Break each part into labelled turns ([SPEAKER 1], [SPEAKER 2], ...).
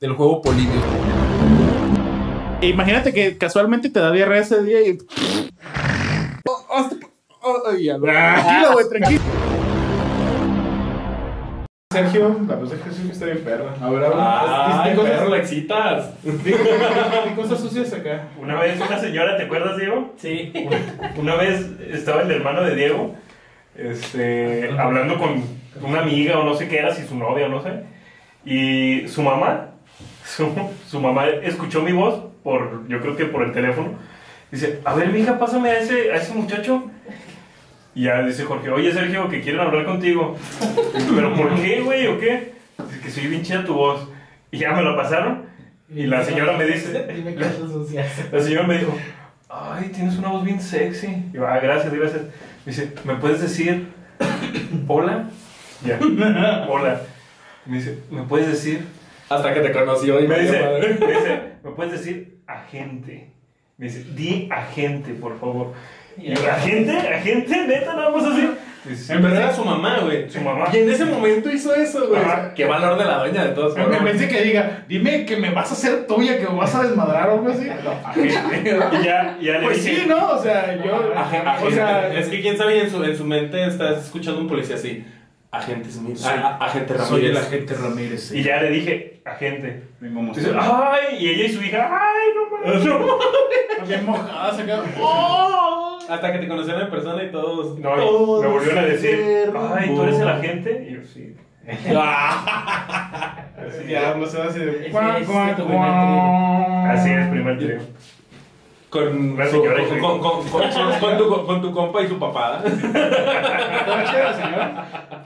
[SPEAKER 1] del juego político.
[SPEAKER 2] E Imagínate que casualmente te da diarrea ese día y.
[SPEAKER 1] Oh, oh, oh, oh, ya, güey. tranquilo,
[SPEAKER 2] Ah,
[SPEAKER 1] güey, tranquilo.
[SPEAKER 2] Sergio, la voz de Sergio está bien perra. A ver, habla.
[SPEAKER 3] Ah, Ay,
[SPEAKER 2] Di- di cosas-
[SPEAKER 3] perro, la excitas.
[SPEAKER 2] di cosas- di cosas sucias acá.
[SPEAKER 3] Una vez una señora, ¿te acuerdas, Diego?
[SPEAKER 4] Sí.
[SPEAKER 3] Una vez estaba el hermano de Diego este, hablando con una amiga o no sé qué era, si su novia o no sé. Y su mamá, su, su mamá escuchó mi voz, por, yo creo que por el teléfono. Dice, a ver, mija, pásame a ese, a ese muchacho. Y ya dice Jorge, oye Sergio, que quieren hablar contigo. ¿Pero por qué, güey? ¿O qué? Dice que soy bien chida tu voz. Y ya me la pasaron. Y la señora me dice,
[SPEAKER 4] Dime cosas sucias.
[SPEAKER 3] la señora me dijo, ay, tienes una voz bien sexy. Y yo, ah, gracias, gracias. Me dice, ¿me puedes decir hola? Ya, hola. Me dice, ¿me puedes decir?
[SPEAKER 1] Hasta que te conoció y
[SPEAKER 3] Me dice,
[SPEAKER 1] madre.
[SPEAKER 3] me dice, ¿me puedes decir agente? Me dice, di agente, por favor. Y yo, ¿agente? ¿Agente? ¿Neta? Nada más así. Me dice,
[SPEAKER 2] En verdad,
[SPEAKER 1] su mamá, güey.
[SPEAKER 3] Su mamá.
[SPEAKER 1] Y en ese momento hizo eso, güey.
[SPEAKER 3] Ajá.
[SPEAKER 1] Qué valor de la doña, de todas
[SPEAKER 2] Me
[SPEAKER 1] formas.
[SPEAKER 2] pensé que diga, dime que me vas a hacer tuya, que me vas a desmadrar o algo así.
[SPEAKER 3] agente. Y ya, ya le
[SPEAKER 2] Pues Ah, sí,
[SPEAKER 3] dije,
[SPEAKER 2] Ah, ¿no? O sea, yo.
[SPEAKER 1] Ajá,
[SPEAKER 2] O sea,
[SPEAKER 4] Es que quién sabe, en su, en su mente estás escuchando un policía así.
[SPEAKER 1] Agente Smith.
[SPEAKER 4] Sí.
[SPEAKER 1] Ah, ah, agente Ramírez.
[SPEAKER 2] agente Ramírez. sí.
[SPEAKER 3] y ya le dije, agente.
[SPEAKER 2] Vengo
[SPEAKER 3] Dice,
[SPEAKER 2] mojado.
[SPEAKER 3] ay, y ella y su hija, ay, no mames. no mames".
[SPEAKER 2] Bien mojada, se quedó.
[SPEAKER 4] Hasta que te conocieron en persona y todos.
[SPEAKER 3] No, y
[SPEAKER 4] todos
[SPEAKER 3] me volvieron a decir,
[SPEAKER 4] cerdos.
[SPEAKER 3] ay, ¿tú eres el agente? Y yo, sí.
[SPEAKER 1] Ah.
[SPEAKER 2] Así, Ya, no se va así de.
[SPEAKER 4] es
[SPEAKER 2] guau,
[SPEAKER 3] este,
[SPEAKER 4] tu
[SPEAKER 2] guau,
[SPEAKER 4] primer trío.
[SPEAKER 2] guau.
[SPEAKER 3] Así es, primer trío.
[SPEAKER 1] Con,
[SPEAKER 3] Una
[SPEAKER 1] su-
[SPEAKER 3] señora y
[SPEAKER 1] con,
[SPEAKER 3] su-
[SPEAKER 1] con, con- con su- con tu, con tu compa y su papá.
[SPEAKER 2] ¿Está chida la señora?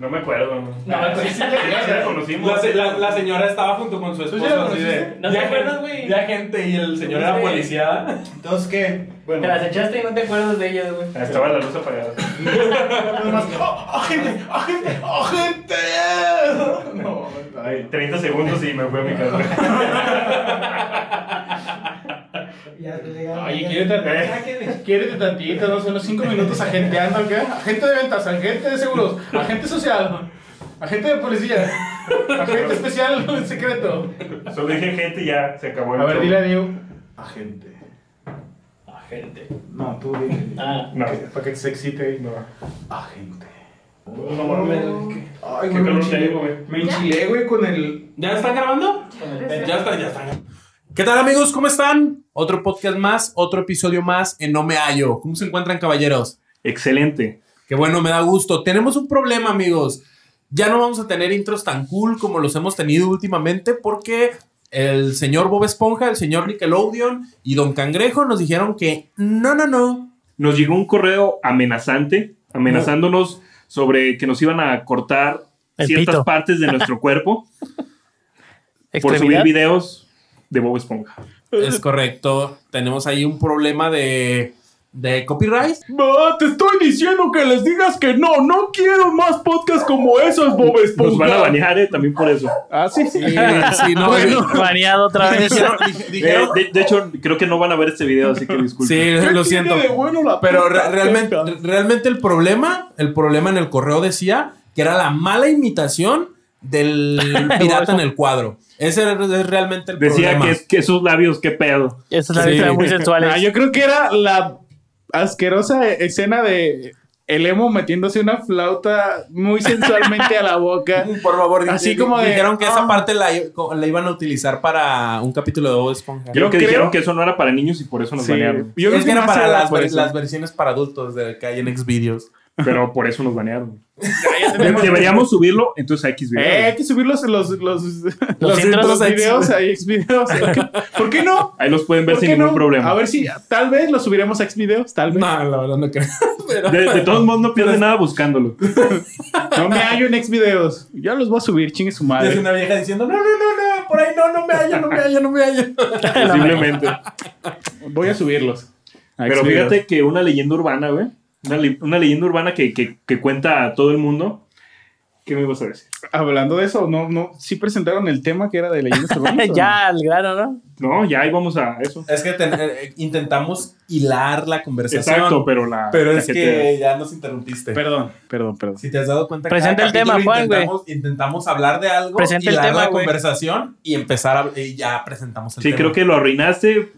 [SPEAKER 3] No me acuerdo. No,
[SPEAKER 2] No, Ah, sí, sí, ya,
[SPEAKER 3] ya la
[SPEAKER 2] ya.
[SPEAKER 3] conocimos.
[SPEAKER 1] La, se- la- la señora estaba junto con su
[SPEAKER 2] ¿Tú
[SPEAKER 1] esposo.
[SPEAKER 2] ya lo
[SPEAKER 1] así de,
[SPEAKER 2] conociste?
[SPEAKER 4] ¿No
[SPEAKER 1] de
[SPEAKER 4] te acuerdas,
[SPEAKER 1] agen-
[SPEAKER 4] güey?
[SPEAKER 1] De agente y el señor
[SPEAKER 4] Sí.
[SPEAKER 1] era policía.
[SPEAKER 2] Entonces, ¿qué?
[SPEAKER 4] Te
[SPEAKER 2] Bueno.
[SPEAKER 4] las echaste y no te acuerdas de ellas, güey.
[SPEAKER 3] Estaba la luz apagada.
[SPEAKER 2] Nomás, ¡Oh, gente! ¡Oh, gente! ¡Oh, gente! No, ay.
[SPEAKER 3] 30 segundos y me fui a mi casa.
[SPEAKER 5] Ya te llegaron.
[SPEAKER 2] Ay,
[SPEAKER 5] Ya-
[SPEAKER 2] quiérete, quiérete tantito, no sé, unos 5 minutos agenteando acá. Agente de ventas, agente de seguros, agente social, agente de policía, agente especial en secreto.
[SPEAKER 3] Solo dije gente y ya se acabó el
[SPEAKER 2] A ver,
[SPEAKER 3] show.
[SPEAKER 2] dile a Diego. Agente.
[SPEAKER 4] Agente.
[SPEAKER 2] No, tú dile.
[SPEAKER 4] Ah.
[SPEAKER 3] No,
[SPEAKER 2] Para que se excite. No. Agente.
[SPEAKER 3] no mames.
[SPEAKER 2] Ay,
[SPEAKER 3] Qué
[SPEAKER 2] güey, me
[SPEAKER 3] calor
[SPEAKER 2] enchilé,
[SPEAKER 3] tengo, güey.
[SPEAKER 2] Me enchilé, güey, con el.
[SPEAKER 1] ¿Ya están grabando?
[SPEAKER 4] Agente.
[SPEAKER 1] Ya están, ya están. ¿Qué tal amigos? ¿Cómo están? Otro podcast más, otro episodio más en No Me Hallo. ¿Cómo se encuentran caballeros?
[SPEAKER 3] Excelente.
[SPEAKER 1] Qué bueno, me da gusto. Tenemos un problema, amigos. Ya no vamos a tener intros tan cool como los hemos tenido últimamente porque el señor Bob Esponja, el señor Nickelodeon y Don Cangrejo nos dijeron que no, no, no.
[SPEAKER 3] Nos llegó un correo amenazante, amenazándonos sobre que nos iban a cortar
[SPEAKER 6] El ciertas pito.
[SPEAKER 3] partes de nuestro cuerpo
[SPEAKER 6] Extremidad.
[SPEAKER 3] videos de Bob Esponja.
[SPEAKER 1] Es correcto. Tenemos ahí un problema de, de copyright.
[SPEAKER 6] te estoy diciendo que les digas que no, no quiero más podcasts como esos, Bob
[SPEAKER 3] banear eh, también por eso.
[SPEAKER 6] Ah, sí,
[SPEAKER 1] Sí, sí, no.
[SPEAKER 6] Baneado otra vez.
[SPEAKER 1] Dijeron- dij- dijeron-
[SPEAKER 3] hecho, creo que no van a ver este video, así que
[SPEAKER 6] Eh,
[SPEAKER 3] disculpen.
[SPEAKER 1] Sí, lo siento.
[SPEAKER 6] Tiene de bueno la
[SPEAKER 1] Pero
[SPEAKER 6] puta
[SPEAKER 1] re- realmente,
[SPEAKER 6] caca.
[SPEAKER 1] re- realmente el problema, el problema en el correo decía que era la mala imitación del pirata en el cuadro. Ese era es realmente el
[SPEAKER 3] Decía
[SPEAKER 1] problema.
[SPEAKER 3] que, es- que sus labios, qué pedo.
[SPEAKER 6] Esas también
[SPEAKER 1] Sí.
[SPEAKER 6] eran muy sensuales.
[SPEAKER 2] Ah, yo creo que era la asquerosa e- escena de el emo metiéndose una flauta muy sensualmente a la boca.
[SPEAKER 1] Por favor,
[SPEAKER 2] Así
[SPEAKER 1] di- di-
[SPEAKER 2] como de,
[SPEAKER 1] dijeron que esa
[SPEAKER 2] ah.
[SPEAKER 1] parte la, i- co- la iban a utilizar para un capítulo de Bob Esponja.
[SPEAKER 3] Creo
[SPEAKER 2] Yo
[SPEAKER 3] que
[SPEAKER 2] creo-
[SPEAKER 3] dijeron que eso no era para niños y por eso nos
[SPEAKER 2] Sí.
[SPEAKER 3] banearon.
[SPEAKER 2] Yo creo
[SPEAKER 1] es que era
[SPEAKER 2] más
[SPEAKER 1] para
[SPEAKER 2] era
[SPEAKER 1] las,
[SPEAKER 2] por
[SPEAKER 1] ver-
[SPEAKER 2] eso.
[SPEAKER 1] las versiones para adultos de que hay en Xvideos.
[SPEAKER 3] Pero por eso nos banearon.
[SPEAKER 2] Ya tenemos-
[SPEAKER 3] Deberíamos subirlo entonces a X
[SPEAKER 2] Eh, hay
[SPEAKER 3] video.
[SPEAKER 2] que subir los, los, los, los,
[SPEAKER 6] intros.
[SPEAKER 2] los videos ahí, Xvideos. ¿Por qué no?
[SPEAKER 3] Ahí los pueden ver
[SPEAKER 2] ¿Por
[SPEAKER 3] sin
[SPEAKER 2] qué
[SPEAKER 3] ningún
[SPEAKER 2] no?
[SPEAKER 3] problema.
[SPEAKER 2] A ver si tal vez los subiremos a Xvideos, tal vez. No,
[SPEAKER 1] No, la verdad no creo. Pero-
[SPEAKER 3] De, de todos modos, no pierden nada buscándolo.
[SPEAKER 2] me hallo en Xvideos. Yo los voy a subir, chingue su
[SPEAKER 1] Y es
[SPEAKER 2] madre.
[SPEAKER 1] una vieja diciendo, no, no, no, no, por ahí no, no me hallo, no me hallo, no me hallo.
[SPEAKER 3] Posiblemente.
[SPEAKER 2] Voy a subirlos. a
[SPEAKER 3] Pero
[SPEAKER 2] Xvideos.
[SPEAKER 3] fíjate que una leyenda urbana, güey. Una, le- una leyenda urbana que, que- que cuenta a todo el mundo. ¿Qué me ibas a decir?
[SPEAKER 2] Hablando de eso, no, no, sí presentaron el tema que era de leyendas urbanas. o
[SPEAKER 6] ya, al grano, ¿no?
[SPEAKER 3] No, ya íbamos a eso.
[SPEAKER 1] Es que ten- eh, intentamos hilar la conversación.
[SPEAKER 3] Exacto, pero
[SPEAKER 6] Ah,
[SPEAKER 3] la.
[SPEAKER 1] Pero
[SPEAKER 3] la
[SPEAKER 1] es
[SPEAKER 3] te-
[SPEAKER 1] que ya nos interrumpiste.
[SPEAKER 2] no? Perdón, perdón, perdón.
[SPEAKER 1] Si te has dado cuenta,
[SPEAKER 6] Presenta
[SPEAKER 1] cada
[SPEAKER 6] el tema,
[SPEAKER 1] capítulo
[SPEAKER 6] Juan, güey.
[SPEAKER 1] intentamos, intentamos hablar de algo,
[SPEAKER 6] Presenta el
[SPEAKER 1] hilar
[SPEAKER 6] tema,
[SPEAKER 1] la
[SPEAKER 6] güey.
[SPEAKER 1] conversación y empezar a, y ya presentamos el
[SPEAKER 3] Sí,
[SPEAKER 1] tema.
[SPEAKER 3] creo que lo arruinaste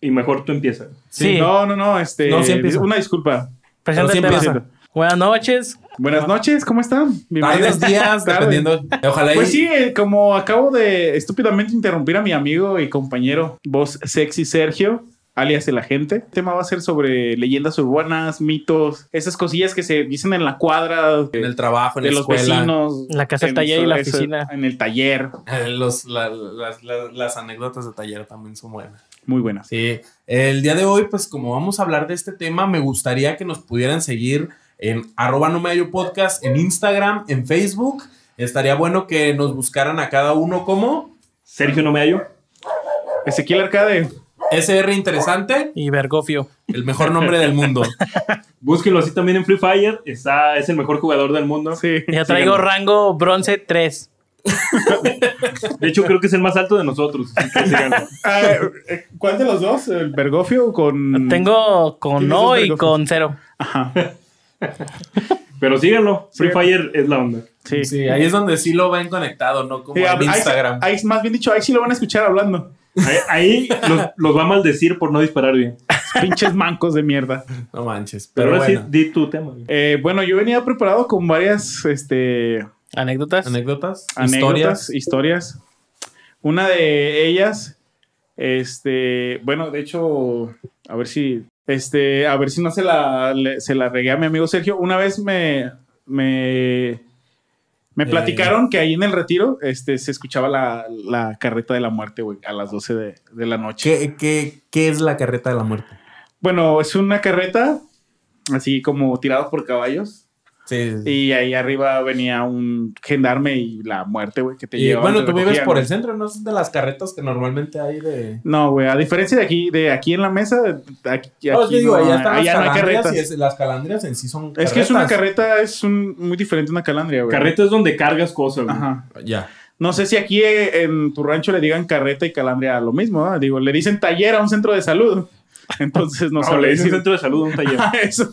[SPEAKER 3] y mejor tú empiezas.
[SPEAKER 6] Sí.
[SPEAKER 2] No, no, no, este.
[SPEAKER 1] No, sí empieza.
[SPEAKER 2] una disculpa.
[SPEAKER 6] Presenta el
[SPEAKER 1] Pero
[SPEAKER 6] tema.
[SPEAKER 1] sí
[SPEAKER 2] empieza.
[SPEAKER 6] Buenas noches.
[SPEAKER 2] Buenas noches, ¿cómo están?
[SPEAKER 1] varios días,
[SPEAKER 2] Tarde.
[SPEAKER 1] dependiendo. Ojalá y-
[SPEAKER 2] Pues sí, eh, como acabo de estúpidamente interrumpir a mi amigo y compañero, voz sexy Sergio, alias el agente. El tema va a ser sobre leyendas urbanas, mitos, esas cosillas que se dicen en la cuadra de,
[SPEAKER 1] en el trabajo, en
[SPEAKER 2] de
[SPEAKER 1] la
[SPEAKER 2] los
[SPEAKER 1] escuela,
[SPEAKER 2] vecinos.
[SPEAKER 6] En la casa del taller y
[SPEAKER 2] eso-
[SPEAKER 6] la
[SPEAKER 2] eso-
[SPEAKER 6] oficina.
[SPEAKER 2] En el taller.
[SPEAKER 1] eh, los- la- las, las- las anécdotas de taller también son buenas.
[SPEAKER 2] Muy buenas.
[SPEAKER 1] Sí, el día de hoy, pues como vamos a hablar de este tema, me gustaría que nos pudieran seguir en arroba no me hallo podcast, en Instagram, en Facebook. Estaría bueno que nos buscaran a cada uno como
[SPEAKER 3] Sergio no me hallo.
[SPEAKER 2] Ezequiel Arcade.
[SPEAKER 1] SR Interesante,
[SPEAKER 6] Y Bergofio.
[SPEAKER 1] el mejor nombre del mundo.
[SPEAKER 3] Búsquenlo así también en Free Fire. Está, es el mejor jugador del mundo.
[SPEAKER 2] Sí.
[SPEAKER 6] Ya traigo
[SPEAKER 3] Síganlo.
[SPEAKER 6] rango bronce 3.
[SPEAKER 3] De hecho, creo que es el más alto de nosotros. así que síganlo.
[SPEAKER 2] Ah, eh, ¿Cuál de los dos? ¿El Bergofio con.?
[SPEAKER 6] Tengo con
[SPEAKER 2] Mm. ¿Quién es
[SPEAKER 6] no
[SPEAKER 2] el
[SPEAKER 6] y
[SPEAKER 2] Bergofio?
[SPEAKER 6] con cero.
[SPEAKER 2] Ajá.
[SPEAKER 3] Pero síganlo. Free
[SPEAKER 2] Sí.
[SPEAKER 3] Fire es la onda.
[SPEAKER 2] Sí.
[SPEAKER 1] Sí, ahí es donde sí lo ven conectado, ¿no? Como
[SPEAKER 2] Sí,
[SPEAKER 1] en
[SPEAKER 2] ahí-
[SPEAKER 1] Instagram.
[SPEAKER 2] ahí- más bien dicho, ahí sí lo van a escuchar hablando.
[SPEAKER 3] Ahí, ahí los, los va a maldecir por no disparar bien.
[SPEAKER 2] Pinches mancos de mierda.
[SPEAKER 1] No manches,
[SPEAKER 3] Pero,
[SPEAKER 1] pero,
[SPEAKER 3] ahora
[SPEAKER 1] bueno.
[SPEAKER 3] sí, di tu tema. güey.
[SPEAKER 2] Eh, bueno, yo venía preparado con varias este,
[SPEAKER 6] ¿Anécdotas?
[SPEAKER 1] ¿Anécdotas?
[SPEAKER 2] anécdotas,
[SPEAKER 1] ¿Historias?
[SPEAKER 2] historias. Una de ellas, este, bueno, de hecho, a ver si, este, a ver si no se la, le- se la regué a mi amigo Sergio. Una vez me, me, me
[SPEAKER 1] Eh.
[SPEAKER 2] platicaron que ahí en el retiro, este, se escuchaba la, la carreta de la muerte, güey, a las 12 de, de la noche.
[SPEAKER 1] ¿Qué, qué, qué es la carreta de la muerte?
[SPEAKER 2] Bueno, es una carreta, así como tirados por caballos.
[SPEAKER 1] Sí. sí, sí.
[SPEAKER 2] Y ahí arriba venía un gendarme y la muerte, güey, que te
[SPEAKER 1] Y,
[SPEAKER 2] llevaba.
[SPEAKER 1] bueno, tú vives por el centro, ¿no? Es de las carretas que normalmente hay de...
[SPEAKER 2] No, güey, a diferencia de aquí, de aquí en la mesa, de- aquí,
[SPEAKER 1] No,
[SPEAKER 2] aquí
[SPEAKER 1] te Oh, digo,
[SPEAKER 2] no,
[SPEAKER 1] allá están
[SPEAKER 2] allá no
[SPEAKER 1] las
[SPEAKER 2] hay
[SPEAKER 1] calandrias
[SPEAKER 2] carretas.
[SPEAKER 1] y
[SPEAKER 2] Es,
[SPEAKER 1] es- las calandrias en sí son
[SPEAKER 2] que es una carreta, es un, muy diferente a una calandria, güey.
[SPEAKER 3] Carreta es donde cargas cosas. güey.
[SPEAKER 2] Ajá.
[SPEAKER 1] Ya.
[SPEAKER 2] No sé si aquí eh, en tu rancho le digan carreta y calandria a lo mismo, ¿no? Digo, le dicen taller a un centro de salud. Entonces no,
[SPEAKER 3] No,
[SPEAKER 2] sabría
[SPEAKER 3] le dicen
[SPEAKER 2] decir.
[SPEAKER 3] centro de salud a un taller.
[SPEAKER 2] Eso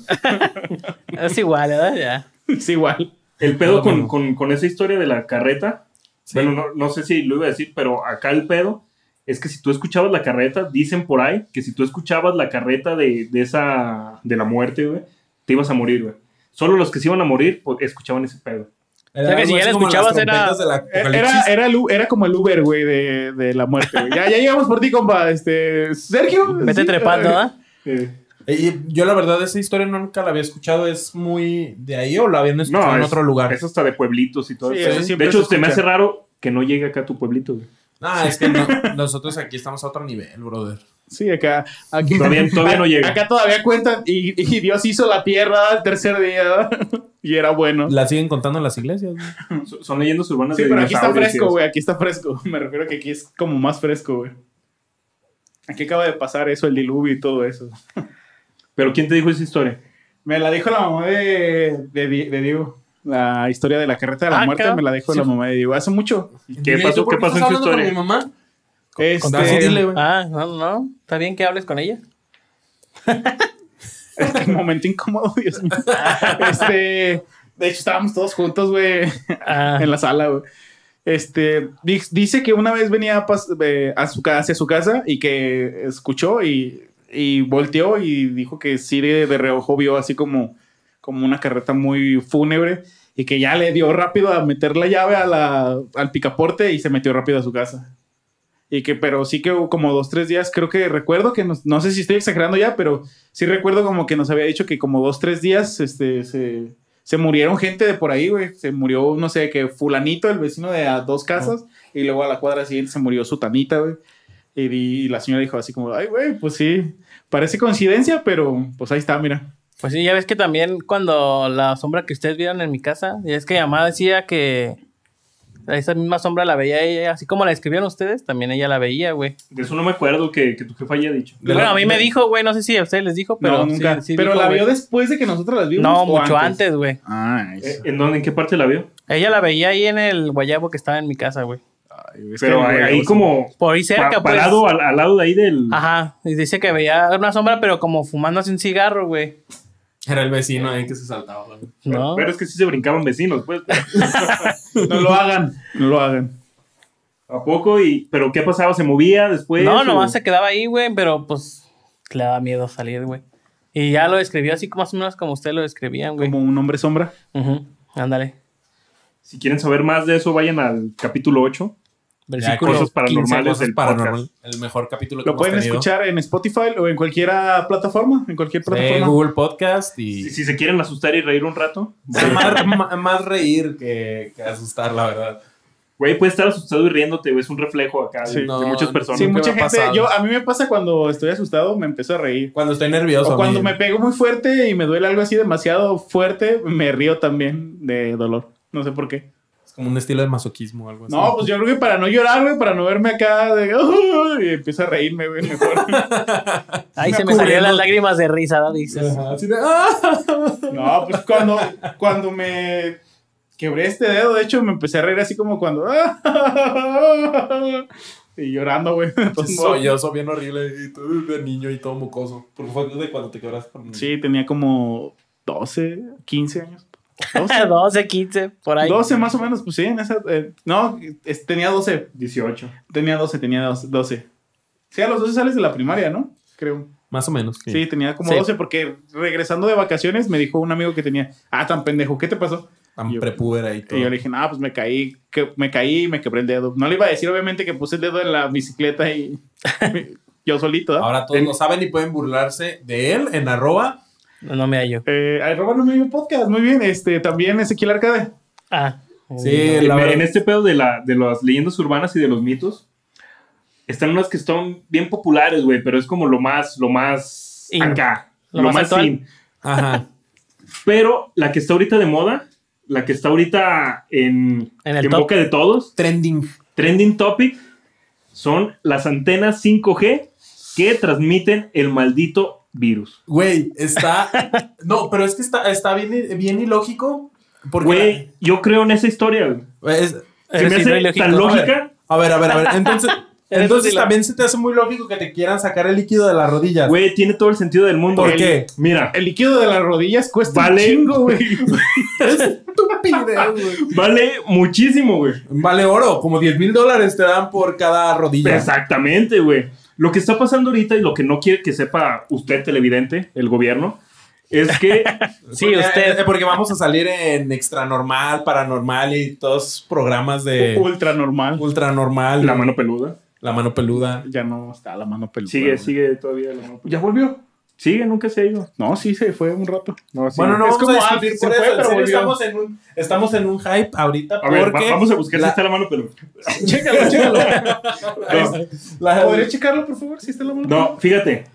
[SPEAKER 6] Es igual, ¿verdad? Ya.
[SPEAKER 2] es igual.
[SPEAKER 3] El
[SPEAKER 1] Es
[SPEAKER 3] pedo
[SPEAKER 2] Ah,
[SPEAKER 1] lo
[SPEAKER 3] con,
[SPEAKER 1] mismo.
[SPEAKER 3] con- con esa historia de la carreta,
[SPEAKER 1] Sí.
[SPEAKER 3] bueno, no, no sé si lo iba a decir, pero acá el pedo es que si tú escuchabas la carreta, dicen por ahí que si tú escuchabas la carreta de, de esa, de la muerte, güey, te ibas a morir, güey. Solo los que se iban a morir pues, escuchaban ese pedo.
[SPEAKER 1] Era
[SPEAKER 6] sea, que
[SPEAKER 1] algo
[SPEAKER 6] si ya
[SPEAKER 1] así
[SPEAKER 6] la
[SPEAKER 1] como las
[SPEAKER 6] escuchabas, era-
[SPEAKER 1] trompetas del
[SPEAKER 2] Era,
[SPEAKER 1] apocalipsis.
[SPEAKER 2] era, el U- era como el Uber, güey, de, de la muerte, güey. Ya, ya llegamos por ti, compa. Este, Sergio.
[SPEAKER 6] Vete
[SPEAKER 2] sí,
[SPEAKER 6] trepando, ¿ah?
[SPEAKER 3] Eh,
[SPEAKER 1] Y yo la verdad esa historia nunca la había escuchado, es muy de ahí o la habían escuchado en
[SPEAKER 3] es-
[SPEAKER 1] otro lugar.
[SPEAKER 3] Es hasta de pueblitos y todo.
[SPEAKER 2] Sí, eh,
[SPEAKER 3] eso.
[SPEAKER 1] eso
[SPEAKER 3] de
[SPEAKER 2] siempre
[SPEAKER 3] hecho,
[SPEAKER 2] se
[SPEAKER 3] se me hace
[SPEAKER 2] escucha.
[SPEAKER 3] raro que no llegue acá a tu pueblito, güey.
[SPEAKER 1] Ah, es que no- nosotros aquí estamos a otro nivel, brother.
[SPEAKER 2] Sí, acá. aquí-
[SPEAKER 3] Todavía- todavía no llega.
[SPEAKER 2] Acá todavía cuentan. Y, y Dios hizo la tierra al tercer día. y era bueno.
[SPEAKER 1] La siguen contando en las iglesias. güey.
[SPEAKER 3] So- Son leyendas urbanas
[SPEAKER 2] Sí,
[SPEAKER 3] de
[SPEAKER 2] pero aquí está
[SPEAKER 3] dinosaurios y
[SPEAKER 2] fresco,
[SPEAKER 3] eso.
[SPEAKER 2] güey. Aquí está fresco. Me refiero a que aquí es como más fresco, güey. Aquí acaba de pasar eso, el diluvio y todo eso.
[SPEAKER 3] Pero ¿quién te dijo esa historia?
[SPEAKER 2] Me la dijo la mamá de, de, Di- de Diego. La historia de la carreta de la
[SPEAKER 6] Ah,
[SPEAKER 2] muerte
[SPEAKER 6] cabrón.
[SPEAKER 2] me la dijo la mamá de Diego. Hace mucho.
[SPEAKER 3] ¿Y ¿Qué
[SPEAKER 1] Dile, ¿y
[SPEAKER 3] pasó?
[SPEAKER 1] tú por
[SPEAKER 3] ¿Qué pasó en
[SPEAKER 1] estás
[SPEAKER 3] tu
[SPEAKER 1] hablando con
[SPEAKER 3] historia?
[SPEAKER 1] mi mamá?
[SPEAKER 2] Este,
[SPEAKER 1] Así dile, güey.
[SPEAKER 6] Ah, no, no. Está bien que hables con ella.
[SPEAKER 2] Qué este momento incómodo, Dios mío. Este, de hecho, estábamos todos juntos, güey.
[SPEAKER 6] Ah,
[SPEAKER 2] en la sala, güey. Este, di- dice que una vez venía pas- eh, a su, ca- hacia su casa y que escuchó y, y volteó y dijo que sí de, de reojo vio así como, como una carreta muy fúnebre y que ya le dio rápido a meter la llave a la- al picaporte y se metió rápido a su casa. Y que, pero sí que hubo como dos, tres días, creo que recuerdo que, nos- no sé si estoy exagerando ya, pero sí recuerdo como que nos había dicho que como dos, tres días, este, se, se murieron gente de por ahí, güey. Se murió, no sé, que fulanito, el vecino de a dos casas, y luego a la cuadra siguiente se murió sutanita, güey. Y, di- y la señora dijo así como, ay, güey, pues sí, parece coincidencia, pero pues ahí está, mira.
[SPEAKER 6] pues sí, ya ves que también cuando la sombra que ustedes vieron en mi casa, y es que mi mamá decía que esa misma sombra la veía ella, así como la escribieron ustedes, también ella la veía, güey.
[SPEAKER 3] De eso no me acuerdo que, que tu jefa haya dicho.
[SPEAKER 1] De
[SPEAKER 6] bueno,
[SPEAKER 1] la-
[SPEAKER 6] a mí me
[SPEAKER 1] de-
[SPEAKER 6] dijo, güey, no sé si a ustedes les dijo, pero
[SPEAKER 2] no, nunca.
[SPEAKER 6] sí- sí
[SPEAKER 2] pero
[SPEAKER 6] dijo,
[SPEAKER 2] la
[SPEAKER 6] güey.
[SPEAKER 2] vio después de que nosotros las vimos.
[SPEAKER 6] No,
[SPEAKER 2] ¿o
[SPEAKER 6] mucho antes, güey.
[SPEAKER 2] Ah,
[SPEAKER 3] Eh,
[SPEAKER 2] eso.
[SPEAKER 3] ¿En dónde? ¿En qué parte la vio?
[SPEAKER 6] Ella la veía ahí en el guayabo que estaba en mi casa, güey.
[SPEAKER 3] Pero ahí, ahí como
[SPEAKER 6] Por ahí cerca,
[SPEAKER 3] pa-
[SPEAKER 6] pues. Ah,
[SPEAKER 3] parado al, al lado de ahí del...
[SPEAKER 6] Ajá. Y dice que veía una sombra, pero como fumándose un cigarro, güey.
[SPEAKER 1] Era el vecino ahí que se saltaba. güey.
[SPEAKER 6] No.
[SPEAKER 3] Pero es que sí se brincaban vecinos, pues.
[SPEAKER 2] No lo hagan, no lo hagan.
[SPEAKER 3] ¿A poco? y ¿Pero qué pasaba? ¿Se movía después?
[SPEAKER 6] No,
[SPEAKER 3] Pues, o-
[SPEAKER 6] nomás se quedaba ahí, güey, pero pues le daba miedo salir, güey. Y ya lo describió así más o menos como usted lo describían, güey.
[SPEAKER 2] Como un hombre sombra.
[SPEAKER 6] Ujú, Ándale.
[SPEAKER 3] Si quieren saber más de eso, vayan al capítulo 8.
[SPEAKER 6] Versículo.
[SPEAKER 3] cosas paranormales
[SPEAKER 1] 15 cosas
[SPEAKER 3] del
[SPEAKER 1] paranormal. El mejor capítulo que
[SPEAKER 2] Lo
[SPEAKER 1] hemos
[SPEAKER 2] pueden
[SPEAKER 1] tenido.
[SPEAKER 2] escuchar en Spotify o en cualquier plataforma. En cualquier
[SPEAKER 1] Sí,
[SPEAKER 2] plataforma.
[SPEAKER 1] Google Podcast y
[SPEAKER 3] Si, si se quieren asustar y reír un rato.
[SPEAKER 1] más, ma- más reír que, que asustar, la verdad.
[SPEAKER 3] Güey, puedes estar asustado y riéndote, güey. Es un reflejo acá de-
[SPEAKER 2] Sí.
[SPEAKER 3] de,
[SPEAKER 1] No,
[SPEAKER 3] muchas
[SPEAKER 1] no.
[SPEAKER 3] personas.
[SPEAKER 2] Sí,
[SPEAKER 1] Nunca me
[SPEAKER 2] mucha
[SPEAKER 1] ha
[SPEAKER 2] gente.
[SPEAKER 1] pasado.
[SPEAKER 2] Yo, a mí me pasa cuando estoy asustado, me empiezo a reír.
[SPEAKER 1] Cuando estoy nervioso.
[SPEAKER 2] O cuando
[SPEAKER 1] a mí-
[SPEAKER 2] me pego muy fuerte y me duele algo así demasiado fuerte, me río también de dolor. No sé por qué.
[SPEAKER 1] Es como un estilo de masoquismo o algo así.
[SPEAKER 2] No, pues yo creo que para no llorar, güey, para no verme acá de. y empiezo a reírme, güey, mejor.
[SPEAKER 6] Ahí
[SPEAKER 2] me
[SPEAKER 6] se me salieron
[SPEAKER 1] cubriendo.
[SPEAKER 6] las lágrimas de risa, ¿no? Dices.
[SPEAKER 1] Ajá, así de, ¡ah!
[SPEAKER 2] No, pues cuando, cuando me quebré este dedo, de hecho, me empecé a reír así como cuando. Y llorando, güey. de
[SPEAKER 1] Pues
[SPEAKER 2] todos modos.
[SPEAKER 1] Sollozo bien horrible. Y tú de niño y todo mocoso. Porque fue de cuando te quebraste con...
[SPEAKER 2] Sí, tenía como 12, 15 años. 12,
[SPEAKER 6] 12, 15, por ahí.
[SPEAKER 2] 12 más o menos, pues sí, en esa. eh, no, es- tenía 12.
[SPEAKER 3] 18.
[SPEAKER 2] Tenía 12, tenía 12, 12. Sí, a los 12 sales de la primaria, ¿no? Creo.
[SPEAKER 1] Más o menos.
[SPEAKER 2] Sí,
[SPEAKER 1] sí.
[SPEAKER 2] tenía como
[SPEAKER 6] Sí.
[SPEAKER 2] 12 porque regresando de vacaciones me dijo un amigo que tenía, ah, tan pendejo, ¿qué te pasó?
[SPEAKER 1] Tan
[SPEAKER 2] Yo-
[SPEAKER 1] prepúbera y todo.
[SPEAKER 2] Y yo le dije, ah, pues me caí, que me caí y me quebré el dedo. No le iba a decir, obviamente, que puse el dedo en la bicicleta y yo solito, ¿ah?
[SPEAKER 1] Ahora todos
[SPEAKER 2] En-
[SPEAKER 1] lo saben y pueden burlarse de él en arroba.
[SPEAKER 6] No me hallo.
[SPEAKER 2] Eh, ay, Roba, no me dio podcast. Muy bien, este, también Ezequiel Arcade.
[SPEAKER 6] Ah.
[SPEAKER 1] Sí,
[SPEAKER 3] En-
[SPEAKER 1] la
[SPEAKER 3] en
[SPEAKER 1] verdad.
[SPEAKER 3] este pedo de, la, de las leyendas urbanas y de los mitos, están unas que son bien populares, güey, pero es como lo más, lo más
[SPEAKER 6] In.
[SPEAKER 3] acá.
[SPEAKER 6] Lo
[SPEAKER 3] Lo,
[SPEAKER 6] más
[SPEAKER 3] más
[SPEAKER 6] actual.
[SPEAKER 3] in.
[SPEAKER 1] Ajá.
[SPEAKER 3] Pero la que está ahorita de moda, la que está ahorita en,
[SPEAKER 6] En el top.
[SPEAKER 3] boca de todos,
[SPEAKER 1] Trending.
[SPEAKER 3] trending topic, son las antenas 5G que transmiten el maldito virus.
[SPEAKER 1] Güey, está. no, pero es que está, está bien, bien ilógico. Porque.
[SPEAKER 3] Güey, yo creo en esa historia. güey.
[SPEAKER 1] es-
[SPEAKER 3] Se me
[SPEAKER 6] Eres
[SPEAKER 3] hace
[SPEAKER 6] ilógico.
[SPEAKER 3] tan lógica.
[SPEAKER 1] a ver, a ver, a ver. Entonces.
[SPEAKER 6] Eres
[SPEAKER 1] Entonces
[SPEAKER 6] un ilo-
[SPEAKER 1] también se te hace muy lógico que te quieran sacar el líquido de las rodillas.
[SPEAKER 3] Güey, tiene todo el sentido del mundo.
[SPEAKER 1] ¿Por
[SPEAKER 3] El-
[SPEAKER 1] qué?
[SPEAKER 3] Mira,
[SPEAKER 2] El líquido de las rodillas cuesta
[SPEAKER 3] Vale.
[SPEAKER 2] un chingo, güey.
[SPEAKER 1] Estupidez, güey.
[SPEAKER 3] vale muchísimo, güey.
[SPEAKER 1] Vale oro, como 10 mil dólares te dan por cada rodilla.
[SPEAKER 3] Exactamente, güey. Lo que está pasando ahorita y lo que no quiere que sepa usted, televidente, el gobierno, es que
[SPEAKER 6] Sí,
[SPEAKER 1] Porque-
[SPEAKER 6] usted.
[SPEAKER 1] eh, porque vamos a salir en extra normal, paranormal y todos programas de
[SPEAKER 2] Ultra normal.
[SPEAKER 1] ultra normal.
[SPEAKER 3] la mano peluda
[SPEAKER 1] La mano peluda.
[SPEAKER 2] Ya no está la mano peluda.
[SPEAKER 3] sigue,
[SPEAKER 2] güey.
[SPEAKER 3] sigue todavía la mano peluda.
[SPEAKER 2] ¿Ya volvió?
[SPEAKER 3] Sigue, nunca se ha ido.
[SPEAKER 2] No, sí, se fue un rato.
[SPEAKER 3] No, sí.
[SPEAKER 1] Bueno, no
[SPEAKER 2] Es
[SPEAKER 1] vamos
[SPEAKER 2] como
[SPEAKER 1] a discutir
[SPEAKER 2] antes,
[SPEAKER 1] por
[SPEAKER 2] se
[SPEAKER 1] eso.
[SPEAKER 2] fue,
[SPEAKER 1] en
[SPEAKER 2] pero
[SPEAKER 1] serio,
[SPEAKER 2] volvió.
[SPEAKER 1] estamos en un estamos en un hype ahorita
[SPEAKER 3] A ver, va-
[SPEAKER 1] porque
[SPEAKER 3] vamos a buscar
[SPEAKER 1] la-
[SPEAKER 3] si está la mano peluda.
[SPEAKER 2] chécalo, chécalo.
[SPEAKER 3] No,
[SPEAKER 1] la-
[SPEAKER 2] Ah, ¿Podrías checarlo, por favor, si está la mano
[SPEAKER 3] no, fíjate.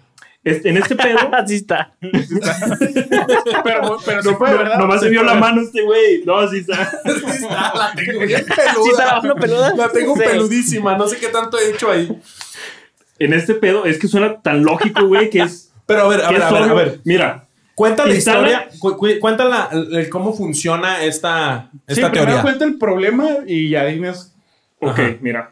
[SPEAKER 3] Este- en este pedo,
[SPEAKER 6] Así está.
[SPEAKER 2] peluda? Pero, pero se fue,
[SPEAKER 3] no-
[SPEAKER 2] ¿verdad?
[SPEAKER 3] nomás se vio la
[SPEAKER 2] fue.
[SPEAKER 3] mano este güey. No, sí está.
[SPEAKER 1] Sí está, la tengo bien
[SPEAKER 6] ¿Sí está la
[SPEAKER 1] peluda.
[SPEAKER 6] mano peluda?
[SPEAKER 1] La tengo
[SPEAKER 6] Sí.
[SPEAKER 1] peludísima, no sé qué tanto he hecho ahí.
[SPEAKER 3] En este pedo, es que suena tan lógico, güey, que es.
[SPEAKER 1] Pero a ver, a
[SPEAKER 3] que
[SPEAKER 1] ver,
[SPEAKER 3] es
[SPEAKER 1] a ver, a
[SPEAKER 3] obvio.
[SPEAKER 1] ver.
[SPEAKER 3] Mira,
[SPEAKER 1] Cuenta la
[SPEAKER 3] Instala-
[SPEAKER 1] historia, cu- cu- cuenta la- el- cómo funciona esta,
[SPEAKER 2] Sí,
[SPEAKER 1] esta
[SPEAKER 2] primero
[SPEAKER 1] teoría.
[SPEAKER 2] cuenta el problema y ya dinos.
[SPEAKER 3] ok,
[SPEAKER 1] Ajá.
[SPEAKER 3] mira.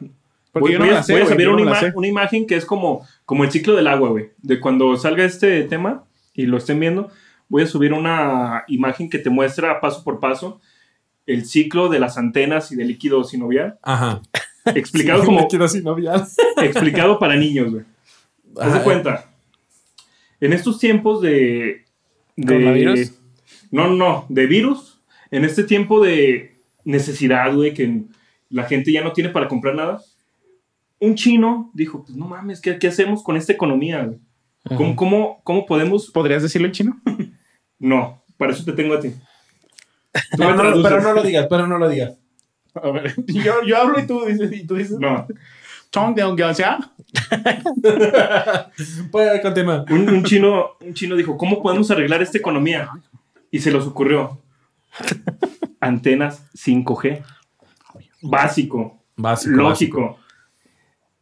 [SPEAKER 2] Porque
[SPEAKER 3] voy,
[SPEAKER 2] yo no
[SPEAKER 3] voy
[SPEAKER 2] me
[SPEAKER 3] a-
[SPEAKER 2] la sé,
[SPEAKER 3] voy a
[SPEAKER 2] güey,
[SPEAKER 3] subir
[SPEAKER 2] yo no
[SPEAKER 3] una,
[SPEAKER 2] me la
[SPEAKER 3] ima-
[SPEAKER 2] sé.
[SPEAKER 3] una imagen que es como, como el ciclo del agua, güey. De cuando salga este tema y lo estén viendo, voy a subir una imagen que te muestra paso por paso el ciclo de las antenas y del líquido sinovial.
[SPEAKER 1] Ajá.
[SPEAKER 3] Explicado
[SPEAKER 1] Sí,
[SPEAKER 3] como
[SPEAKER 1] me quedo sin novial.
[SPEAKER 3] explicado para niños, güey. Haz de
[SPEAKER 1] Ajá.
[SPEAKER 3] cuenta. En estos tiempos de, de.
[SPEAKER 6] ¿Coronavirus?
[SPEAKER 3] No, no, de virus. En este tiempo de necesidad, güey, que la gente ya no tiene para comprar nada. Un chino dijo: Pues no mames, ¿qué, qué hacemos con esta economía, güey? ¿Cómo, cómo, cómo podemos.?
[SPEAKER 2] ¿Podrías decirlo en chino?
[SPEAKER 3] No, para eso te tengo a ti. Tú me
[SPEAKER 1] Pero no,
[SPEAKER 3] traduces.
[SPEAKER 1] pero no lo digas, pero no lo digas.
[SPEAKER 2] A ver. Yo, yo hablo y tú dices, y tú dices.
[SPEAKER 3] No.
[SPEAKER 2] Chong de Ongyangxia.
[SPEAKER 1] Puede continuar.
[SPEAKER 3] Un, un chino, un chino dijo, ¿cómo podemos arreglar esta economía? Y se los ocurrió. Antenas 5G. Básico, lógico.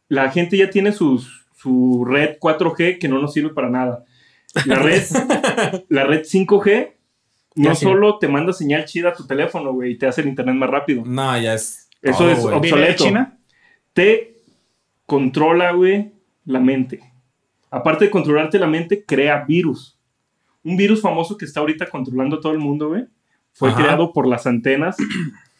[SPEAKER 3] La gente ya tiene sus, su red 4G que no nos sirve para nada. La red, la red 5G no
[SPEAKER 6] Ya sí.
[SPEAKER 3] solo te manda señal chida a tu teléfono, güey, y te hace el internet más rápido.
[SPEAKER 1] No, ya es.
[SPEAKER 3] Eso
[SPEAKER 1] todo,
[SPEAKER 3] es
[SPEAKER 1] güey.
[SPEAKER 3] ob-
[SPEAKER 2] ¿Viene de
[SPEAKER 3] obsoleto.
[SPEAKER 2] China?
[SPEAKER 3] Te controla, güey, la mente. Aparte de controlarte la mente, crea virus. Un virus famoso que está ahorita controlando a todo el mundo, güey, fue
[SPEAKER 1] Ajá.
[SPEAKER 3] creado por las antenas.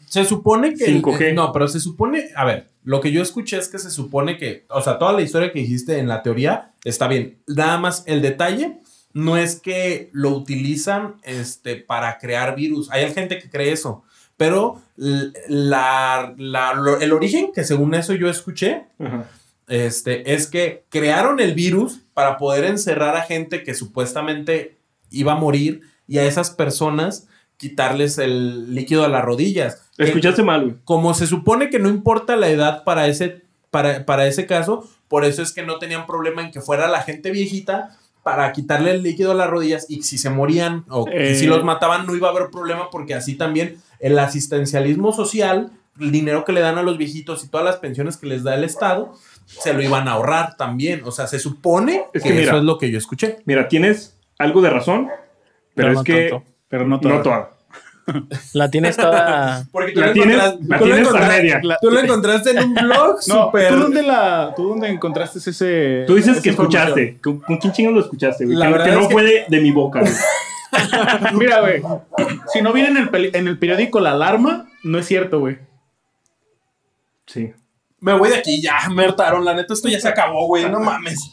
[SPEAKER 1] Se supone que. el-
[SPEAKER 3] 5G.
[SPEAKER 1] no, pero se supone. A ver, lo que yo escuché es que se supone que. O sea, toda la historia que dijiste en la teoría está bien. Nada más el detalle no es que lo utilizan este, para crear virus. Hay gente que cree eso. Pero l- la- la- lo- el origen, que según eso yo escuché,
[SPEAKER 3] Ajá.
[SPEAKER 1] este, es que crearon el virus para poder encerrar a gente que supuestamente iba a morir y a esas personas quitarles el líquido a las rodillas.
[SPEAKER 3] Escuchaste mal, güey.
[SPEAKER 1] Como se supone que no importa la edad para ese, para, para ese caso, por eso es que no tenían problema en que fuera la gente viejita para quitarle el líquido a las rodillas y si se morían o que
[SPEAKER 3] Eh.
[SPEAKER 1] si los mataban no iba a haber problema porque así también el asistencialismo social, el dinero que le dan a los viejitos y todas las pensiones que les da el Estado, se lo iban a ahorrar también. O sea, se supone
[SPEAKER 3] Es
[SPEAKER 1] que,
[SPEAKER 3] que mira.
[SPEAKER 1] eso es lo que yo escuché.
[SPEAKER 3] Mira, tienes algo de razón, pero
[SPEAKER 6] No,
[SPEAKER 3] es
[SPEAKER 6] no
[SPEAKER 3] que
[SPEAKER 6] tanto.
[SPEAKER 2] Pero no todo.
[SPEAKER 3] no toda.
[SPEAKER 6] La tienes toda.
[SPEAKER 1] Porque
[SPEAKER 3] La tienes, la tienes a media.
[SPEAKER 1] tú lo encontraste en un blog
[SPEAKER 2] No,
[SPEAKER 1] súper-
[SPEAKER 2] ¿tú, dónde la, ¿tú dónde encontraste ese...?
[SPEAKER 3] Tú dices
[SPEAKER 2] esa
[SPEAKER 3] que
[SPEAKER 2] información?
[SPEAKER 3] escuchaste. ¿Con, con quién chingados lo escuchaste, güey?
[SPEAKER 1] La
[SPEAKER 3] Que- Que,
[SPEAKER 1] verdad
[SPEAKER 3] no
[SPEAKER 1] es que-
[SPEAKER 3] fue de, de mi boca, güey.
[SPEAKER 2] Mira, güey, si no viene en el, peli- en el periódico La Alarma, no es cierto, güey.
[SPEAKER 3] Sí.
[SPEAKER 1] Me voy de aquí, ya me hartaron. La neta, esto ya se acabó, güey. No mames.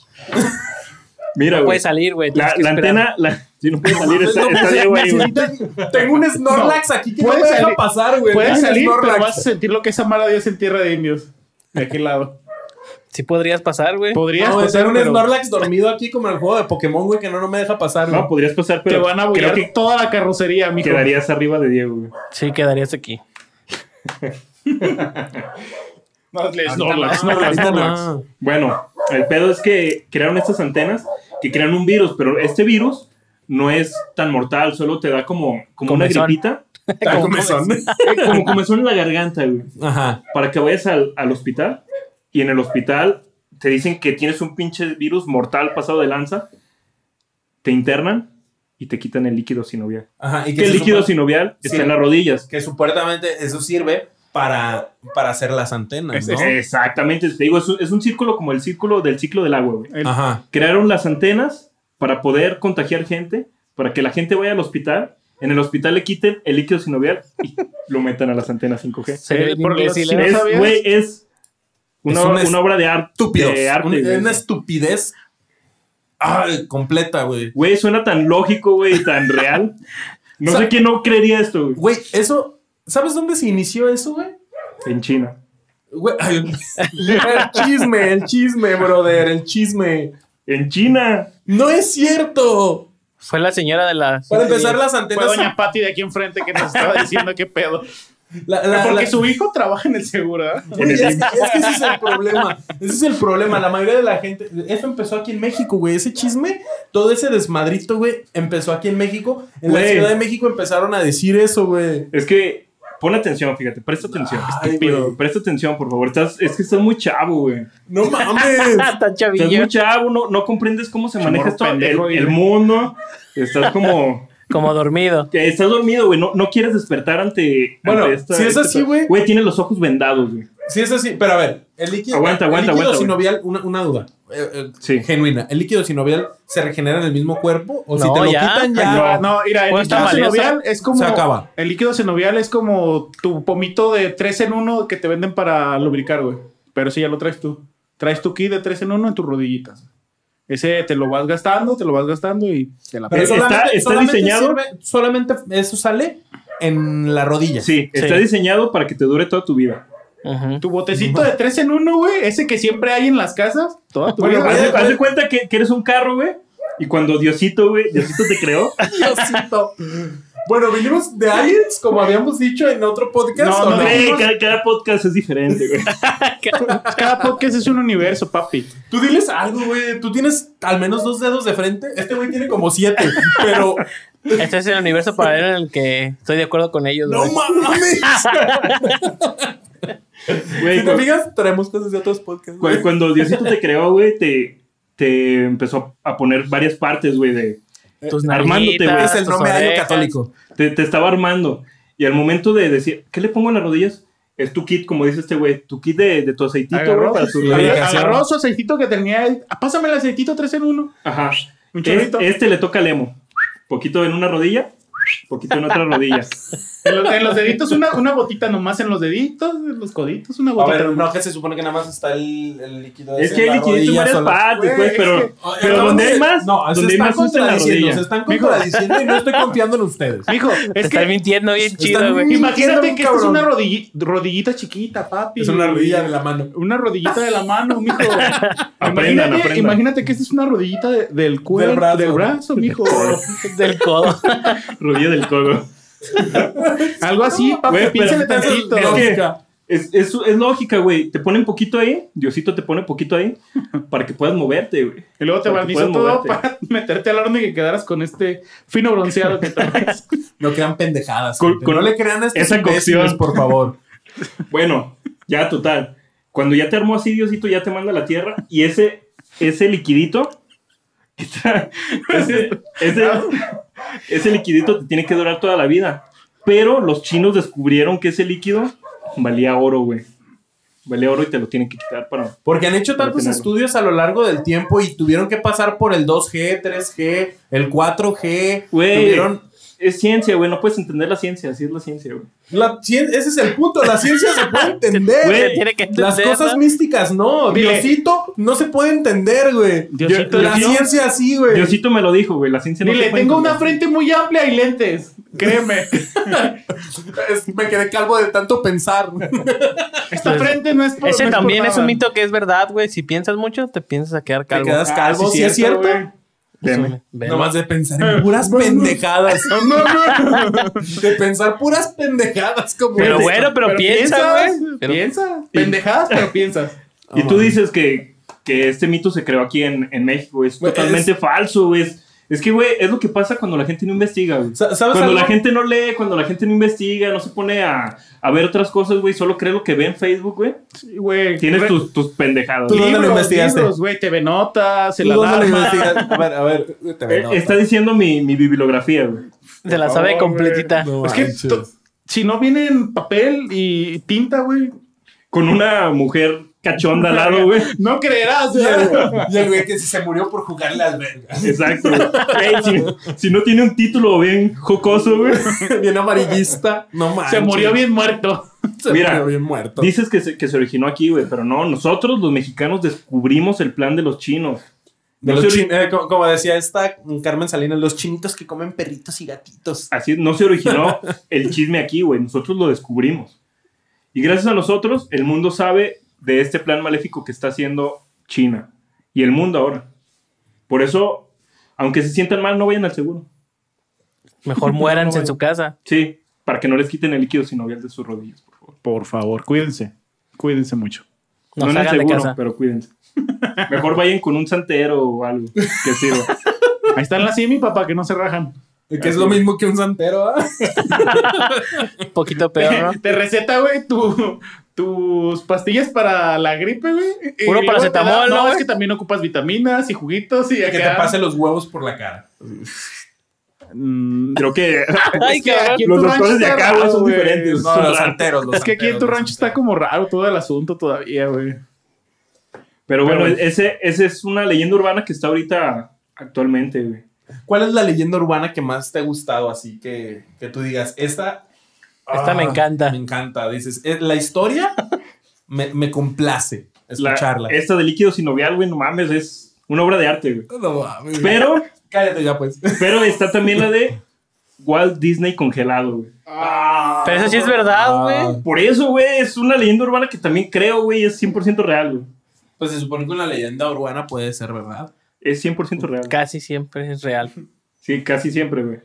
[SPEAKER 3] Mira,
[SPEAKER 6] No
[SPEAKER 3] güey.
[SPEAKER 6] puede salir, güey. tienes
[SPEAKER 3] La,
[SPEAKER 6] que
[SPEAKER 3] la
[SPEAKER 6] esperar.
[SPEAKER 3] antena, la- si no puede salir,
[SPEAKER 1] No,
[SPEAKER 3] está,
[SPEAKER 1] no,
[SPEAKER 3] está
[SPEAKER 1] pues,
[SPEAKER 3] Diego ahí, güey.
[SPEAKER 1] necesitan- Tengo un Snorlax aquí que no
[SPEAKER 2] Puede
[SPEAKER 1] me deja
[SPEAKER 2] salir-
[SPEAKER 1] pasar, güey.
[SPEAKER 2] Puedes
[SPEAKER 1] Deja el
[SPEAKER 2] salir, pero
[SPEAKER 1] Snorlax.
[SPEAKER 2] vas a sentir lo que esa mala Dios en tierra de indios. De aquel lado.
[SPEAKER 6] Sí podrías pasar, güey.
[SPEAKER 2] Podrías
[SPEAKER 1] No,
[SPEAKER 2] pasar,
[SPEAKER 1] ser un
[SPEAKER 2] pero
[SPEAKER 1] Snorlax dormido aquí como en el juego de Pokémon, güey, que no, no me deja pasar, güey.
[SPEAKER 3] No, podrías pasar,
[SPEAKER 2] Te
[SPEAKER 3] pero
[SPEAKER 2] van a
[SPEAKER 3] creo
[SPEAKER 2] bullar
[SPEAKER 3] que
[SPEAKER 2] toda la carrocería, mijo.
[SPEAKER 3] quedarías arriba de Diego, güey.
[SPEAKER 6] Sí, quedarías aquí.
[SPEAKER 2] No, le- Ah, Snorlax,
[SPEAKER 1] No,
[SPEAKER 2] Snorlax,
[SPEAKER 1] ahorita
[SPEAKER 2] Snorlax.
[SPEAKER 1] no.
[SPEAKER 3] Bueno, el pedo es que crearon estas antenas que crean un virus, pero este virus no es tan mortal, solo te da como, como una
[SPEAKER 6] Comezón.
[SPEAKER 3] gripita,
[SPEAKER 1] Está comezón.
[SPEAKER 3] eh, como comezón en la garganta, güey.
[SPEAKER 1] Ajá.
[SPEAKER 3] para que vayas al, al hospital y en el hospital te dicen que tienes un pinche virus mortal pasado de lanza, te internan y te quitan el líquido sinovial.
[SPEAKER 1] Ajá. Y
[SPEAKER 3] Que el
[SPEAKER 1] se
[SPEAKER 3] líquido
[SPEAKER 1] supo-
[SPEAKER 3] sinovial
[SPEAKER 1] Sí.
[SPEAKER 3] está en las rodillas.
[SPEAKER 1] que supuestamente eso sirve para, para hacer las antenas,
[SPEAKER 2] Es-
[SPEAKER 1] ¿no?
[SPEAKER 3] Exactamente, te digo, es un, es un círculo como el círculo del ciclo del agua, güey.
[SPEAKER 1] Ajá.
[SPEAKER 3] Crearon las antenas para poder contagiar gente, para que la gente vaya al hospital, en el hospital le quiten el líquido sinovial y lo metan a las antenas 5G.
[SPEAKER 6] Sería
[SPEAKER 2] Eh,
[SPEAKER 6] bien
[SPEAKER 2] por los-
[SPEAKER 6] imbécil,
[SPEAKER 2] si
[SPEAKER 6] ¿eh?
[SPEAKER 2] no
[SPEAKER 3] Es,
[SPEAKER 2] sabías?
[SPEAKER 3] güey, es una,
[SPEAKER 1] Es un
[SPEAKER 3] una obra de arte.
[SPEAKER 1] Estúpidos.
[SPEAKER 3] De arte,
[SPEAKER 1] Un-
[SPEAKER 3] güey.
[SPEAKER 1] una estupidez. Ay, completa, güey.
[SPEAKER 3] Güey, suena tan lógico, güey, y tan real. No
[SPEAKER 1] O sea-
[SPEAKER 3] sé quién no creería esto, güey.
[SPEAKER 1] Güey, eso. ¿Sabes dónde se inició eso, güey?
[SPEAKER 3] En China.
[SPEAKER 1] Güey, ay, el chisme, el chisme, brother, el chisme.
[SPEAKER 3] En China.
[SPEAKER 1] No es cierto.
[SPEAKER 6] Fue la señora de las.
[SPEAKER 3] Pues,
[SPEAKER 1] Para empezar, las
[SPEAKER 2] Fue
[SPEAKER 1] antenas.
[SPEAKER 2] doña Patti de aquí enfrente que nos estaba diciendo qué pedo.
[SPEAKER 1] la- la-
[SPEAKER 2] Porque
[SPEAKER 1] la-
[SPEAKER 2] su hijo trabaja en el seguro, ¿eh?
[SPEAKER 1] Güey, es, es que ese es el problema. Ese es el problema. La mayoría de la gente. Eso empezó aquí en México, güey. Ese chisme, todo ese desmadrito, güey, empezó aquí en México. En la
[SPEAKER 3] Güey.
[SPEAKER 1] Ciudad de México empezaron a decir eso, güey.
[SPEAKER 3] Es que, pon atención, fíjate, presta atención.
[SPEAKER 1] Ay,
[SPEAKER 3] estúpido.
[SPEAKER 1] güey.
[SPEAKER 3] Presta atención, por favor. Estás, es que estás muy chavo, güey.
[SPEAKER 1] No mames.
[SPEAKER 6] Ah, tan
[SPEAKER 3] Estás
[SPEAKER 6] chavillo.
[SPEAKER 3] muy chavo, no, no comprendes cómo se
[SPEAKER 2] Chamorro
[SPEAKER 3] maneja esto, el,
[SPEAKER 2] pendejo,
[SPEAKER 3] el
[SPEAKER 2] güey.
[SPEAKER 3] mundo. Estás como.
[SPEAKER 6] Como dormido.
[SPEAKER 3] que Estás dormido, güey. No, no quieres despertar ante.
[SPEAKER 1] Bueno,
[SPEAKER 3] ante esta-
[SPEAKER 1] si es así,
[SPEAKER 3] esta-
[SPEAKER 1] güey.
[SPEAKER 3] Güey, tiene los ojos vendados, güey.
[SPEAKER 1] Sí, es así, pero a ver, el líquido,
[SPEAKER 3] Aguanta, aguanta,
[SPEAKER 1] el líquido
[SPEAKER 3] aguanta,
[SPEAKER 1] sinovial, una, una duda eh, eh,
[SPEAKER 3] Sí.
[SPEAKER 1] genuina. ¿El líquido sinovial se regenera en el mismo cuerpo? ¿O si
[SPEAKER 6] No,
[SPEAKER 1] te lo
[SPEAKER 6] ya.
[SPEAKER 1] quitan ya?
[SPEAKER 2] No, Ah, no, mira, el
[SPEAKER 6] Pues
[SPEAKER 2] líquido
[SPEAKER 6] está valiosa.
[SPEAKER 2] sinovial es como.
[SPEAKER 1] Se acaba.
[SPEAKER 2] El líquido sinovial es como tu pomito de 3 en 1 que te venden para lubricar, güey. Pero sí, ya lo traes tú. Traes tu kit de 3 en 1 en tus rodillitas. Ese te lo vas gastando, te lo vas gastando y te
[SPEAKER 7] Ah,
[SPEAKER 2] la
[SPEAKER 1] Pero
[SPEAKER 2] pelas.
[SPEAKER 3] Eh, Está-
[SPEAKER 1] solamente,
[SPEAKER 3] está
[SPEAKER 1] solamente
[SPEAKER 3] diseñado-
[SPEAKER 1] sirve- solamente eso sale en la rodilla.
[SPEAKER 3] Sí, está diseñado para que te dure toda tu vida.
[SPEAKER 6] Ujú.
[SPEAKER 2] Tu botecito de 3 en 1, güey, ese que siempre hay en las casas, toda tu
[SPEAKER 1] Bueno,
[SPEAKER 2] vida.
[SPEAKER 1] güey,
[SPEAKER 3] Haz de- haz de cuenta que, que eres un carro, güey. Y cuando Diosito, güey, Diosito te creó,
[SPEAKER 1] Diosito. Bueno, vinimos de aliens, como habíamos dicho en otro podcast.
[SPEAKER 2] No,
[SPEAKER 1] ¿o
[SPEAKER 2] no,
[SPEAKER 3] Güey,
[SPEAKER 2] dijimos-
[SPEAKER 3] cada, cada podcast es diferente, güey.
[SPEAKER 2] Cada podcast es un universo, papi.
[SPEAKER 1] Tú diles algo, güey. Tú tienes al menos dos dedos de frente. Este güey tiene como siete. pero
[SPEAKER 6] Este es el universo paralelo en el que estoy de acuerdo con ellos,
[SPEAKER 1] no
[SPEAKER 6] güey.
[SPEAKER 1] mames.
[SPEAKER 3] Güey,
[SPEAKER 1] si
[SPEAKER 3] cu-
[SPEAKER 1] te fijas, traemos cosas de otros podcasts.
[SPEAKER 3] cu-
[SPEAKER 1] güey.
[SPEAKER 3] cuando Diosito te creó, güey, te, te empezó a poner varias partes, güey, de
[SPEAKER 6] Tus
[SPEAKER 3] Armándote, güey.
[SPEAKER 6] nalguitas,
[SPEAKER 1] Eh, Es el
[SPEAKER 6] tus
[SPEAKER 1] nombre de año
[SPEAKER 6] orejas.
[SPEAKER 1] católico.
[SPEAKER 3] Te, te estaba armando. Y al momento de decir, ¿qué le pongo en las rodillas? Es tu kit, como dice este güey, tu kit de, de tu aceitito,
[SPEAKER 2] Agarró,
[SPEAKER 3] güey, para tu
[SPEAKER 1] la
[SPEAKER 2] agarró-
[SPEAKER 1] ubicación.
[SPEAKER 2] agarró su aceitito que tenía él. Ah, Pásame el aceitito 3 en 1.
[SPEAKER 3] Ajá.
[SPEAKER 2] Un
[SPEAKER 3] Es-
[SPEAKER 2] chorrito.
[SPEAKER 3] este le toca al emo. Poquito en una rodilla, poquito en otra rodilla.
[SPEAKER 2] En los, en los deditos, una, una gotita nomás en los deditos, en los coditos, una
[SPEAKER 7] A
[SPEAKER 2] gotita.
[SPEAKER 7] ver,
[SPEAKER 2] nomás.
[SPEAKER 7] no, que se supone que nada más está el, el líquido
[SPEAKER 3] es
[SPEAKER 7] ese
[SPEAKER 3] que
[SPEAKER 7] en
[SPEAKER 3] hay
[SPEAKER 7] la
[SPEAKER 3] liquidez en
[SPEAKER 7] rodilla
[SPEAKER 3] varias
[SPEAKER 7] solo.
[SPEAKER 2] Güey,
[SPEAKER 3] partes, pues,
[SPEAKER 2] es
[SPEAKER 3] pero,
[SPEAKER 2] que-
[SPEAKER 3] pero
[SPEAKER 1] Entonces,
[SPEAKER 3] donde hay más,
[SPEAKER 1] Ah, No,
[SPEAKER 3] donde
[SPEAKER 1] se
[SPEAKER 3] hay más es en
[SPEAKER 1] están
[SPEAKER 3] la
[SPEAKER 1] contradiciendo.
[SPEAKER 3] rodilla.
[SPEAKER 1] Se están
[SPEAKER 2] Mijo.
[SPEAKER 1] contradiciendo y no estoy confiando en ustedes.
[SPEAKER 2] Mijo,
[SPEAKER 6] Te
[SPEAKER 2] es
[SPEAKER 6] estás
[SPEAKER 2] que
[SPEAKER 6] mintiendo bien
[SPEAKER 1] Están
[SPEAKER 6] chido, güey.
[SPEAKER 2] imagínate que esta es
[SPEAKER 1] cabrón.
[SPEAKER 2] una rodilli- rodillita chiquita, papi.
[SPEAKER 1] Es una rodilla de la mano.
[SPEAKER 2] Una rodillita de la mano, mijo.
[SPEAKER 3] Aprendan,
[SPEAKER 2] imagínate,
[SPEAKER 3] aprendan.
[SPEAKER 2] imagínate que esta es una rodillita de- del cuerpo,
[SPEAKER 1] Del
[SPEAKER 2] del
[SPEAKER 1] brazo.
[SPEAKER 2] brazo, mijo.
[SPEAKER 6] Del codo.
[SPEAKER 3] Rodilla del codo.
[SPEAKER 2] Algo así, papi,
[SPEAKER 3] Güey, pero-
[SPEAKER 2] piénsale
[SPEAKER 3] pero-
[SPEAKER 2] tantito.
[SPEAKER 3] es que-
[SPEAKER 1] Lógica.
[SPEAKER 3] Es, es, es lógica, güey. Te ponen poquito ahí, Diosito te pone poquito ahí, para que puedas moverte, güey.
[SPEAKER 2] Y luego te
[SPEAKER 3] Porque
[SPEAKER 2] barnizó
[SPEAKER 3] puedes
[SPEAKER 2] todo
[SPEAKER 3] moverte.
[SPEAKER 2] para meterte al horno y que quedaras con este fino bronceado que traes.
[SPEAKER 1] No crean pendejadas.
[SPEAKER 3] Con-
[SPEAKER 1] gente.
[SPEAKER 3] con
[SPEAKER 1] no le crean a estos
[SPEAKER 3] esa
[SPEAKER 1] imbéciles,
[SPEAKER 3] cocción.
[SPEAKER 1] por favor.
[SPEAKER 3] Bueno, ya total. Cuando ya te armó así, Diosito ya te manda a la tierra y ese, ese liquidito. Ese, ese, ese liquidito te tiene que durar toda la vida. Pero los chinos descubrieron que ese líquido valía oro, güey. Valía oro y te lo tienen que quitar para.
[SPEAKER 1] Porque han hecho
[SPEAKER 3] Para
[SPEAKER 1] tantos
[SPEAKER 3] tenerlo.
[SPEAKER 1] estudios a lo largo del tiempo y tuvieron que pasar por el 2G, 3G, el 4G.
[SPEAKER 3] Güey.
[SPEAKER 1] Tuvieron.
[SPEAKER 3] Es ciencia, güey. No puedes entender la ciencia. Así es la ciencia, güey.
[SPEAKER 1] La cien- ese es el punto. La ciencia se puede entender.
[SPEAKER 3] Güey,
[SPEAKER 6] Se tiene que
[SPEAKER 1] Las
[SPEAKER 6] entender,
[SPEAKER 1] cosas
[SPEAKER 6] ¿no?
[SPEAKER 1] místicas, no.
[SPEAKER 2] Dile.
[SPEAKER 1] Diosito no se puede entender, güey.
[SPEAKER 2] Diosito,
[SPEAKER 1] La
[SPEAKER 3] Diosito-
[SPEAKER 1] ciencia sí, güey.
[SPEAKER 3] Diosito me lo dijo, güey. La ciencia no
[SPEAKER 2] Dile,
[SPEAKER 3] se puede
[SPEAKER 2] tengo una
[SPEAKER 3] entender.
[SPEAKER 2] frente muy amplia y lentes. Créeme,
[SPEAKER 1] Es- Me quedé calvo de tanto pensar.
[SPEAKER 2] esta frente no es por
[SPEAKER 6] Ese
[SPEAKER 2] no por
[SPEAKER 6] también es un
[SPEAKER 2] nada.
[SPEAKER 6] mito que es verdad, güey. Si piensas mucho, te piensas a quedar
[SPEAKER 1] Te
[SPEAKER 6] calvo.
[SPEAKER 1] quedas calvo,
[SPEAKER 2] Ah,
[SPEAKER 1] sí, es cierto.
[SPEAKER 2] güey.
[SPEAKER 3] Veme.
[SPEAKER 6] Veme.
[SPEAKER 1] Nomás de pensar en puras
[SPEAKER 2] Bueno.
[SPEAKER 1] pendejadas.
[SPEAKER 2] No, no, no.
[SPEAKER 1] De pensar puras pendejadas como este.
[SPEAKER 6] Pero
[SPEAKER 1] esta.
[SPEAKER 6] bueno, pero, piensa,
[SPEAKER 2] piensas,
[SPEAKER 6] güey. Pero-
[SPEAKER 2] Piensa. Pendejadas, pero piensas.
[SPEAKER 3] Y tú dices que, que este mito se creó aquí en, en México. Es
[SPEAKER 1] Güey,
[SPEAKER 3] totalmente falso, güey. Es, es que, güey, es lo que pasa cuando la gente no investiga, güey.
[SPEAKER 1] Sa- ¿Sabes
[SPEAKER 3] Cuando
[SPEAKER 1] algo?
[SPEAKER 3] la gente no lee, cuando la gente no investiga, no se pone a, a ver otras cosas, güey. Solo cree lo que ve en Facebook, güey.
[SPEAKER 2] Sí, güey.
[SPEAKER 3] Tienes
[SPEAKER 2] Re-
[SPEAKER 3] tus, tus pendejadas.
[SPEAKER 1] ¿Tú
[SPEAKER 3] güey.
[SPEAKER 1] dónde lo
[SPEAKER 2] libros,
[SPEAKER 1] investigaste?
[SPEAKER 2] libros, güey, TV Notas,
[SPEAKER 1] ¿Tú
[SPEAKER 2] el
[SPEAKER 1] dónde lo
[SPEAKER 2] alarma.
[SPEAKER 1] investigas? A ver, a ver. te
[SPEAKER 3] Eh,
[SPEAKER 1] vendo.
[SPEAKER 3] Está diciendo mi, mi bibliografía, güey.
[SPEAKER 6] Se la sabe
[SPEAKER 2] favor,
[SPEAKER 6] completita.
[SPEAKER 1] No
[SPEAKER 2] Es que
[SPEAKER 1] manches.
[SPEAKER 2] to- si no viene en papel y tinta, güey,
[SPEAKER 3] Con una mujer cachonda al lado, güey.
[SPEAKER 2] no creerás.
[SPEAKER 1] Y el
[SPEAKER 2] güey.
[SPEAKER 1] güey- y el güey que se murió por jugarle al verga.
[SPEAKER 3] Exacto, güey. Güey, si, si no tiene un título bien jocoso, güey.
[SPEAKER 1] Bien amarillista. No manches.
[SPEAKER 2] Se murió bien muerto.
[SPEAKER 1] Se
[SPEAKER 3] Mira,
[SPEAKER 1] murió bien muerto.
[SPEAKER 3] Dices que se, que se originó aquí, güey, pero no, nosotros los mexicanos descubrimos el plan de los chinos.
[SPEAKER 1] De
[SPEAKER 3] no
[SPEAKER 1] los
[SPEAKER 3] se ori-
[SPEAKER 1] chin- eh, como, como decía esta Carmen Salinas, los chinitos que comen perritos y gatitos.
[SPEAKER 3] Así no se originó el chisme aquí, güey, nosotros lo descubrimos. Y gracias a nosotros, el mundo sabe de este plan maléfico que está haciendo China. Y el mundo ahora. Por eso, aunque se sientan mal, no vayan al seguro.
[SPEAKER 6] Mejor muéranse en su casa.
[SPEAKER 3] Sí, para que no les quiten el líquido sinovial de sus rodillas, por favor.
[SPEAKER 2] Por favor, cuídense. Cuídense mucho.
[SPEAKER 6] No
[SPEAKER 3] en el
[SPEAKER 6] salgan de
[SPEAKER 3] seguro,
[SPEAKER 6] casa.
[SPEAKER 3] pero cuídense. Mejor vayan con un santero o algo que sirva.
[SPEAKER 2] Ahí están las simi, papá, que no se rajan.
[SPEAKER 1] Que es lo mismo que un santero, ¿ah?
[SPEAKER 6] Un poquito peor, ¿no?
[SPEAKER 2] Te receta, güey, tu- tus pastillas para la gripe, güey. y
[SPEAKER 6] Puro
[SPEAKER 2] luego te da-
[SPEAKER 6] paracetamol, ¿no,
[SPEAKER 2] No, es
[SPEAKER 6] güey?
[SPEAKER 2] que también ocupas vitaminas y juguitos y
[SPEAKER 1] Que te
[SPEAKER 2] acá.
[SPEAKER 1] pase los huevos por la cara.
[SPEAKER 2] Mm,
[SPEAKER 3] Creo que
[SPEAKER 6] Ay,
[SPEAKER 2] Es que
[SPEAKER 6] cabrón.
[SPEAKER 2] aquí en
[SPEAKER 3] Los
[SPEAKER 2] tu rancho
[SPEAKER 3] doctores de
[SPEAKER 2] está
[SPEAKER 3] acá, güey, son
[SPEAKER 2] güey. No,
[SPEAKER 3] diferentes.
[SPEAKER 1] No, los
[SPEAKER 3] raros.
[SPEAKER 1] santeros. los
[SPEAKER 2] es que aquí en
[SPEAKER 1] santeros,
[SPEAKER 2] tu
[SPEAKER 1] los
[SPEAKER 2] rancho está
[SPEAKER 1] santeros.
[SPEAKER 2] como raro todo el asunto todavía, güey.
[SPEAKER 3] Pero bueno,
[SPEAKER 2] Pero-
[SPEAKER 3] ese, ese es una leyenda urbana que está ahorita actualmente, güey.
[SPEAKER 1] ¿Cuál es la leyenda urbana que más te ha gustado? Así que, que tú digas, esta.
[SPEAKER 6] Esta
[SPEAKER 1] Ah.
[SPEAKER 6] me encanta.
[SPEAKER 1] Me encanta. Dices, "Eh, la historia me, me complace
[SPEAKER 3] La-
[SPEAKER 1] escucharla.
[SPEAKER 3] esta de líquido sinovial, güey, no mames, es una obra de arte, güey.
[SPEAKER 1] No mames.
[SPEAKER 3] Pero,
[SPEAKER 1] Cállate ya, pues.
[SPEAKER 3] pero está también la de Walt Disney congelado, güey.
[SPEAKER 6] Pero eso sí es verdad,
[SPEAKER 1] Ah.
[SPEAKER 6] güey.
[SPEAKER 3] Por eso, güey, es una leyenda urbana que también creo, güey, es 100% real, güey.
[SPEAKER 1] Pues se supone que una leyenda urbana puede ser, ¿verdad?
[SPEAKER 3] Es 100% real.
[SPEAKER 6] Casi siempre es real.
[SPEAKER 3] Sí, casi siempre, güey.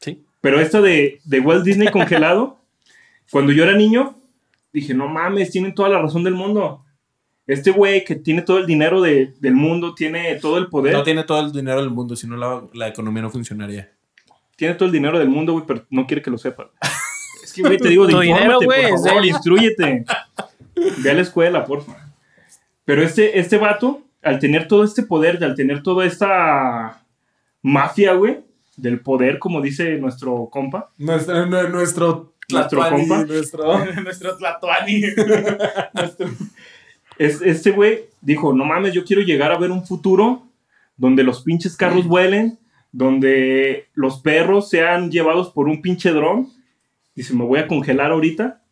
[SPEAKER 6] Sí.
[SPEAKER 3] Pero esta de, de Walt Disney congelado, cuando yo era niño, dije, no mames, tienen toda la razón del mundo. Este güey que tiene todo el dinero de- del mundo, tiene todo el poder,
[SPEAKER 1] No tiene todo el dinero del mundo, si no la, la economía no funcionaría.
[SPEAKER 3] tiene todo el dinero del mundo, güey, pero no quiere que lo sepa. Es que, güey, te digo, de
[SPEAKER 6] Tu dinero,
[SPEAKER 3] infórmate,
[SPEAKER 6] güey,
[SPEAKER 3] por
[SPEAKER 6] es de
[SPEAKER 3] favor,
[SPEAKER 6] él.
[SPEAKER 3] instruyete. Ve a la escuela, porfa. Pero este, este vato, al tener todo este poder, al tener toda esta mafia, güey, del poder, como dice nuestro compa.
[SPEAKER 1] Nuestro, nu- nuestro,
[SPEAKER 3] Nuestro
[SPEAKER 1] Tlatuani,
[SPEAKER 3] compa.
[SPEAKER 1] nuestro-
[SPEAKER 2] Nuestro Tlatuani.
[SPEAKER 3] Es, este güey dijo, no mames, yo quiero llegar a ver un futuro donde los pinches carros vuelen, donde los perros sean llevados por un pinche dron. Dice, me voy a congelar ahorita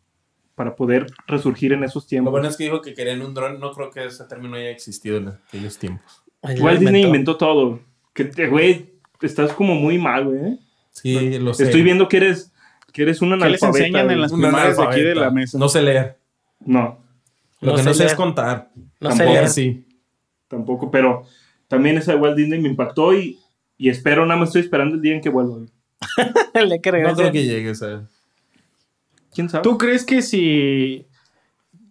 [SPEAKER 3] para poder resurgir en esos
[SPEAKER 1] Lo
[SPEAKER 3] tiempos.
[SPEAKER 1] bueno es que dijo que querían un dron. No creo que ese término haya existido en aquellos tiempos.
[SPEAKER 6] Ahí lo
[SPEAKER 3] Walt Disney inventó todo. Que, te- güey, estás como muy mal, güey. ¿eh?
[SPEAKER 1] Sí, lo sé.
[SPEAKER 3] Estoy viendo que eres, que eres un
[SPEAKER 2] ¿Qué les
[SPEAKER 3] analfabeta.
[SPEAKER 2] enseñan en
[SPEAKER 3] güey.
[SPEAKER 2] las
[SPEAKER 1] Un
[SPEAKER 2] primarias de aquí de
[SPEAKER 1] analfabeta.
[SPEAKER 2] la mesa?
[SPEAKER 1] No sé leer.
[SPEAKER 3] No,
[SPEAKER 1] Lo
[SPEAKER 6] No
[SPEAKER 1] que
[SPEAKER 6] sé
[SPEAKER 1] no sé
[SPEAKER 6] leer.
[SPEAKER 1] es contar.
[SPEAKER 6] No sé
[SPEAKER 3] Tampoco.
[SPEAKER 6] leer.
[SPEAKER 1] Leer sí.
[SPEAKER 3] tampoco, pero también esa de Walt Disney me impactó y, y espero, nada más estoy esperando el día en que vuelva. güey.
[SPEAKER 6] Le que
[SPEAKER 1] No
[SPEAKER 6] regrese.
[SPEAKER 1] creo que llegue, ¿sabes?
[SPEAKER 3] ¿Quién sabe?
[SPEAKER 2] ¿Tú crees que si...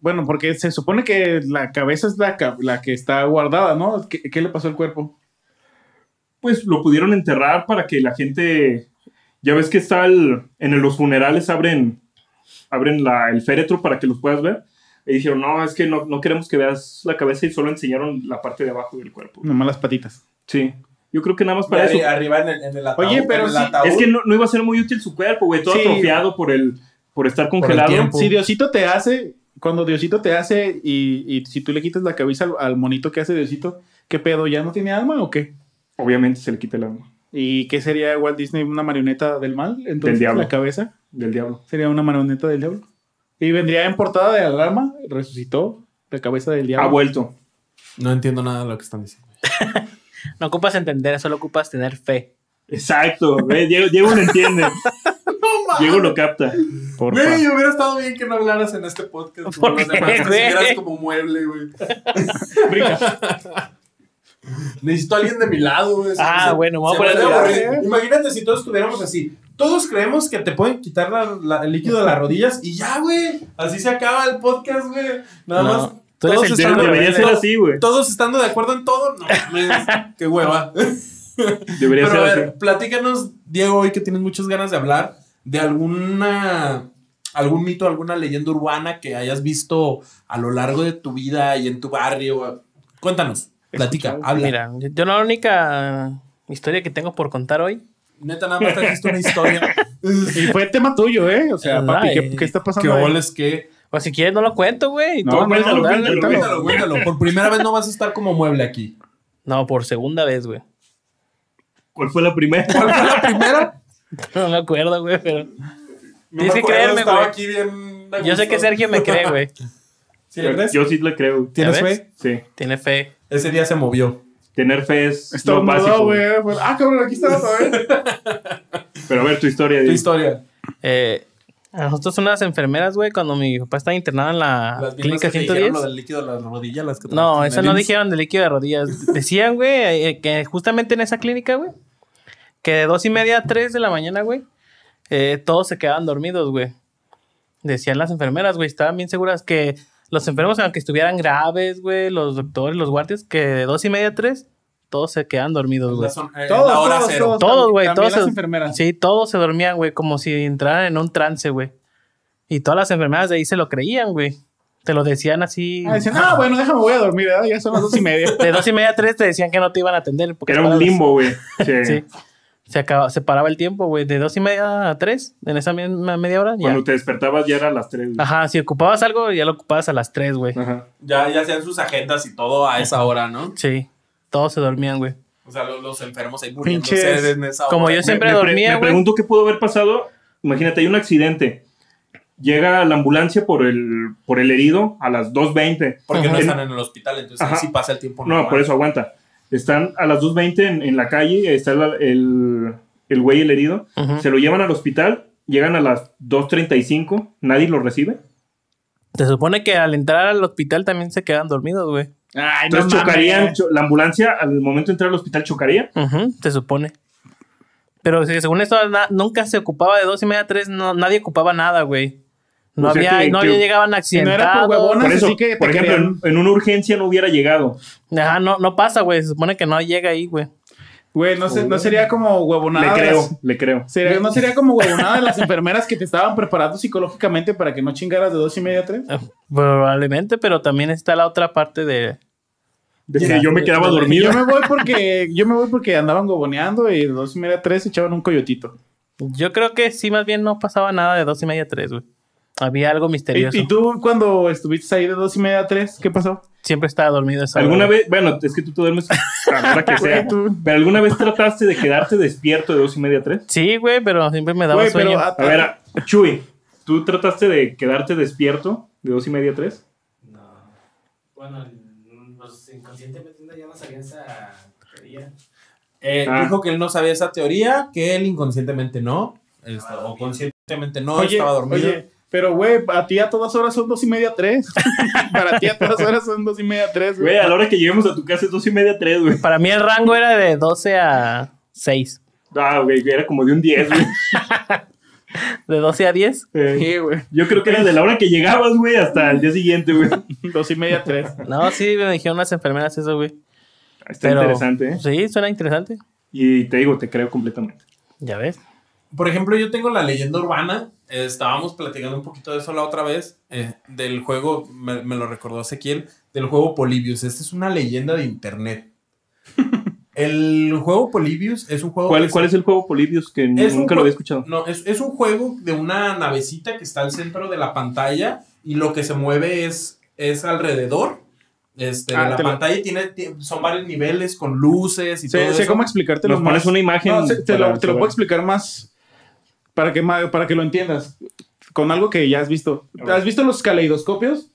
[SPEAKER 2] Bueno, porque se supone que la cabeza es la, ca- la que está guardada, ¿no? ¿Qué, qué le pasó al cuerpo?
[SPEAKER 3] pues lo pudieron enterrar para que la gente. Ya ves que está el- en los funerales abren, abren la, el féretro para que los puedas ver. Y dijeron, no, es que no, no queremos que veas la cabeza y solo enseñaron la parte de abajo del cuerpo.
[SPEAKER 2] Nomás las patitas.
[SPEAKER 3] Sí. Yo creo que nada más
[SPEAKER 7] Y
[SPEAKER 3] para eso.
[SPEAKER 7] arri- arriba en el, en el ataúd.
[SPEAKER 2] Oye, pero
[SPEAKER 7] en el
[SPEAKER 2] sí,
[SPEAKER 7] ataúd.
[SPEAKER 3] Es que no, no iba a ser muy útil su cuerpo, güey. Todo
[SPEAKER 2] Sí.
[SPEAKER 3] atrofiado por el por estar
[SPEAKER 1] el
[SPEAKER 3] congelado.
[SPEAKER 1] tiempo.
[SPEAKER 2] Si Diosito te hace... Cuando Diosito te hace y, y si tú le quitas la cabeza al, al monito que hace Diosito, ¿qué pedo? ¿Ya no tiene alma o qué?
[SPEAKER 3] Obviamente se le quita el alma
[SPEAKER 2] ¿Y qué sería Walt Disney? ¿Una marioneta del mal? Entonces,
[SPEAKER 3] diablo.
[SPEAKER 2] la cabeza.
[SPEAKER 3] del diablo.
[SPEAKER 2] Sería una marioneta del diablo. Y vendría en portada de alarma, resucitó la cabeza del
[SPEAKER 3] Ha
[SPEAKER 2] diablo.
[SPEAKER 3] vuelto.
[SPEAKER 1] No entiendo nada de lo que están diciendo.
[SPEAKER 6] No ocupas entender, solo ocupas tener fe.
[SPEAKER 3] Exacto, güey. Diego, Diego lo entiende. Diego lo capta.
[SPEAKER 2] Porfa.
[SPEAKER 1] Güey, hubiera estado bien que no hablaras en este podcast.
[SPEAKER 6] ¿Por
[SPEAKER 1] como los
[SPEAKER 6] qué,
[SPEAKER 1] demás, que
[SPEAKER 6] güey?
[SPEAKER 1] estuvieras como mueble, güey. Necesito a alguien de mi lado, güey.
[SPEAKER 6] Ah, bueno, me voy a
[SPEAKER 1] se
[SPEAKER 6] poner
[SPEAKER 1] vuelve
[SPEAKER 6] de lado, ¿eh?
[SPEAKER 1] aburrido. Imagínate si todos estuviéramos así. Todos creemos que te pueden quitar la- la- el líquido de las rodillas y ya, güey. Así se acaba el podcast, güey. Nada
[SPEAKER 6] No,
[SPEAKER 1] más.
[SPEAKER 6] tú eres
[SPEAKER 1] todos
[SPEAKER 6] el
[SPEAKER 1] están-
[SPEAKER 6] Diego,
[SPEAKER 3] Debería ser
[SPEAKER 1] todos-
[SPEAKER 3] así, güey.
[SPEAKER 1] Todos estando de acuerdo en todo, no mames, qué hueva.
[SPEAKER 3] Debería
[SPEAKER 1] Pero a
[SPEAKER 3] ser
[SPEAKER 1] ver,
[SPEAKER 3] así.
[SPEAKER 1] platícanos, Diego, hoy que tienes muchas ganas de hablar, de alguna algún mito, alguna leyenda urbana que hayas visto a lo largo de tu vida y en tu barrio. Cuéntanos, platica,
[SPEAKER 2] Escuchado.
[SPEAKER 1] habla.
[SPEAKER 6] Mira, yo- yo la única historia que tengo por contar hoy.
[SPEAKER 1] Neta, nada más trajiste una historia.
[SPEAKER 2] Y fue tema tuyo, ¿eh? O sea,
[SPEAKER 6] Ay,
[SPEAKER 2] papi, ¿qué, qué está
[SPEAKER 1] que
[SPEAKER 2] pasando? ahí?
[SPEAKER 1] boles que.
[SPEAKER 6] O si quieres, no lo cuento, güey.
[SPEAKER 2] No,
[SPEAKER 6] Tú-
[SPEAKER 2] cuéntalo,
[SPEAKER 6] dale.
[SPEAKER 2] cuéntalo, cuéntalo.
[SPEAKER 1] Cuéntalo, cuéntalo. Por primera vez no vas a estar como mueble aquí.
[SPEAKER 6] No, por segunda vez, güey.
[SPEAKER 3] ¿Cuál fue la primera?
[SPEAKER 1] ¿Cuál fue la primera?
[SPEAKER 6] No me acuerdo, güey, pero. Tienes que
[SPEAKER 1] me acuerdo,
[SPEAKER 6] creerme,
[SPEAKER 1] estaba
[SPEAKER 6] güey.
[SPEAKER 1] aquí bien.
[SPEAKER 6] Yo sé que Sergio me cree, güey.
[SPEAKER 1] ¿Sí le crees?
[SPEAKER 3] Yo sí le creo.
[SPEAKER 1] ¿Tienes
[SPEAKER 6] ¿Ya ves?
[SPEAKER 1] fe?
[SPEAKER 3] Sí.
[SPEAKER 6] Tiene fe.
[SPEAKER 1] Ese día se movió.
[SPEAKER 3] Tener fe es
[SPEAKER 2] Está
[SPEAKER 3] lo
[SPEAKER 2] mudado,
[SPEAKER 3] básico. güey.
[SPEAKER 2] güey. Fue- Ah, cabrón, aquí estaba, ¿sabes?
[SPEAKER 3] Pero a ver tu historia.
[SPEAKER 1] Tu
[SPEAKER 3] Diego.
[SPEAKER 1] historia.
[SPEAKER 6] Eh, a nosotros unas enfermeras, güey, cuando mi papá estaba internado en la
[SPEAKER 1] Las mismas
[SPEAKER 6] Ah, clínica
[SPEAKER 1] que te dijeron
[SPEAKER 6] 110.
[SPEAKER 1] lo del líquido de las rodillas, las que te
[SPEAKER 6] No,
[SPEAKER 1] metiste
[SPEAKER 6] eso
[SPEAKER 1] en
[SPEAKER 6] no
[SPEAKER 1] el
[SPEAKER 6] dijeron de líquido de rodillas. Decían, güey, eh, que justamente en esa clínica, güey, que de dos y media a tres de la mañana, güey, eh, todos se quedaban dormidos, güey. Decían las enfermeras, güey, estaban bien seguras que los enfermos, aunque estuvieran graves, güey, los doctores, los guardias, que de dos y media a tres, todos se quedaban dormidos, güey.
[SPEAKER 1] La zon- eh,
[SPEAKER 2] Todos,
[SPEAKER 1] la hora
[SPEAKER 2] todos,
[SPEAKER 1] cero.
[SPEAKER 2] todos.
[SPEAKER 6] Todos, güey,
[SPEAKER 2] También
[SPEAKER 6] todos.
[SPEAKER 2] las
[SPEAKER 6] se-
[SPEAKER 2] enfermeras.
[SPEAKER 6] Sí, todos se dormían, güey, como si entraran en un trance, güey. Y todas las enfermeras de ahí se lo creían, güey. Te lo decían así.
[SPEAKER 2] Ah, dicen, ah, bueno, déjame, voy a dormir, ¿verdad? Ya son las dos y media.
[SPEAKER 6] De dos y media a tres te decían que no te iban a atender. Porque
[SPEAKER 3] Era un limbo, güey. Sí.
[SPEAKER 6] Sí. Se, acaba- se paraba el tiempo, güey. De dos y media a tres, en esa misma media hora. ya.
[SPEAKER 3] Cuando te despertabas ya era las 3.
[SPEAKER 6] Ajá, si ocupabas algo, ya lo ocupabas a las tres, güey.
[SPEAKER 3] Ajá.
[SPEAKER 1] Ya, ya hacían sus agendas y todo a esa hora, ¿no?
[SPEAKER 6] Sí. Todos se dormían, güey.
[SPEAKER 1] O sea, los, los enfermos ahí muriéndose
[SPEAKER 2] Pinches.
[SPEAKER 1] en esa hora.
[SPEAKER 6] Como yo siempre
[SPEAKER 3] me, me pre-
[SPEAKER 6] dormía,
[SPEAKER 3] me
[SPEAKER 6] güey.
[SPEAKER 3] pregunto qué pudo haber pasado. Imagínate, hay un accidente. Llega la ambulancia por el, por el herido a las 2.20.
[SPEAKER 1] Porque no
[SPEAKER 6] Ajá.
[SPEAKER 1] están en el hospital, entonces ahí
[SPEAKER 3] Ajá.
[SPEAKER 1] sí pasa el tiempo.
[SPEAKER 3] No,
[SPEAKER 1] normal.
[SPEAKER 3] por eso aguanta. Están a las 2.20 en, en la calle, está el- el, el güey, el herido.
[SPEAKER 6] Ujú.
[SPEAKER 3] Se lo llevan al hospital, llegan a las 2.35, nadie lo recibe.
[SPEAKER 6] Se supone que al entrar al hospital también se quedan dormidos, güey.
[SPEAKER 2] Ay, no
[SPEAKER 3] Entonces chocarían,
[SPEAKER 2] mames.
[SPEAKER 3] cho- la ambulancia al momento de entrar al hospital chocaría.
[SPEAKER 6] Ujú, se supone. Pero sí, según esto, na- nunca se ocupaba de dos y media a tres, no, nadie ocupaba nada, güey. No
[SPEAKER 3] O sea
[SPEAKER 6] había,
[SPEAKER 3] Pues que-
[SPEAKER 6] no
[SPEAKER 3] que-
[SPEAKER 6] había- llegaban
[SPEAKER 2] no
[SPEAKER 6] accidentados.
[SPEAKER 2] era por huevona,
[SPEAKER 3] Por
[SPEAKER 2] Así
[SPEAKER 3] eso,
[SPEAKER 2] que te
[SPEAKER 3] por ejemplo, en, en una urgencia no hubiera llegado.
[SPEAKER 6] Ajá, no, no pasa, güey. Se supone que no llega ahí, güey.
[SPEAKER 2] Güey, no, se- no sería como huevonada.
[SPEAKER 3] le
[SPEAKER 2] de
[SPEAKER 3] creo,
[SPEAKER 2] las-
[SPEAKER 3] le creo.
[SPEAKER 2] sería- no sería como huevonada de las enfermeras que te estaban preparando psicológicamente para que no chingaras de dos y media a tres.
[SPEAKER 6] Probablemente, pero también está la otra parte de,
[SPEAKER 3] de que yo me quedaba dormido.
[SPEAKER 2] Yo me voy porque, yo me voy porque andaban goboneando y de dos y media a tres echaban un coyotito.
[SPEAKER 6] Yo creo que sí, más bien no pasaba nada de dos y media a tres, güey. Había algo
[SPEAKER 2] ¿Y,
[SPEAKER 6] misterioso.
[SPEAKER 2] y tú cuando estuviste ahí de dos y media a tres, qué pasó?
[SPEAKER 6] Siempre estaba dormido esa
[SPEAKER 3] ¿Alguna
[SPEAKER 6] hora.
[SPEAKER 3] vez? Bueno, es que tú te duermes a la hora que sea.
[SPEAKER 2] Güey, tú-
[SPEAKER 3] ¿Pero alguna vez trataste de quedarte despierto de dos y media a tres?
[SPEAKER 6] Sí, güey, pero siempre me daba
[SPEAKER 2] Güey,
[SPEAKER 6] sueño.
[SPEAKER 2] pero a-
[SPEAKER 3] A ver, a- Chuy, ¿tú trataste de quedarte despierto de dos y media a tres?
[SPEAKER 5] No. Bueno, pues inconscientemente no, ya no sabía esa teoría.
[SPEAKER 1] Eh,
[SPEAKER 3] Ah.
[SPEAKER 1] Dijo que él no sabía esa teoría, que él inconscientemente no, este, o conscientemente no, estaba dormido.
[SPEAKER 2] oye, pero güey, a ti a todas horas son dos y media a tres. Para ti a todas horas son dos y media a tres,
[SPEAKER 3] Güey,
[SPEAKER 2] güey.
[SPEAKER 3] a la hora que lleguemos a tu casa es dos y media a tres, güey.
[SPEAKER 6] Para mí el rango era de 12 a 6.
[SPEAKER 3] Ah, güey, era como de un 10, güey.
[SPEAKER 6] De 12 a 10.
[SPEAKER 3] Eh,
[SPEAKER 2] Sí, güey.
[SPEAKER 3] yo creo que era de la hora que llegabas, güey, hasta el día siguiente, güey.
[SPEAKER 2] Dos y media a tres.
[SPEAKER 6] No, sí, me dijeron las enfermeras eso, güey.
[SPEAKER 3] Está
[SPEAKER 6] Pero-
[SPEAKER 3] interesante, ¿eh?
[SPEAKER 6] Sí, suena interesante.
[SPEAKER 3] Y te digo, te creo completamente.
[SPEAKER 6] Ya ves.
[SPEAKER 1] Por ejemplo, yo tengo la leyenda urbana. eh, Estábamos platicando un poquito de eso la otra vez, eh, del juego, me, me lo recordó Ezequiel, del juego Polybius. Esta es una leyenda de internet. el juego Polybius es un juego.
[SPEAKER 3] ¿Cuál,
[SPEAKER 1] que
[SPEAKER 3] cuál
[SPEAKER 1] se-
[SPEAKER 3] es el juego Polibius que
[SPEAKER 1] Es un
[SPEAKER 3] nunca lo había
[SPEAKER 1] jue-
[SPEAKER 3] escuchado?
[SPEAKER 1] No, es, es un juego de una navecita que está al centro de la pantalla y lo que se mueve es, es alrededor. Este, de
[SPEAKER 2] Ah,
[SPEAKER 1] la
[SPEAKER 2] te lo-
[SPEAKER 1] pantalla y tiene, tie- son varios niveles con luces y
[SPEAKER 2] Sé,
[SPEAKER 1] todo
[SPEAKER 2] sé
[SPEAKER 1] eso.
[SPEAKER 2] cómo explicártelo
[SPEAKER 3] Nos pones
[SPEAKER 2] más.
[SPEAKER 3] una imagen.
[SPEAKER 2] No, sé- te,
[SPEAKER 3] para
[SPEAKER 2] lo, te lo
[SPEAKER 3] saber.
[SPEAKER 2] puedo explicar más para que, ma- para que lo entiendas. Con algo que ya has visto.
[SPEAKER 3] A ver.
[SPEAKER 2] ¿Has visto los caleidoscopios?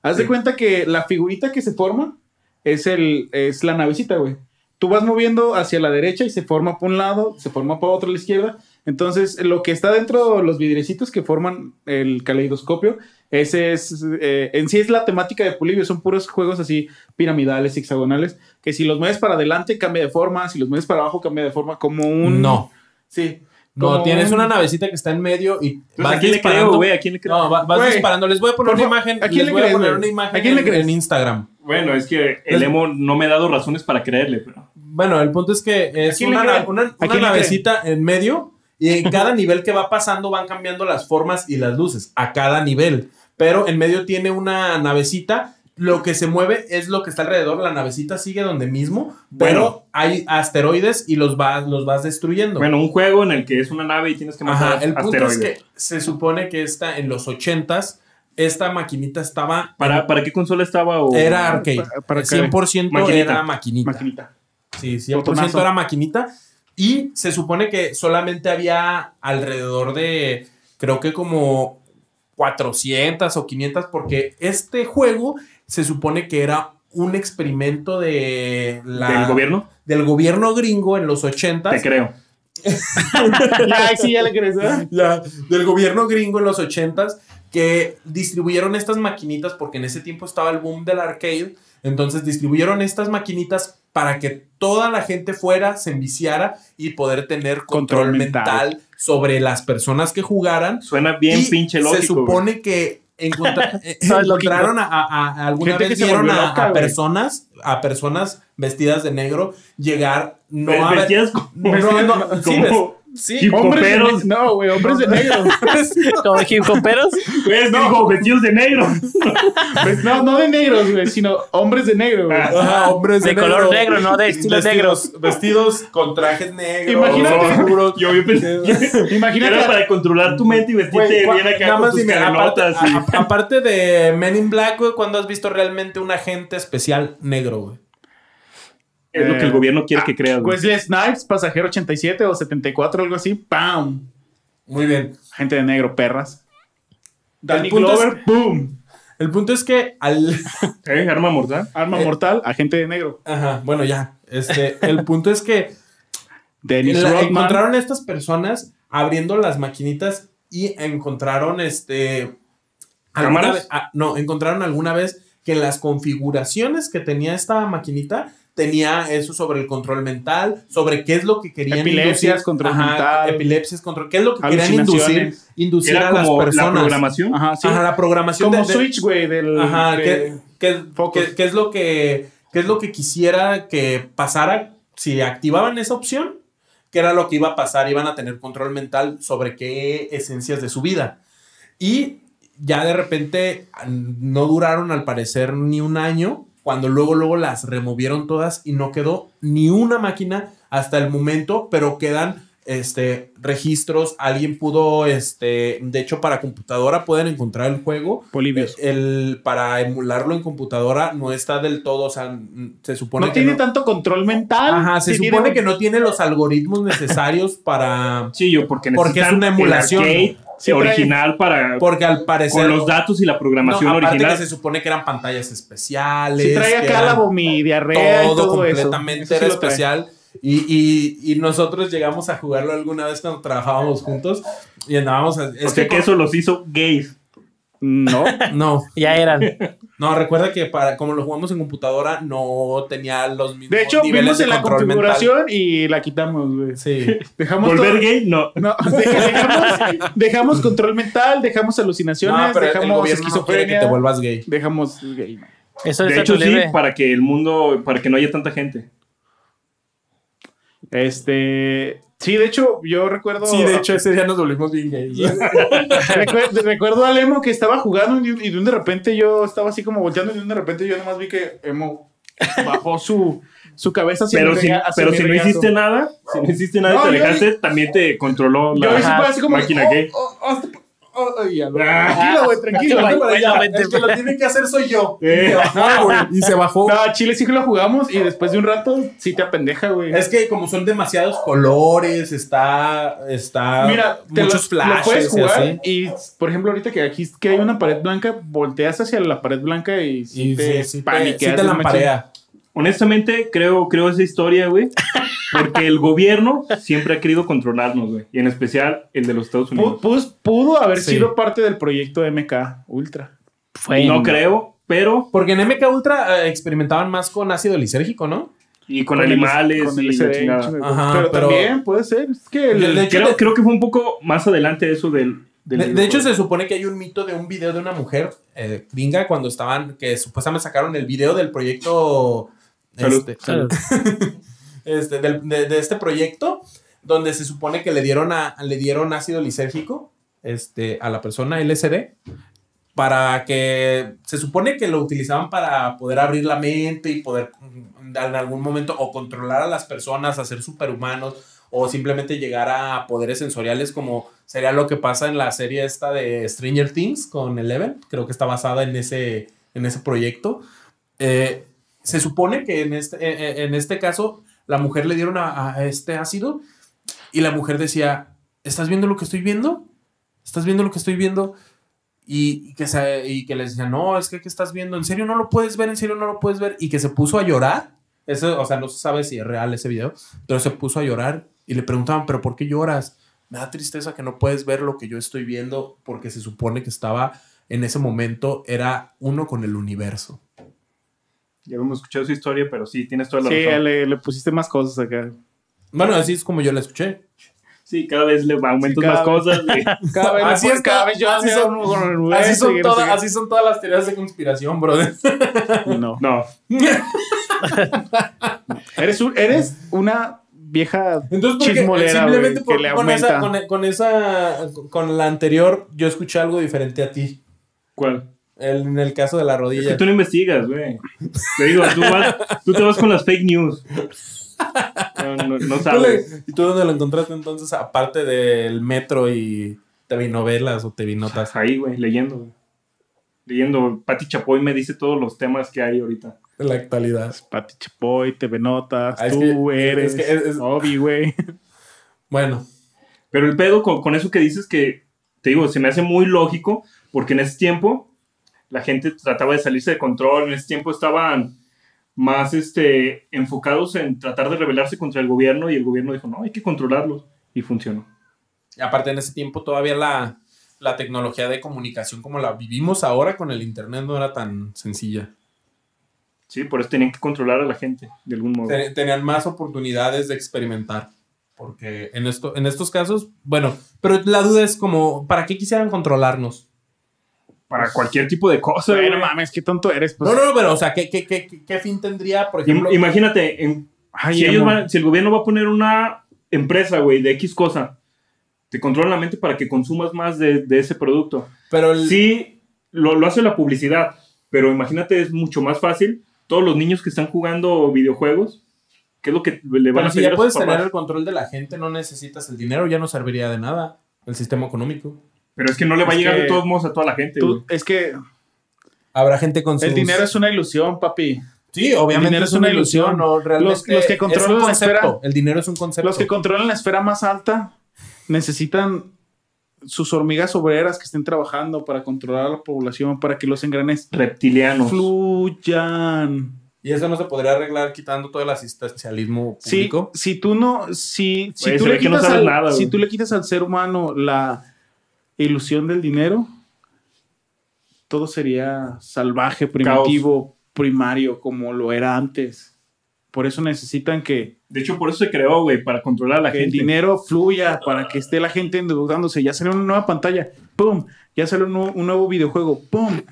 [SPEAKER 2] Haz de
[SPEAKER 3] Sí.
[SPEAKER 2] cuenta que la figurita que se forma es, el, es la navecita, güey. Tú vas moviendo hacia la derecha y se forma por un lado, se forma por otro a la izquierda. Entonces, lo que está dentro de los vidriecitos que forman el caleidoscopio, ese es, eh, en sí es la temática de Polibio. Son puros juegos así piramidales, hexagonales, que si los mueves para adelante cambia de forma, si los mueves para abajo cambia de forma, como un...
[SPEAKER 1] No,
[SPEAKER 2] Sí.
[SPEAKER 1] no,
[SPEAKER 2] como
[SPEAKER 1] tienes
[SPEAKER 2] un-
[SPEAKER 1] una navecita que está en medio y
[SPEAKER 3] Entonces, Pues, ¿A
[SPEAKER 1] vas
[SPEAKER 3] quién le creo,
[SPEAKER 1] disparando.
[SPEAKER 3] güey? ¿A quién le creo?
[SPEAKER 1] No, va- vas
[SPEAKER 2] Güey,
[SPEAKER 1] disparando. Les voy a poner
[SPEAKER 2] por
[SPEAKER 1] una
[SPEAKER 2] favor,
[SPEAKER 1] imagen.
[SPEAKER 2] ¿a quién
[SPEAKER 1] les
[SPEAKER 2] le
[SPEAKER 1] voy
[SPEAKER 2] crees,
[SPEAKER 1] a poner
[SPEAKER 2] güey?
[SPEAKER 1] una imagen
[SPEAKER 2] ¿A quién le
[SPEAKER 1] en,
[SPEAKER 2] crees?
[SPEAKER 1] en Instagram.
[SPEAKER 3] Bueno, es que el emo no me ha dado razones para creerle, pero.
[SPEAKER 1] Bueno, el punto es que es
[SPEAKER 2] quién le
[SPEAKER 1] una, na-
[SPEAKER 2] creen?
[SPEAKER 1] una-
[SPEAKER 2] quién
[SPEAKER 1] una
[SPEAKER 2] le
[SPEAKER 1] navecita en medio y en cada nivel que va pasando van cambiando las formas y las luces a cada nivel. Pero en medio tiene una navecita. Lo que se mueve es lo que está alrededor. La navecita sigue donde mismo, pero
[SPEAKER 3] Bueno.
[SPEAKER 1] hay asteroides y los, vas los vas destruyendo.
[SPEAKER 3] Bueno, un juego en el que es una nave y tienes que matar
[SPEAKER 1] Ajá, el punto
[SPEAKER 3] asteroides.
[SPEAKER 1] es que se supone que esta, en los 80s, esta maquinita estaba.
[SPEAKER 3] ¿Para, ¿Para qué consola estaba? O...
[SPEAKER 1] Era arcade.
[SPEAKER 2] Oh. Para- para que-
[SPEAKER 1] 100%
[SPEAKER 3] Maquinita.
[SPEAKER 1] era maquinita.
[SPEAKER 2] Maquinita.
[SPEAKER 1] Sí, 100%
[SPEAKER 2] Botonazo.
[SPEAKER 1] era maquinita. Y se supone que solamente había alrededor de, creo que como 400 o 500, porque este juego se supone que era un experimento de la-
[SPEAKER 3] ¿Del gobierno?
[SPEAKER 1] del gobierno gringo en los 80.
[SPEAKER 3] Te creo.
[SPEAKER 2] ya, sí, ya le crees, ¿verdad?
[SPEAKER 1] Ya, del gobierno gringo en los 80s que distribuyeron estas maquinitas porque en ese tiempo estaba el boom del arcade. Entonces distribuyeron estas maquinitas para que toda la gente fuera, se enviciara y poder tener control,
[SPEAKER 2] Control mental.
[SPEAKER 1] mental. sobre las personas que jugaran.
[SPEAKER 3] Suena bien
[SPEAKER 1] Y
[SPEAKER 3] pinche lógico.
[SPEAKER 1] Se
[SPEAKER 3] güey.
[SPEAKER 1] supone que encontra- eh,
[SPEAKER 6] No, es lógico.
[SPEAKER 1] encontraron a, a- a- alguna
[SPEAKER 2] Gente que
[SPEAKER 1] vez
[SPEAKER 2] se
[SPEAKER 1] vieron
[SPEAKER 2] volvió
[SPEAKER 1] a,
[SPEAKER 2] loca,
[SPEAKER 1] a
[SPEAKER 2] güey.
[SPEAKER 1] personas, a personas vestidas de negro llegar no
[SPEAKER 3] Ve-
[SPEAKER 1] a ver-
[SPEAKER 3] Vestías como.
[SPEAKER 1] no, no, sí, ves-
[SPEAKER 3] como-
[SPEAKER 1] sí,
[SPEAKER 3] hip
[SPEAKER 2] Hombres de
[SPEAKER 3] hoperos.
[SPEAKER 2] ne- No, güey, hombres de negro.
[SPEAKER 6] Como hip hoperos.
[SPEAKER 3] Pues, digo, vestidos de negro.
[SPEAKER 2] Pues, no, no de negros, güey, sino hombres de negro, güey.
[SPEAKER 1] Ajá, hombres
[SPEAKER 6] De color negro, no de estilo negro.
[SPEAKER 1] vestidos, Vestidos con trajes negros.
[SPEAKER 2] Imagínate.
[SPEAKER 1] oscuros.
[SPEAKER 3] Yo, yo pensé.
[SPEAKER 2] Imagínate.
[SPEAKER 3] Era para controlar tu mente y
[SPEAKER 1] Güey,
[SPEAKER 3] vestirte
[SPEAKER 1] cua-
[SPEAKER 3] bien acá
[SPEAKER 1] nada
[SPEAKER 3] con
[SPEAKER 1] más
[SPEAKER 3] tus
[SPEAKER 1] dime, aparte,
[SPEAKER 3] carnotas y-
[SPEAKER 1] a- a- aparte de Men in Black, güey, ¿cuándo has visto realmente un agente especial negro, güey?
[SPEAKER 3] Es lo que el
[SPEAKER 2] Eh,
[SPEAKER 3] gobierno quiere que creas, güey.
[SPEAKER 2] Wesley pues, Snipes, pasajero 87 o 74, algo así. ¡Pam!
[SPEAKER 1] Muy bien.
[SPEAKER 2] Gente de negro, perras. Danny
[SPEAKER 1] punto es-
[SPEAKER 2] Glover, ¡boom!
[SPEAKER 1] El punto es que al.
[SPEAKER 3] ¿Eh? Arma mortal.
[SPEAKER 2] Arma
[SPEAKER 1] Eh.
[SPEAKER 2] mortal, agente de negro.
[SPEAKER 1] Ajá, bueno, ya. Este, el punto es que
[SPEAKER 2] Dennis
[SPEAKER 1] la-
[SPEAKER 2] Rodman.
[SPEAKER 1] encontraron a estas personas abriendo las maquinitas y encontraron este. alguna
[SPEAKER 3] ¿Cámaras?
[SPEAKER 1] vez- ah, no, encontraron alguna vez que en las configuraciones que tenía esta maquinita tenía eso sobre el control mental, sobre qué es lo que querían
[SPEAKER 2] Epilepsias,
[SPEAKER 1] inducir.
[SPEAKER 2] control mental.
[SPEAKER 1] Epilepsias, control. ¿Qué es lo que querían
[SPEAKER 2] Alucinaciones.
[SPEAKER 1] inducir? Inducir
[SPEAKER 3] Era
[SPEAKER 1] a las
[SPEAKER 3] como la
[SPEAKER 1] personas.
[SPEAKER 3] programación.
[SPEAKER 2] Ajá, sí.
[SPEAKER 1] Ajá, la programación
[SPEAKER 2] Como
[SPEAKER 1] de- de-
[SPEAKER 2] Switch, güey, del...
[SPEAKER 1] Ajá,
[SPEAKER 2] de-
[SPEAKER 1] ¿qué, qué-
[SPEAKER 2] focos.
[SPEAKER 1] qué- qué es lo que, qué es lo que quisiera que pasara si activaban esa opción? ¿Qué era lo que iba a pasar? Iban a tener control mental sobre qué esencias de su vida. Y ya de repente an- no duraron al parecer ni un año cuando luego, luego las removieron todas y no quedó ni una máquina hasta el momento, pero quedan este, registros, alguien pudo, este, de hecho para computadora pueden encontrar el juego.
[SPEAKER 2] Polibios.
[SPEAKER 1] El, para emularlo en computadora no está del todo, o sea, mm, se supone
[SPEAKER 2] No
[SPEAKER 1] que
[SPEAKER 2] tiene
[SPEAKER 1] no-
[SPEAKER 2] tanto control mental.
[SPEAKER 1] Ajá, se
[SPEAKER 2] Sí tiene-
[SPEAKER 1] supone que no tiene los algoritmos necesarios para...
[SPEAKER 3] Sí, yo, porque
[SPEAKER 1] Porque es
[SPEAKER 3] necesitan
[SPEAKER 1] una
[SPEAKER 3] el
[SPEAKER 1] emulación,
[SPEAKER 3] arcade
[SPEAKER 2] Sí, trae-
[SPEAKER 3] original para.
[SPEAKER 1] Porque al parecer...
[SPEAKER 3] con los datos y la
[SPEAKER 1] No,
[SPEAKER 3] programación
[SPEAKER 1] aparte
[SPEAKER 3] original.
[SPEAKER 1] que se supone que eran pantallas especiales.
[SPEAKER 2] Sí trae
[SPEAKER 1] que
[SPEAKER 2] acá la
[SPEAKER 1] eran
[SPEAKER 2] vomidiarrea
[SPEAKER 1] todo,
[SPEAKER 2] y todo eso.
[SPEAKER 1] completamente
[SPEAKER 2] Eso sí
[SPEAKER 1] era
[SPEAKER 2] lo trae.
[SPEAKER 1] especial. Y, y- y nosotros llegamos a jugarlo alguna vez cuando trabajábamos juntos y andábamos... a-
[SPEAKER 3] o
[SPEAKER 1] es
[SPEAKER 3] sea que
[SPEAKER 1] con-
[SPEAKER 3] eso los hizo gays.
[SPEAKER 2] No.
[SPEAKER 1] No,
[SPEAKER 6] Ya eran.
[SPEAKER 1] no, recuerda que para como lo jugamos en computadora no tenía los mismos
[SPEAKER 2] De hecho,
[SPEAKER 1] niveles
[SPEAKER 2] vimos
[SPEAKER 1] de
[SPEAKER 2] en la
[SPEAKER 1] control mental.
[SPEAKER 2] configuración y la quitamos, güey.
[SPEAKER 1] Sí.
[SPEAKER 2] Dejamos
[SPEAKER 3] Volver
[SPEAKER 2] todo-
[SPEAKER 3] gay, no.
[SPEAKER 2] No, de- dejamos, dejamos control mental, dejamos alucinaciones,
[SPEAKER 1] No, pero el
[SPEAKER 2] dejamos
[SPEAKER 1] gobierno no quiere que
[SPEAKER 2] esquizofrenia,
[SPEAKER 1] te vuelvas gay.
[SPEAKER 2] dejamos gay. man.
[SPEAKER 6] Eso
[SPEAKER 3] De
[SPEAKER 6] es
[SPEAKER 3] hecho, sí, para que el mundo, para que no haya tanta gente.
[SPEAKER 2] Este, sí, de hecho, yo recuerdo
[SPEAKER 1] Sí, de hecho ese día nos volvimos bien gays.
[SPEAKER 2] Recuerdo, recuerdo al emo que estaba jugando y, y de un de repente yo estaba así como volteando y de un de repente yo nomás vi que emo bajó su, su cabeza hacia
[SPEAKER 3] pero
[SPEAKER 2] mi
[SPEAKER 3] si,
[SPEAKER 2] rega- hacia
[SPEAKER 3] pero
[SPEAKER 2] mi
[SPEAKER 3] si no
[SPEAKER 2] regazo.
[SPEAKER 3] hiciste nada, si no hiciste nada
[SPEAKER 2] No,
[SPEAKER 3] y te
[SPEAKER 2] yo-
[SPEAKER 3] alejaste, también te controló
[SPEAKER 2] Yo
[SPEAKER 3] la
[SPEAKER 2] hice fue así como
[SPEAKER 3] máquina
[SPEAKER 2] oh,
[SPEAKER 3] gay.
[SPEAKER 2] oh, oh, hasta- oh, ay, ya, güey.
[SPEAKER 3] Ah.
[SPEAKER 2] tranquilo, güey, tranquilo.
[SPEAKER 6] Vaya,
[SPEAKER 2] no,
[SPEAKER 6] vaya, vete,
[SPEAKER 1] el que lo tiene que hacer soy yo.
[SPEAKER 3] Eh.
[SPEAKER 1] Y se bajó, güey, Y se bajó.
[SPEAKER 2] No, Chile sí que lo jugamos y después de un rato sí te apendeja, güey.
[SPEAKER 1] Es que como son demasiados colores, está, está
[SPEAKER 2] Mira, te lo-
[SPEAKER 1] muchos
[SPEAKER 2] lo,
[SPEAKER 1] flashes
[SPEAKER 2] puedes
[SPEAKER 1] y
[SPEAKER 2] jugar
[SPEAKER 1] así.
[SPEAKER 2] y, por ejemplo, ahorita que aquí que hay una pared blanca, volteas hacia la pared blanca y, sí
[SPEAKER 1] Y
[SPEAKER 2] te
[SPEAKER 1] sí, sí te,
[SPEAKER 2] paniqueas.
[SPEAKER 1] sí te
[SPEAKER 2] bien machín.
[SPEAKER 1] lamparea.
[SPEAKER 3] Honestamente, creo, creo esa historia, güey. Porque el gobierno siempre ha querido controlarnos, güey. Y en especial el de los Estados
[SPEAKER 2] Pu-
[SPEAKER 3] Unidos.
[SPEAKER 2] pus- pudo haber
[SPEAKER 1] Sí.
[SPEAKER 2] sido parte del proyecto MK Ultra.
[SPEAKER 6] Fue
[SPEAKER 3] no creo, pero.
[SPEAKER 1] Porque en MK Ultra eh, experimentaban más con ácido lisérgico, ¿no?
[SPEAKER 3] Y con,
[SPEAKER 2] el-
[SPEAKER 3] animales
[SPEAKER 2] con el
[SPEAKER 3] y la
[SPEAKER 2] SD,
[SPEAKER 3] chingada.
[SPEAKER 2] chingo,
[SPEAKER 1] Ajá,
[SPEAKER 2] pero,
[SPEAKER 1] pero-
[SPEAKER 2] también puede ser. Es que el-
[SPEAKER 1] De hecho,
[SPEAKER 3] creo,
[SPEAKER 1] de-
[SPEAKER 3] creo que fue un poco más adelante eso del. del
[SPEAKER 1] De, de hecho, se
[SPEAKER 3] videojuego.
[SPEAKER 1] supone que hay un mito de un video de una mujer eh, gringa cuando estaban, que supuestamente sacaron el video del proyecto.
[SPEAKER 3] Salud,
[SPEAKER 1] este, este, del- de, de este proyecto, donde se supone que le dieron, a, le dieron ácido lisérgico este, a la persona LSD para que se supone que lo utilizaban para poder abrir la mente y poder mm, en algún momento o controlar a las personas, hacer superhumanos o simplemente llegar a poderes sensoriales como sería lo que pasa en la serie esta de Stranger Things con Eleven, creo que está basada en ese, en ese proyecto. Eh, se supone que en este, eh, eh, en este caso la mujer le dieron a, a este ácido y la mujer decía, ¿estás viendo lo que estoy viendo? ¿Estás viendo lo que estoy viendo? Y, y que, se- y que les decía, no, es que ¿qué estás viendo? ¿En serio no lo puedes ver? ¿En serio no lo puedes ver? Y que se puso a llorar. Eso, o sea, no se sabe si es real ese video, pero se puso a llorar y le preguntaban, ¿pero por qué lloras? Me da tristeza que no puedes ver lo que yo estoy viendo porque se supone que estaba en ese momento, era uno con el universo.
[SPEAKER 3] Ya habíamos escuchado esa historia, pero sí, tienes toda la
[SPEAKER 2] sí,
[SPEAKER 3] razón.
[SPEAKER 2] le, le pusiste más cosas acá.
[SPEAKER 1] Bueno, así es como yo la escuché.
[SPEAKER 3] Sí, cada vez le aumentas
[SPEAKER 2] Sí, cada
[SPEAKER 3] más
[SPEAKER 2] vez.
[SPEAKER 3] cosas. güey.
[SPEAKER 2] Cada vez,
[SPEAKER 1] Así
[SPEAKER 2] le-
[SPEAKER 1] es,
[SPEAKER 2] cada vez yo
[SPEAKER 1] así
[SPEAKER 2] hacía
[SPEAKER 1] son-
[SPEAKER 2] uno con el
[SPEAKER 1] Así
[SPEAKER 2] universo y
[SPEAKER 1] son,
[SPEAKER 2] que no sé
[SPEAKER 1] todas, así son todas las teorías de conspiración, brother.
[SPEAKER 2] qué. No.
[SPEAKER 3] No,
[SPEAKER 2] Eres, un- eres una vieja
[SPEAKER 1] Entonces, porque
[SPEAKER 2] Chismolera,
[SPEAKER 1] simplemente
[SPEAKER 2] güey, que
[SPEAKER 1] por-
[SPEAKER 2] le
[SPEAKER 1] con, esa,
[SPEAKER 2] aumenta.
[SPEAKER 1] con, con esa, con la anterior, yo escuché algo diferente a ti.
[SPEAKER 3] ¿cuál?
[SPEAKER 1] El- en el caso de la
[SPEAKER 3] Es que
[SPEAKER 1] rodilla.
[SPEAKER 3] tú no investigas, güey. Te digo, tú, vas- tú te vas con las fake news. No, no- no
[SPEAKER 1] ¿Tú
[SPEAKER 3] sabes.
[SPEAKER 1] le- ¿Y tú dónde lo encontraste entonces? Aparte del metro y telenovelas o telenotas.
[SPEAKER 3] Ahí, güey, leyendo. güey. Leyendo. Pati Chapoy me dice todos los temas que hay ahorita.
[SPEAKER 1] En la actualidad.
[SPEAKER 2] Pati Chapoy, TV Notas,
[SPEAKER 1] Ah, es
[SPEAKER 2] tú
[SPEAKER 1] que-
[SPEAKER 2] eres
[SPEAKER 1] es que es- es-
[SPEAKER 2] Obi, güey.
[SPEAKER 1] Bueno,
[SPEAKER 3] Pero el pedo con, con eso que dices que, te digo, se me hace muy lógico, porque en ese tiempo la gente trataba de salirse de control, en ese tiempo estaban más este, enfocados en tratar de rebelarse contra el gobierno y el gobierno dijo, no, hay que controlarlos. Y funcionó.
[SPEAKER 1] y aparte en ese tiempo todavía la, la tecnología de comunicación como la vivimos ahora con el internet no era tan sencilla.
[SPEAKER 3] Sí, por eso tenían que controlar a la gente, de algún modo.
[SPEAKER 1] Ten- tenían más oportunidades de experimentar. Porque en, esto, en estos casos, bueno, pero la duda es como, ¿para qué quisieran controlarnos?
[SPEAKER 3] Para cualquier tipo de cosa.
[SPEAKER 2] Güey, no
[SPEAKER 3] güey.
[SPEAKER 2] mames, qué tonto eres. Pues.
[SPEAKER 1] no, no, no, pero, o sea, ¿qué, qué, qué- qué- qué fin tendría, por ejemplo?
[SPEAKER 3] Im- Imagínate, en-
[SPEAKER 2] Ay,
[SPEAKER 3] si, ellos
[SPEAKER 2] amo.
[SPEAKER 3] van- si el gobierno va a poner una empresa, güey, de X cosa, te controla la mente para que consumas más de, de ese producto.
[SPEAKER 1] pero el-
[SPEAKER 3] Sí, lo, lo hace la publicidad, pero imagínate, es mucho más fácil todos los niños que están jugando videojuegos, ¿qué es lo que le van
[SPEAKER 1] Pero
[SPEAKER 3] a
[SPEAKER 1] si
[SPEAKER 3] pedir
[SPEAKER 1] ya
[SPEAKER 3] a sus
[SPEAKER 1] puedes tener
[SPEAKER 3] papás?
[SPEAKER 1] el control de la gente, no necesitas el dinero, ya no serviría de nada el sistema económico.
[SPEAKER 3] Pero es que no le va a
[SPEAKER 2] Es
[SPEAKER 3] llegar
[SPEAKER 2] que-
[SPEAKER 3] de todos modos a toda la gente, güey.
[SPEAKER 2] Tú- es que
[SPEAKER 1] Habrá gente con sus...
[SPEAKER 2] el dinero es una ilusión, papi.
[SPEAKER 1] Sí, obviamente
[SPEAKER 2] dinero
[SPEAKER 1] es una ilusión. no, realmente
[SPEAKER 2] Los- los que
[SPEAKER 1] es
[SPEAKER 2] controlan
[SPEAKER 1] un
[SPEAKER 2] la
[SPEAKER 1] concepto.
[SPEAKER 2] esfera-
[SPEAKER 1] El dinero es un concepto.
[SPEAKER 2] Los que controlan la esfera más alta necesitan sus hormigas obreras que estén trabajando para controlar a la población, para que los engranes
[SPEAKER 3] Reptilianos.
[SPEAKER 2] fluyan.
[SPEAKER 1] Y eso no se podría arreglar quitando todo el asistencialismo
[SPEAKER 2] Si,
[SPEAKER 1] público.
[SPEAKER 2] si tú no, si, si
[SPEAKER 3] Güey,
[SPEAKER 2] tú
[SPEAKER 3] se
[SPEAKER 2] le
[SPEAKER 3] ve que no
[SPEAKER 2] quitas
[SPEAKER 3] sabes
[SPEAKER 2] al,
[SPEAKER 3] nada,
[SPEAKER 2] si
[SPEAKER 3] güey.
[SPEAKER 2] tú le quitas al ser humano la ilusión del dinero, todo sería salvaje, primitivo, primario, como lo era antes. Por eso necesitan que,
[SPEAKER 3] De hecho, por eso se creó, güey, para controlar a la
[SPEAKER 2] que el
[SPEAKER 3] gente.
[SPEAKER 2] dinero fluya para que esté la gente endeudándose. Ya salió una nueva pantalla, ¡pum! Ya salió un, nuevo- un nuevo videojuego, ¡pum!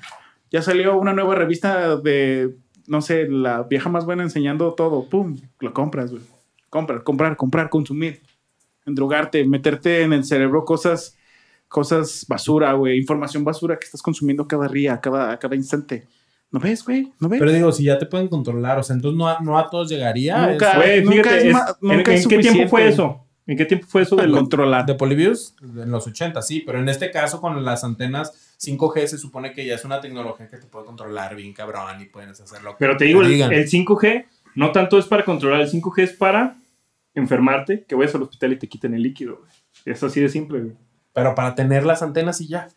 [SPEAKER 2] Ya salió una nueva revista de, no sé, la vieja más buena enseñando todo, ¡pum! Lo compras, güey. Comprar, comprar, comprar, consumir. Endrogarte, meterte en el cerebro cosas, cosas basura, güey. Información basura que estás consumiendo cada día, cada, cada instante. ¿No ves, güey? ¿No ves?
[SPEAKER 1] Pero digo, si ya te pueden controlar, o sea, entonces no a, no a todos llegaría.
[SPEAKER 2] Nunca.
[SPEAKER 1] Es-
[SPEAKER 3] Güey,
[SPEAKER 2] Nunca
[SPEAKER 3] fíjate,
[SPEAKER 2] es
[SPEAKER 3] es-
[SPEAKER 2] ma-
[SPEAKER 3] ¿en-
[SPEAKER 2] nunca
[SPEAKER 3] ¿en,
[SPEAKER 2] es
[SPEAKER 3] qué tiempo fue
[SPEAKER 2] suficiente.
[SPEAKER 3] eso? ¿En qué tiempo fue eso de
[SPEAKER 2] Para
[SPEAKER 3] los-
[SPEAKER 2] controlar.
[SPEAKER 1] de Polybius en los 80, sí, pero en este caso con las antenas 5G se supone que ya es una tecnología que te puede controlar bien cabrón y puedes hacerlo.
[SPEAKER 3] Pero te digo, el,
[SPEAKER 1] Digan.
[SPEAKER 3] el 5G no tanto es para controlar, el 5G es para enfermarte, que vayas al hospital y te quiten el líquido, güey. Es así de simple, güey.
[SPEAKER 1] Pero para tener las antenas y ya.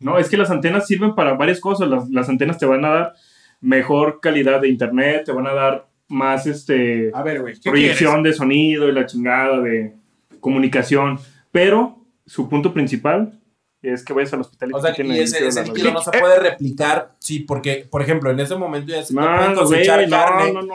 [SPEAKER 3] No, es que las antenas sirven para varias cosas. Las, las antenas te van a dar mejor calidad de internet, te van a dar más este
[SPEAKER 1] Ah,
[SPEAKER 2] A ver, güey. ¿qué
[SPEAKER 3] proyección de sonido y la chingada de comunicación. Pero su punto principal es que vayas al hospital y
[SPEAKER 1] O sea,
[SPEAKER 3] te
[SPEAKER 1] que
[SPEAKER 3] quiten
[SPEAKER 1] y
[SPEAKER 3] el
[SPEAKER 1] ese,
[SPEAKER 3] líquido.
[SPEAKER 1] ese
[SPEAKER 3] la
[SPEAKER 1] líquido no
[SPEAKER 3] verdad.
[SPEAKER 1] se puede replicar, sí, porque, por ejemplo, en ese momento ya se ya pueden
[SPEAKER 3] No, Ah, güey,
[SPEAKER 1] cosechar carne,
[SPEAKER 3] no, no, no.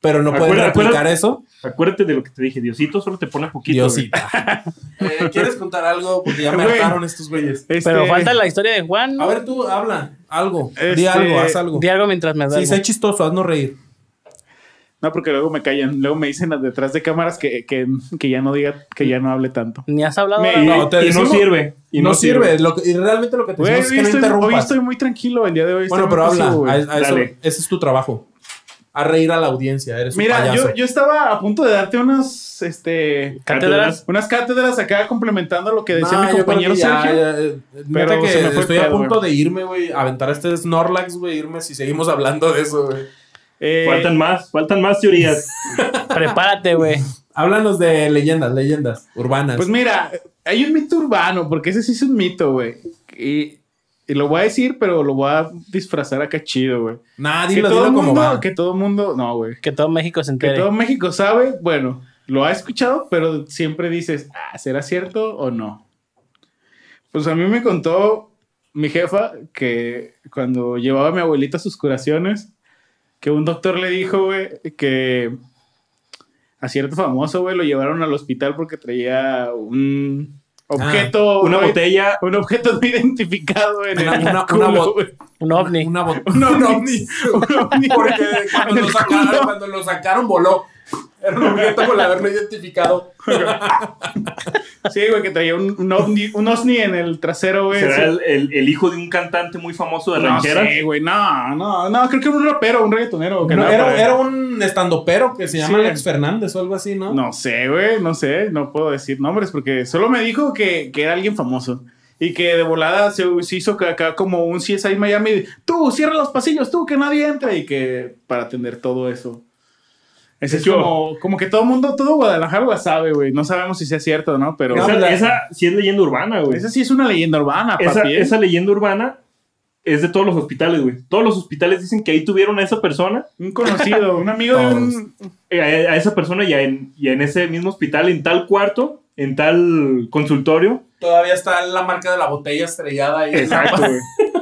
[SPEAKER 1] pero no pueden
[SPEAKER 3] Acuérdate,
[SPEAKER 1] replicar eso.
[SPEAKER 3] Acuérdate de lo que te dije, Diosito solo te pone poquito. güey.
[SPEAKER 1] Diosita. Eh, ¿Quieres contar algo? Porque ya me
[SPEAKER 2] Güey.
[SPEAKER 1] hartaron estos güeyes.
[SPEAKER 2] quieres?
[SPEAKER 6] Pero
[SPEAKER 2] Este-
[SPEAKER 6] falta la historia de Juan.
[SPEAKER 1] A ver, tú habla algo. Di
[SPEAKER 2] Este,
[SPEAKER 1] algo, haz algo.
[SPEAKER 6] Di algo mientras me das.
[SPEAKER 1] Sí, sé chistoso, haznos reír.
[SPEAKER 2] No, porque luego me callan. Luego me dicen detrás de cámaras que, que, que ya no diga, que ya no hable tanto.
[SPEAKER 6] Ni has hablado.
[SPEAKER 2] Me-
[SPEAKER 6] ahora,
[SPEAKER 1] No, te
[SPEAKER 3] y no
[SPEAKER 1] decimos-
[SPEAKER 3] sirve. Y
[SPEAKER 1] no, sirve. Lo que- y realmente lo que te
[SPEAKER 2] Güey,
[SPEAKER 1] decimos es
[SPEAKER 2] hoy,
[SPEAKER 1] que no
[SPEAKER 2] estoy, hoy
[SPEAKER 1] interrumpas.
[SPEAKER 2] estoy muy tranquilo el día de hoy. estoy
[SPEAKER 1] Bueno,
[SPEAKER 2] muy
[SPEAKER 1] pero habla.
[SPEAKER 2] pasivo, pues güey.
[SPEAKER 1] a- a eso-
[SPEAKER 3] Dale.
[SPEAKER 1] ese es tu trabajo. A reír a la audiencia. Eres un
[SPEAKER 2] Mira,
[SPEAKER 1] payaso.
[SPEAKER 2] yo, yo estaba a punto de darte unos, este,
[SPEAKER 6] Cátedras.
[SPEAKER 2] unas cátedras acá complementando lo que decía
[SPEAKER 1] No,
[SPEAKER 2] mi
[SPEAKER 1] yo creo
[SPEAKER 2] compañero
[SPEAKER 1] que ya,
[SPEAKER 2] Sergio.
[SPEAKER 1] ya, eh,
[SPEAKER 2] Pero
[SPEAKER 1] neta que
[SPEAKER 2] se me fue el
[SPEAKER 1] estoy a
[SPEAKER 2] pedo,
[SPEAKER 1] punto de irme, güey. a Aventar este Snorlax, güey. Irme si seguimos hablando de eso, güey.
[SPEAKER 2] Eh,
[SPEAKER 3] Faltan más, faltan más teorías.
[SPEAKER 6] Prepárate, güey.
[SPEAKER 1] Háblanos de leyendas, leyendas urbanas.
[SPEAKER 2] Pues mira, hay un mito urbano, porque ese sí es un mito, güey. Y, y lo voy a decir, pero lo voy a disfrazar acá chido, güey.
[SPEAKER 1] Nada,
[SPEAKER 2] Que
[SPEAKER 1] Ah, dilo,
[SPEAKER 2] todo
[SPEAKER 1] dilo como
[SPEAKER 2] mundo,
[SPEAKER 1] va.
[SPEAKER 2] que todo mundo, no, güey.
[SPEAKER 6] Que todo México se
[SPEAKER 2] que
[SPEAKER 6] entere.
[SPEAKER 2] todo México sabe, bueno, lo ha escuchado, pero siempre dices, ah, ¿será cierto o no? Pues a mí me contó mi jefa que cuando llevaba a mi abuelita a sus curaciones, que un doctor le dijo, güey, que a cierto famoso, güey, lo llevaron al hospital porque traía un objeto,
[SPEAKER 3] Una
[SPEAKER 2] no-
[SPEAKER 3] botella.
[SPEAKER 2] Un objeto no identificado en el
[SPEAKER 1] Ah, Una- una-
[SPEAKER 2] culo,
[SPEAKER 1] una bot-
[SPEAKER 2] güey.
[SPEAKER 6] Un ovni.
[SPEAKER 1] Una bot-
[SPEAKER 2] Un ovni.
[SPEAKER 1] Un ovni. Porque cuando lo sacaron, cuando lo sacaron voló. Era un objeto por haberlo identificado.
[SPEAKER 2] Sí, güey, que traía un, un ovni, un osni en el trasero, güey.
[SPEAKER 3] Será
[SPEAKER 2] Pues, Sí.
[SPEAKER 3] el, el- el hijo de un cantante muy famoso de
[SPEAKER 2] No
[SPEAKER 3] rancheras.
[SPEAKER 2] sé, güey, no, no, no, creo que era un rapero, un reggaetonero. que pues.
[SPEAKER 1] No,
[SPEAKER 2] andaba por
[SPEAKER 1] era,
[SPEAKER 2] ahí.
[SPEAKER 1] era un estandopero que se llama
[SPEAKER 2] Sí.
[SPEAKER 1] Alex Fernández o algo así, ¿no?
[SPEAKER 2] No sé, güey, no sé, no puedo decir nombres porque solo me dijo que, que era alguien famoso. Y que de volada se, se hizo ca- acá como un CSI Miami. Tú, cierra los pasillos, tú, que nadie entre. Y que para atender todo eso. Ese es
[SPEAKER 3] Yo.
[SPEAKER 2] como, como que todo mundo, todo Guadalajara la sabe, güey. No sabemos si sea cierto o no, pero...
[SPEAKER 3] Esa,
[SPEAKER 1] la-
[SPEAKER 3] esa sí es leyenda urbana, güey.
[SPEAKER 2] Esa sí es una leyenda urbana, papi.
[SPEAKER 3] Esa,
[SPEAKER 2] ¿eh?
[SPEAKER 3] esa leyenda urbana es de todos los hospitales, güey. Todos los hospitales dicen que ahí tuvieron a esa persona,
[SPEAKER 2] Un conocido, un amigo de un...
[SPEAKER 3] eh, a, a esa persona y a en, y en ese mismo hospital, en tal cuarto, en tal consultorio.
[SPEAKER 1] Todavía está la marca de la botella estrellada ahí.
[SPEAKER 3] Exacto, güey.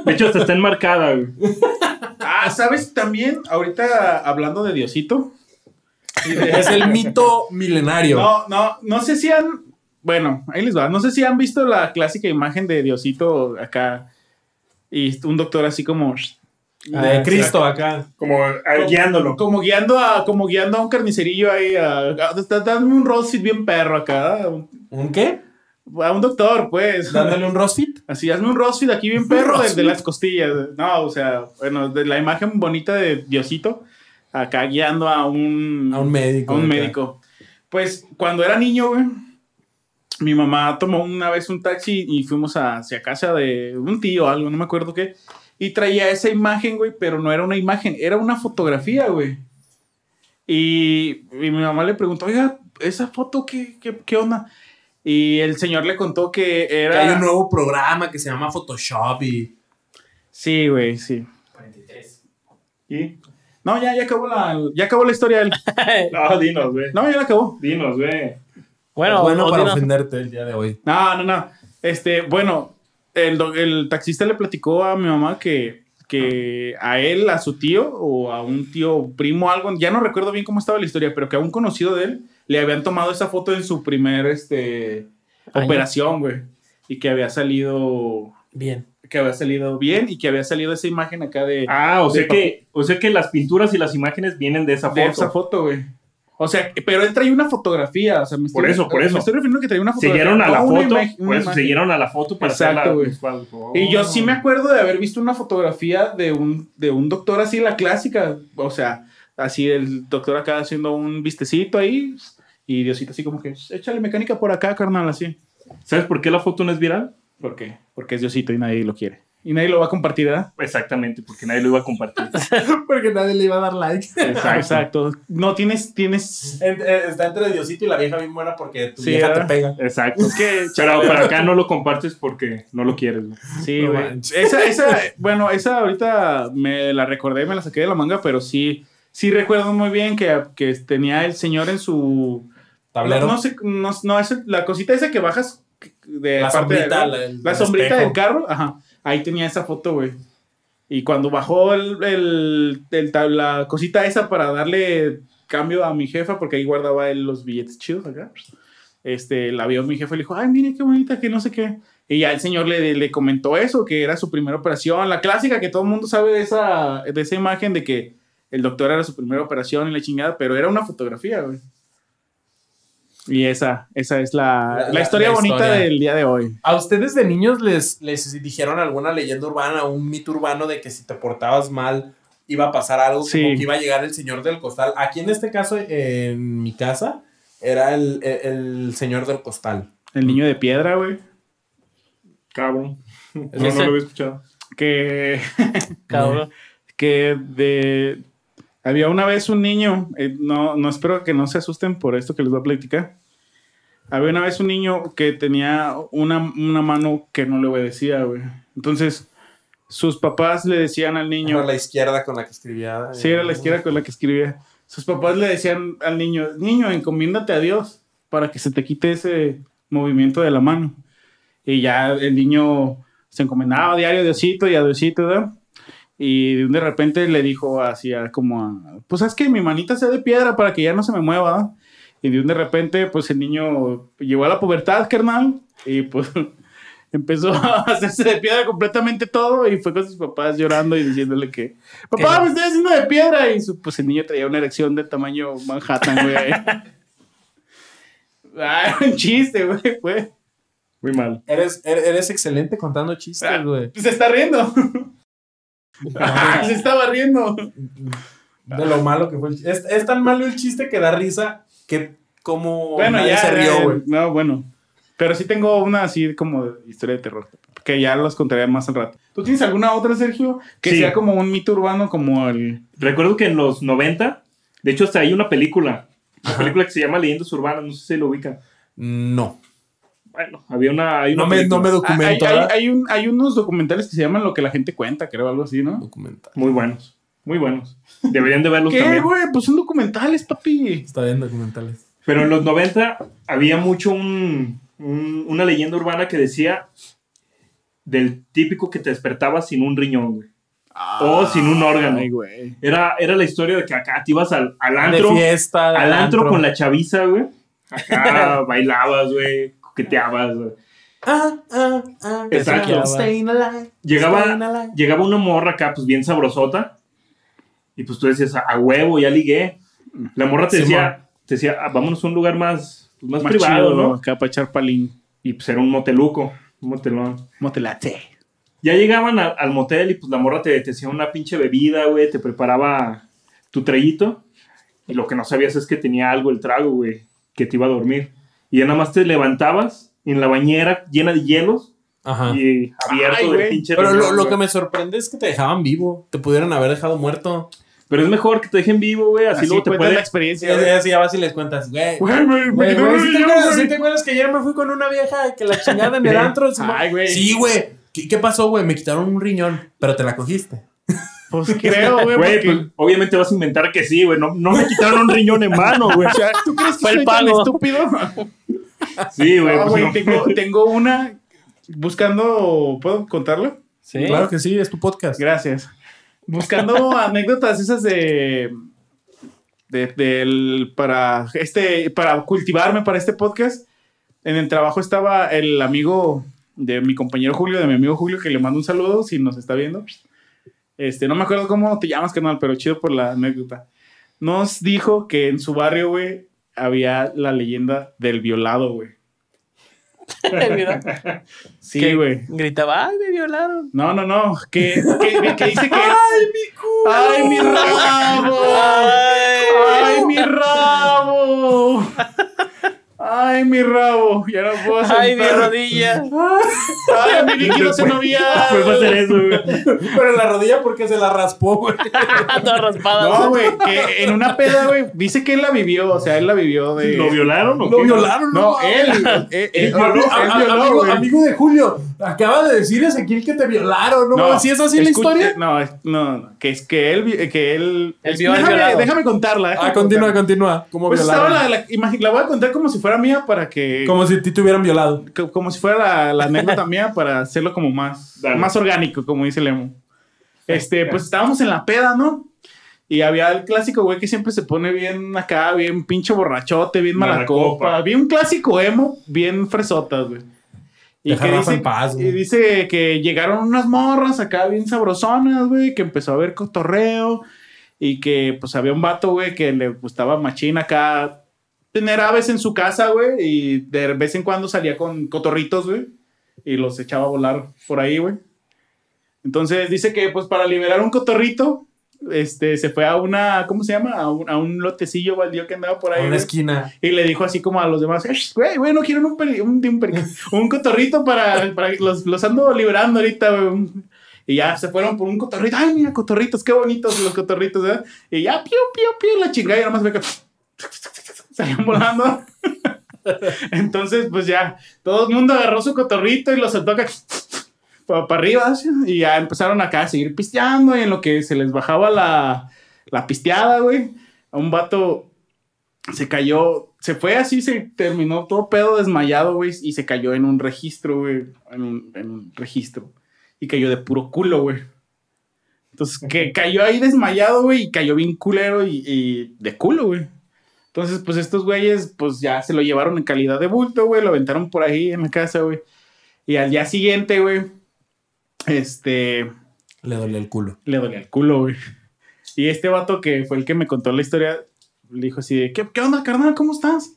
[SPEAKER 3] De hecho, hasta está enmarcada, güey.
[SPEAKER 2] Ah, ¿sabes? También, ahorita hablando de Diosito. y de-
[SPEAKER 1] Es el mito milenario.
[SPEAKER 2] No, no, no sé si han. Bueno, ahí les va. No sé si han visto la clásica imagen de Diosito acá. Y un doctor así como.
[SPEAKER 1] de Cristo acá.
[SPEAKER 3] Como
[SPEAKER 2] Como, como guiando a, como guiando a un carnicerillo ahí. A, a- da- dame un roast bien perro acá. A un,
[SPEAKER 1] ¿Un qué?
[SPEAKER 2] a un doctor, pues.
[SPEAKER 1] Dándole un rosfit.
[SPEAKER 2] Así, hazme un roast aquí bien perro desde las costillas. No, o sea, bueno, de la imagen bonita de Diosito. acá guiando a un,
[SPEAKER 1] A un médico,
[SPEAKER 2] a un
[SPEAKER 1] acá.
[SPEAKER 2] médico. Pues cuando era niño, güey, mi mamá tomó una vez un taxi y fuimos hacia casa de un tío o algo, no me acuerdo qué. Y traía esa imagen, güey, pero no era una imagen, era una fotografía, güey. Y, y mi mamá le preguntó, oiga, ¿esa foto qué, qué, qué onda? Y el señor le contó que
[SPEAKER 1] Que
[SPEAKER 2] era...
[SPEAKER 1] hay un nuevo programa que se llama Photoshop y.
[SPEAKER 2] Sí, güey, sí.
[SPEAKER 5] 43.
[SPEAKER 2] ¿Y? No, ya, ya acabó la, ya acabó la historia de él.
[SPEAKER 3] No, Ah, dinos, güey.
[SPEAKER 2] No, ya la acabó.
[SPEAKER 3] Dinos, güey.
[SPEAKER 6] Bueno,
[SPEAKER 1] Es bueno
[SPEAKER 6] o
[SPEAKER 1] para
[SPEAKER 6] dinos-
[SPEAKER 1] ofenderte el día de hoy.
[SPEAKER 2] No, no, no. Este, bueno, el, do- el taxista le platicó a mi mamá que, que a él, a su tío o a un tío primo, algo, ya no recuerdo bien cómo estaba la historia, pero que a un conocido de él le habían tomado esa foto en su primer este,
[SPEAKER 6] Año.
[SPEAKER 2] operación, güey. Y que había salido,
[SPEAKER 6] bien.
[SPEAKER 2] que había salido bien y que había salido esa imagen acá de,
[SPEAKER 3] Ah, o
[SPEAKER 2] De
[SPEAKER 3] sea que, o sea que las pinturas y las imágenes vienen de esa foto.
[SPEAKER 2] de esa foto, güey. O sea, pero él traía una fotografía, o sea, me
[SPEAKER 3] Por eso, por
[SPEAKER 2] me
[SPEAKER 3] eso.
[SPEAKER 2] estoy refiriendo que traía una fotografía.
[SPEAKER 3] Siguieron a la
[SPEAKER 2] no una ima-
[SPEAKER 3] foto,
[SPEAKER 2] una
[SPEAKER 3] por eso
[SPEAKER 2] imagen.
[SPEAKER 3] siguieron a la foto para
[SPEAKER 2] Exacto, güey.
[SPEAKER 3] hacer la... Oh.
[SPEAKER 2] Y yo sí me acuerdo de haber visto una fotografía de un, de un doctor así, la clásica. O sea, así el doctor acá haciendo un vistecito ahí. Y Diosito así como que, échale mecánica por acá, carnal, así.
[SPEAKER 3] ¿Sabes por qué la foto no es viral?
[SPEAKER 2] ¿Por qué? Porque es Diosito y nadie lo quiere. Y nadie lo va a compartir, ¿verdad?
[SPEAKER 3] Exactamente, porque nadie lo iba a compartir.
[SPEAKER 1] Porque nadie le iba a dar like.
[SPEAKER 3] Exacto.
[SPEAKER 2] Exacto. No, tienes, tienes...
[SPEAKER 7] En- eh, está entre Diosito y la vieja bien buena porque tu
[SPEAKER 2] Sí,
[SPEAKER 7] vieja
[SPEAKER 2] ¿verdad?
[SPEAKER 7] te pega.
[SPEAKER 3] Exacto.
[SPEAKER 2] Es que...
[SPEAKER 3] Pero, pero acá no lo compartes porque no lo quieres. güey.
[SPEAKER 2] Sí,
[SPEAKER 1] No
[SPEAKER 2] güey.
[SPEAKER 1] manches.
[SPEAKER 2] esa, esa, bueno, esa ahorita me la recordé, me la saqué de la manga, pero sí, sí recuerdo muy bien que, que tenía el señor en su
[SPEAKER 1] Tablero.
[SPEAKER 2] No, no sé, no, no, es la cosita esa que bajas de
[SPEAKER 1] la
[SPEAKER 2] parte de-
[SPEAKER 1] sombrita.
[SPEAKER 2] la,
[SPEAKER 1] la- el- el
[SPEAKER 2] sombrita
[SPEAKER 1] espejo.
[SPEAKER 2] del carro, ajá. Ahí tenía esa foto, güey. Y cuando bajó el, el- el tab- la cosita esa para darle cambio a mi jefa, porque ahí guardaba él los billetes chidos acá, este, la vio mi jefa y le dijo, ay, mire qué bonita, que no sé qué. Y ya el señor le, le comentó eso, que era su primera operación, la clásica que todo el mundo sabe de esa, de esa imagen de que el doctor era su primera operación y la chingada, pero era una fotografía, güey. Y esa, esa es la,
[SPEAKER 1] La-
[SPEAKER 2] la
[SPEAKER 1] la-
[SPEAKER 2] historia
[SPEAKER 1] la
[SPEAKER 2] bonita
[SPEAKER 1] historia.
[SPEAKER 2] del día de hoy.
[SPEAKER 1] ¿A ustedes de niños les, les dijeron alguna leyenda urbana, un mito urbano de que si te portabas mal iba a pasar algo,
[SPEAKER 2] Sí.
[SPEAKER 1] como que iba a llegar el señor del costal? Aquí en este caso, en mi casa, era el, el- el señor del costal.
[SPEAKER 2] El niño de piedra, güey.
[SPEAKER 3] Cabrón. No, no
[SPEAKER 6] Ese-
[SPEAKER 3] lo había escuchado.
[SPEAKER 2] Que,
[SPEAKER 6] Cabrón.
[SPEAKER 2] que de... Había una vez un niño, eh, no, no espero que no se asusten por esto que les voy a platicar. Había una vez un niño que tenía una, una mano que no le obedecía, güey. Entonces, sus papás le decían al niño...
[SPEAKER 1] Era la izquierda con la que escribía. eh,
[SPEAKER 2] Sí, era la izquierda con la que escribía. Sus papás le decían al niño, niño, encomiéndate a Dios para que se te quite ese movimiento de la mano. Y ya el niño se encomendaba a diario a Diosito y a Diosito, ¿verdad? Y de repente le dijo así, a- como, a, pues es que mi manita sea de piedra para que ya no se me mueva, ¿verdad? Y de un de repente, pues el niño llegó a la pubertad, carnal, y pues empezó a hacerse de piedra completamente todo y fue con sus papás llorando y diciéndole que, papá, me estoy haciendo de piedra. Y su- pues el niño traía una erección de tamaño Manhattan, güey. ahí. Ah, era un chiste, güey, fue.
[SPEAKER 3] Muy mal.
[SPEAKER 1] Eres, er- eres excelente contando
[SPEAKER 2] Ah.
[SPEAKER 1] chistes, güey.
[SPEAKER 2] Se está riendo.
[SPEAKER 3] Ah.
[SPEAKER 2] Se estaba riendo.
[SPEAKER 1] De lo malo que fue el chiste. Es, es tan malo el chiste que da risa que como
[SPEAKER 2] Bueno,
[SPEAKER 1] nadie
[SPEAKER 2] ya eh.
[SPEAKER 1] se rió,
[SPEAKER 2] ya,
[SPEAKER 1] güey.
[SPEAKER 2] No, bueno. Pero sí tengo una así como de historia de terror. Que ya los contaré más al rato. ¿Tú tienes alguna otra, Sergio? Que
[SPEAKER 3] Sí.
[SPEAKER 2] sea como un mito urbano, como el.
[SPEAKER 3] Recuerdo que en los 90, de hecho hasta hay una película, una película que se llama Leyendas Urbanas, no sé si lo ubican.
[SPEAKER 1] No.
[SPEAKER 3] Bueno, había una... hay una
[SPEAKER 1] No me, no
[SPEAKER 3] película.
[SPEAKER 1] me
[SPEAKER 2] Ah, Hay,
[SPEAKER 1] documento.
[SPEAKER 2] hay-
[SPEAKER 1] ¿verdad?
[SPEAKER 2] hay un- hay unos documentales que se llaman Lo que la gente cuenta, creo, algo así, ¿no?
[SPEAKER 1] Documental.
[SPEAKER 3] Muy buenos, muy buenos. Deberían de verlos
[SPEAKER 2] ¿Qué,
[SPEAKER 3] también.
[SPEAKER 2] güey? Pues son documentales, papi.
[SPEAKER 1] Está bien, documentales.
[SPEAKER 3] Pero en los 90 había mucho un- un- una leyenda urbana que decía del típico que te despertaba sin un riñón, güey. o Oh, sin un órgano.
[SPEAKER 2] Ay, güey.
[SPEAKER 3] Era, era la historia de que acá te ibas al, al antro,
[SPEAKER 1] de fiesta. de
[SPEAKER 3] al antro con la chaviza, güey. Acá bailabas, güey, coqueteabas, güey.
[SPEAKER 1] Ah, ah, ah.
[SPEAKER 3] Exacto.
[SPEAKER 1] Staying alive. staying
[SPEAKER 3] Llegaba,
[SPEAKER 1] alive.
[SPEAKER 3] llegaba una morra acá, pues bien sabrosota. Y pues tú decías, a huevo, ya ligué. La morra te
[SPEAKER 1] Simón.
[SPEAKER 3] decía, te decía "Ah, vámonos a un lugar más, pues, más,
[SPEAKER 2] Más
[SPEAKER 3] privado,
[SPEAKER 2] chido,
[SPEAKER 3] ¿no?
[SPEAKER 2] Acá para echar palín.
[SPEAKER 3] Y pues era un moteluco, un motelón.
[SPEAKER 2] Motelate.
[SPEAKER 3] Ya llegaban al, al motel y pues la morra te, te hacía una pinche bebida, güey, te preparaba, tu traguito. Y lo que no sabías es que tenía algo el trago, güey, que te iba a dormir. Y ya nada más te levantabas en la bañera llena de hielos
[SPEAKER 1] Ajá.
[SPEAKER 3] y abierto
[SPEAKER 2] Ay,
[SPEAKER 3] del
[SPEAKER 2] güey.
[SPEAKER 3] pinche
[SPEAKER 1] Ah. Pero lo,
[SPEAKER 3] reloj,
[SPEAKER 1] lo
[SPEAKER 3] güey.
[SPEAKER 1] que me sorprende es que te dejaban vivo. Te pudieran haber dejado muerto.
[SPEAKER 3] Pero es mejor que te dejen vivo, güey, así,
[SPEAKER 2] Así,
[SPEAKER 3] luego te
[SPEAKER 2] cuentas
[SPEAKER 3] pueden...
[SPEAKER 2] la
[SPEAKER 1] Sí,
[SPEAKER 2] experiencia. güey.
[SPEAKER 1] ya, sí, ya vas y les cuentas, güey.
[SPEAKER 2] Güey, güey, me
[SPEAKER 1] Güey,
[SPEAKER 2] quedé
[SPEAKER 1] güey, ¿sí te
[SPEAKER 2] dormido,
[SPEAKER 1] acuerdas-
[SPEAKER 2] güey.
[SPEAKER 1] sí te acuerdas que ayer me fui con una vieja y que la chingada en el antro? sí,
[SPEAKER 2] Ay, güey.
[SPEAKER 1] Sí, güey. ¿Qué, qué pasó, güey? Me quitaron un riñón, pero te la cogiste.
[SPEAKER 2] Pues creo, güey.
[SPEAKER 3] Güey,
[SPEAKER 2] porque-
[SPEAKER 3] pues, obviamente vas a inventar que sí, güey. No, no me quitaron un riñón en mano, güey.
[SPEAKER 2] O sea, ¿tú crees que
[SPEAKER 6] Fue el
[SPEAKER 2] soy tan
[SPEAKER 6] pago.
[SPEAKER 2] estúpido?
[SPEAKER 3] Sí, güey.
[SPEAKER 2] No,
[SPEAKER 3] pues,
[SPEAKER 2] Ah, güey,
[SPEAKER 3] no.
[SPEAKER 2] tengo, tengo una buscando. ¿Puedo contarla?
[SPEAKER 6] Sí.
[SPEAKER 1] Claro que sí, es tu podcast.
[SPEAKER 2] Gracias. Buscando anécdotas esas de. de- del- para este para cultivarme para este podcast en el trabajo estaba el amigo de mi compañero Julio de mi amigo Julio que le mando un saludo si nos está viendo este no me acuerdo cómo te llamas canal pero chido por la anécdota nos dijo que en su barrio güey había la leyenda del violado güey sí
[SPEAKER 6] Que
[SPEAKER 2] güey
[SPEAKER 6] Gritaba, ay, me violaron.
[SPEAKER 2] no no no que, que, que dice que ay mi culo ay mi rabo ¡Ay, mi rabo! ¡Ay, mi rabo! Ya no puedo sentar.
[SPEAKER 6] Ay, mi rodilla.
[SPEAKER 2] ¡Ay, mi líquido se novia!
[SPEAKER 3] Pues va a ser eso, güey.
[SPEAKER 1] Pero la rodilla porque se la raspó, güey.
[SPEAKER 6] Toda raspada.
[SPEAKER 2] No, güey, que en una peda, güey, dice que él la vivió, o sea, él la vivió de...
[SPEAKER 3] ¿Lo violaron o qué?
[SPEAKER 1] Lo violaron,
[SPEAKER 2] No,
[SPEAKER 1] mames.
[SPEAKER 2] él, él, él
[SPEAKER 1] Él violó,
[SPEAKER 2] violó,
[SPEAKER 1] a-
[SPEAKER 2] él
[SPEAKER 1] a-
[SPEAKER 2] violó,
[SPEAKER 1] amigo,
[SPEAKER 2] güey.
[SPEAKER 1] amigo de Julio, acaba de decir Ezequiel que te violaron, ¿no? mames? ¿Sí es así
[SPEAKER 2] escuche-
[SPEAKER 1] la historia?
[SPEAKER 2] No, es- no, no, que es que él, vi- que él,
[SPEAKER 6] Él vio al
[SPEAKER 2] déjame,
[SPEAKER 6] violado.
[SPEAKER 2] déjame contarla. déjame
[SPEAKER 1] Ah, continúa,
[SPEAKER 2] contarla.
[SPEAKER 1] continúa. ¿Cómo
[SPEAKER 2] Pues estaba
[SPEAKER 1] violaron?
[SPEAKER 2] la, la, imagi- la voy a contar como si fuera mía para que,
[SPEAKER 1] Como si a ti te hubieran violado.
[SPEAKER 2] co- como si fuera la, la anécdota mía para hacerlo como más,
[SPEAKER 3] Dale.
[SPEAKER 2] más orgánico, como dice Lemo. Este, pues estábamos en la peda, ¿no? Y había el clásico güey que siempre se pone bien acá, bien pinche borrachote, bien mala
[SPEAKER 3] Mala copa.
[SPEAKER 2] copa. Bien un clásico emo, bien fresotas, güey. Y
[SPEAKER 1] Deja a
[SPEAKER 2] que
[SPEAKER 1] Rafa
[SPEAKER 2] dice,
[SPEAKER 1] en paz,
[SPEAKER 2] y
[SPEAKER 1] güey.
[SPEAKER 2] dice que llegaron unas morras acá bien sabrosonas, güey, que empezó a haber cotorreo y que pues había un vato, güey, que le gustaba machín acá tener aves en su casa, güey, y de vez en cuando salía con cotorritos, güey, y los echaba a volar por ahí, güey. Entonces dice que pues para liberar un cotorrito, este, se fue a una, ¿cómo se llama? A un, a un lotecillo baldío que andaba por ahí.
[SPEAKER 1] En una
[SPEAKER 2] güey.
[SPEAKER 1] esquina.
[SPEAKER 2] Y le dijo así como a los demás, "Ey, güey, güey, no quieren un, peri- un, un peri- un cotorrito para, para los, los ando liberando ahorita, güey. Un- Y ya se fueron por un cotorrito. Ay, mira, cotorritos, qué bonitos los cotorritos, ¿verdad? Y ya, piu, piu, piu, la chingada. Y nomás ve que salían volando. Entonces, pues ya, todo el mundo agarró su cotorrito y lo soltó acá para arriba. así, Y ya empezaron acá a seguir pisteando. Y en lo que se les bajaba la, la pisteada, güey, a un vato se cayó, se fue así, se terminó todo pedo desmayado, güey, y se cayó en un registro, güey, en un, en un registro, y cayó de puro culo, güey. Entonces, que cayó ahí desmayado, güey, y cayó bien culero y, y de culo, güey. Entonces, pues estos güeyes, pues ya se lo llevaron en calidad de bulto, güey, lo aventaron por ahí en la casa, güey. Y al día siguiente, güey, este,
[SPEAKER 1] Le dolía el culo.
[SPEAKER 2] le dolía el culo, güey. Y este vato que fue el que me contó la historia, le dijo así de, ¿qué, qué onda, carnal? ¿Cómo estás?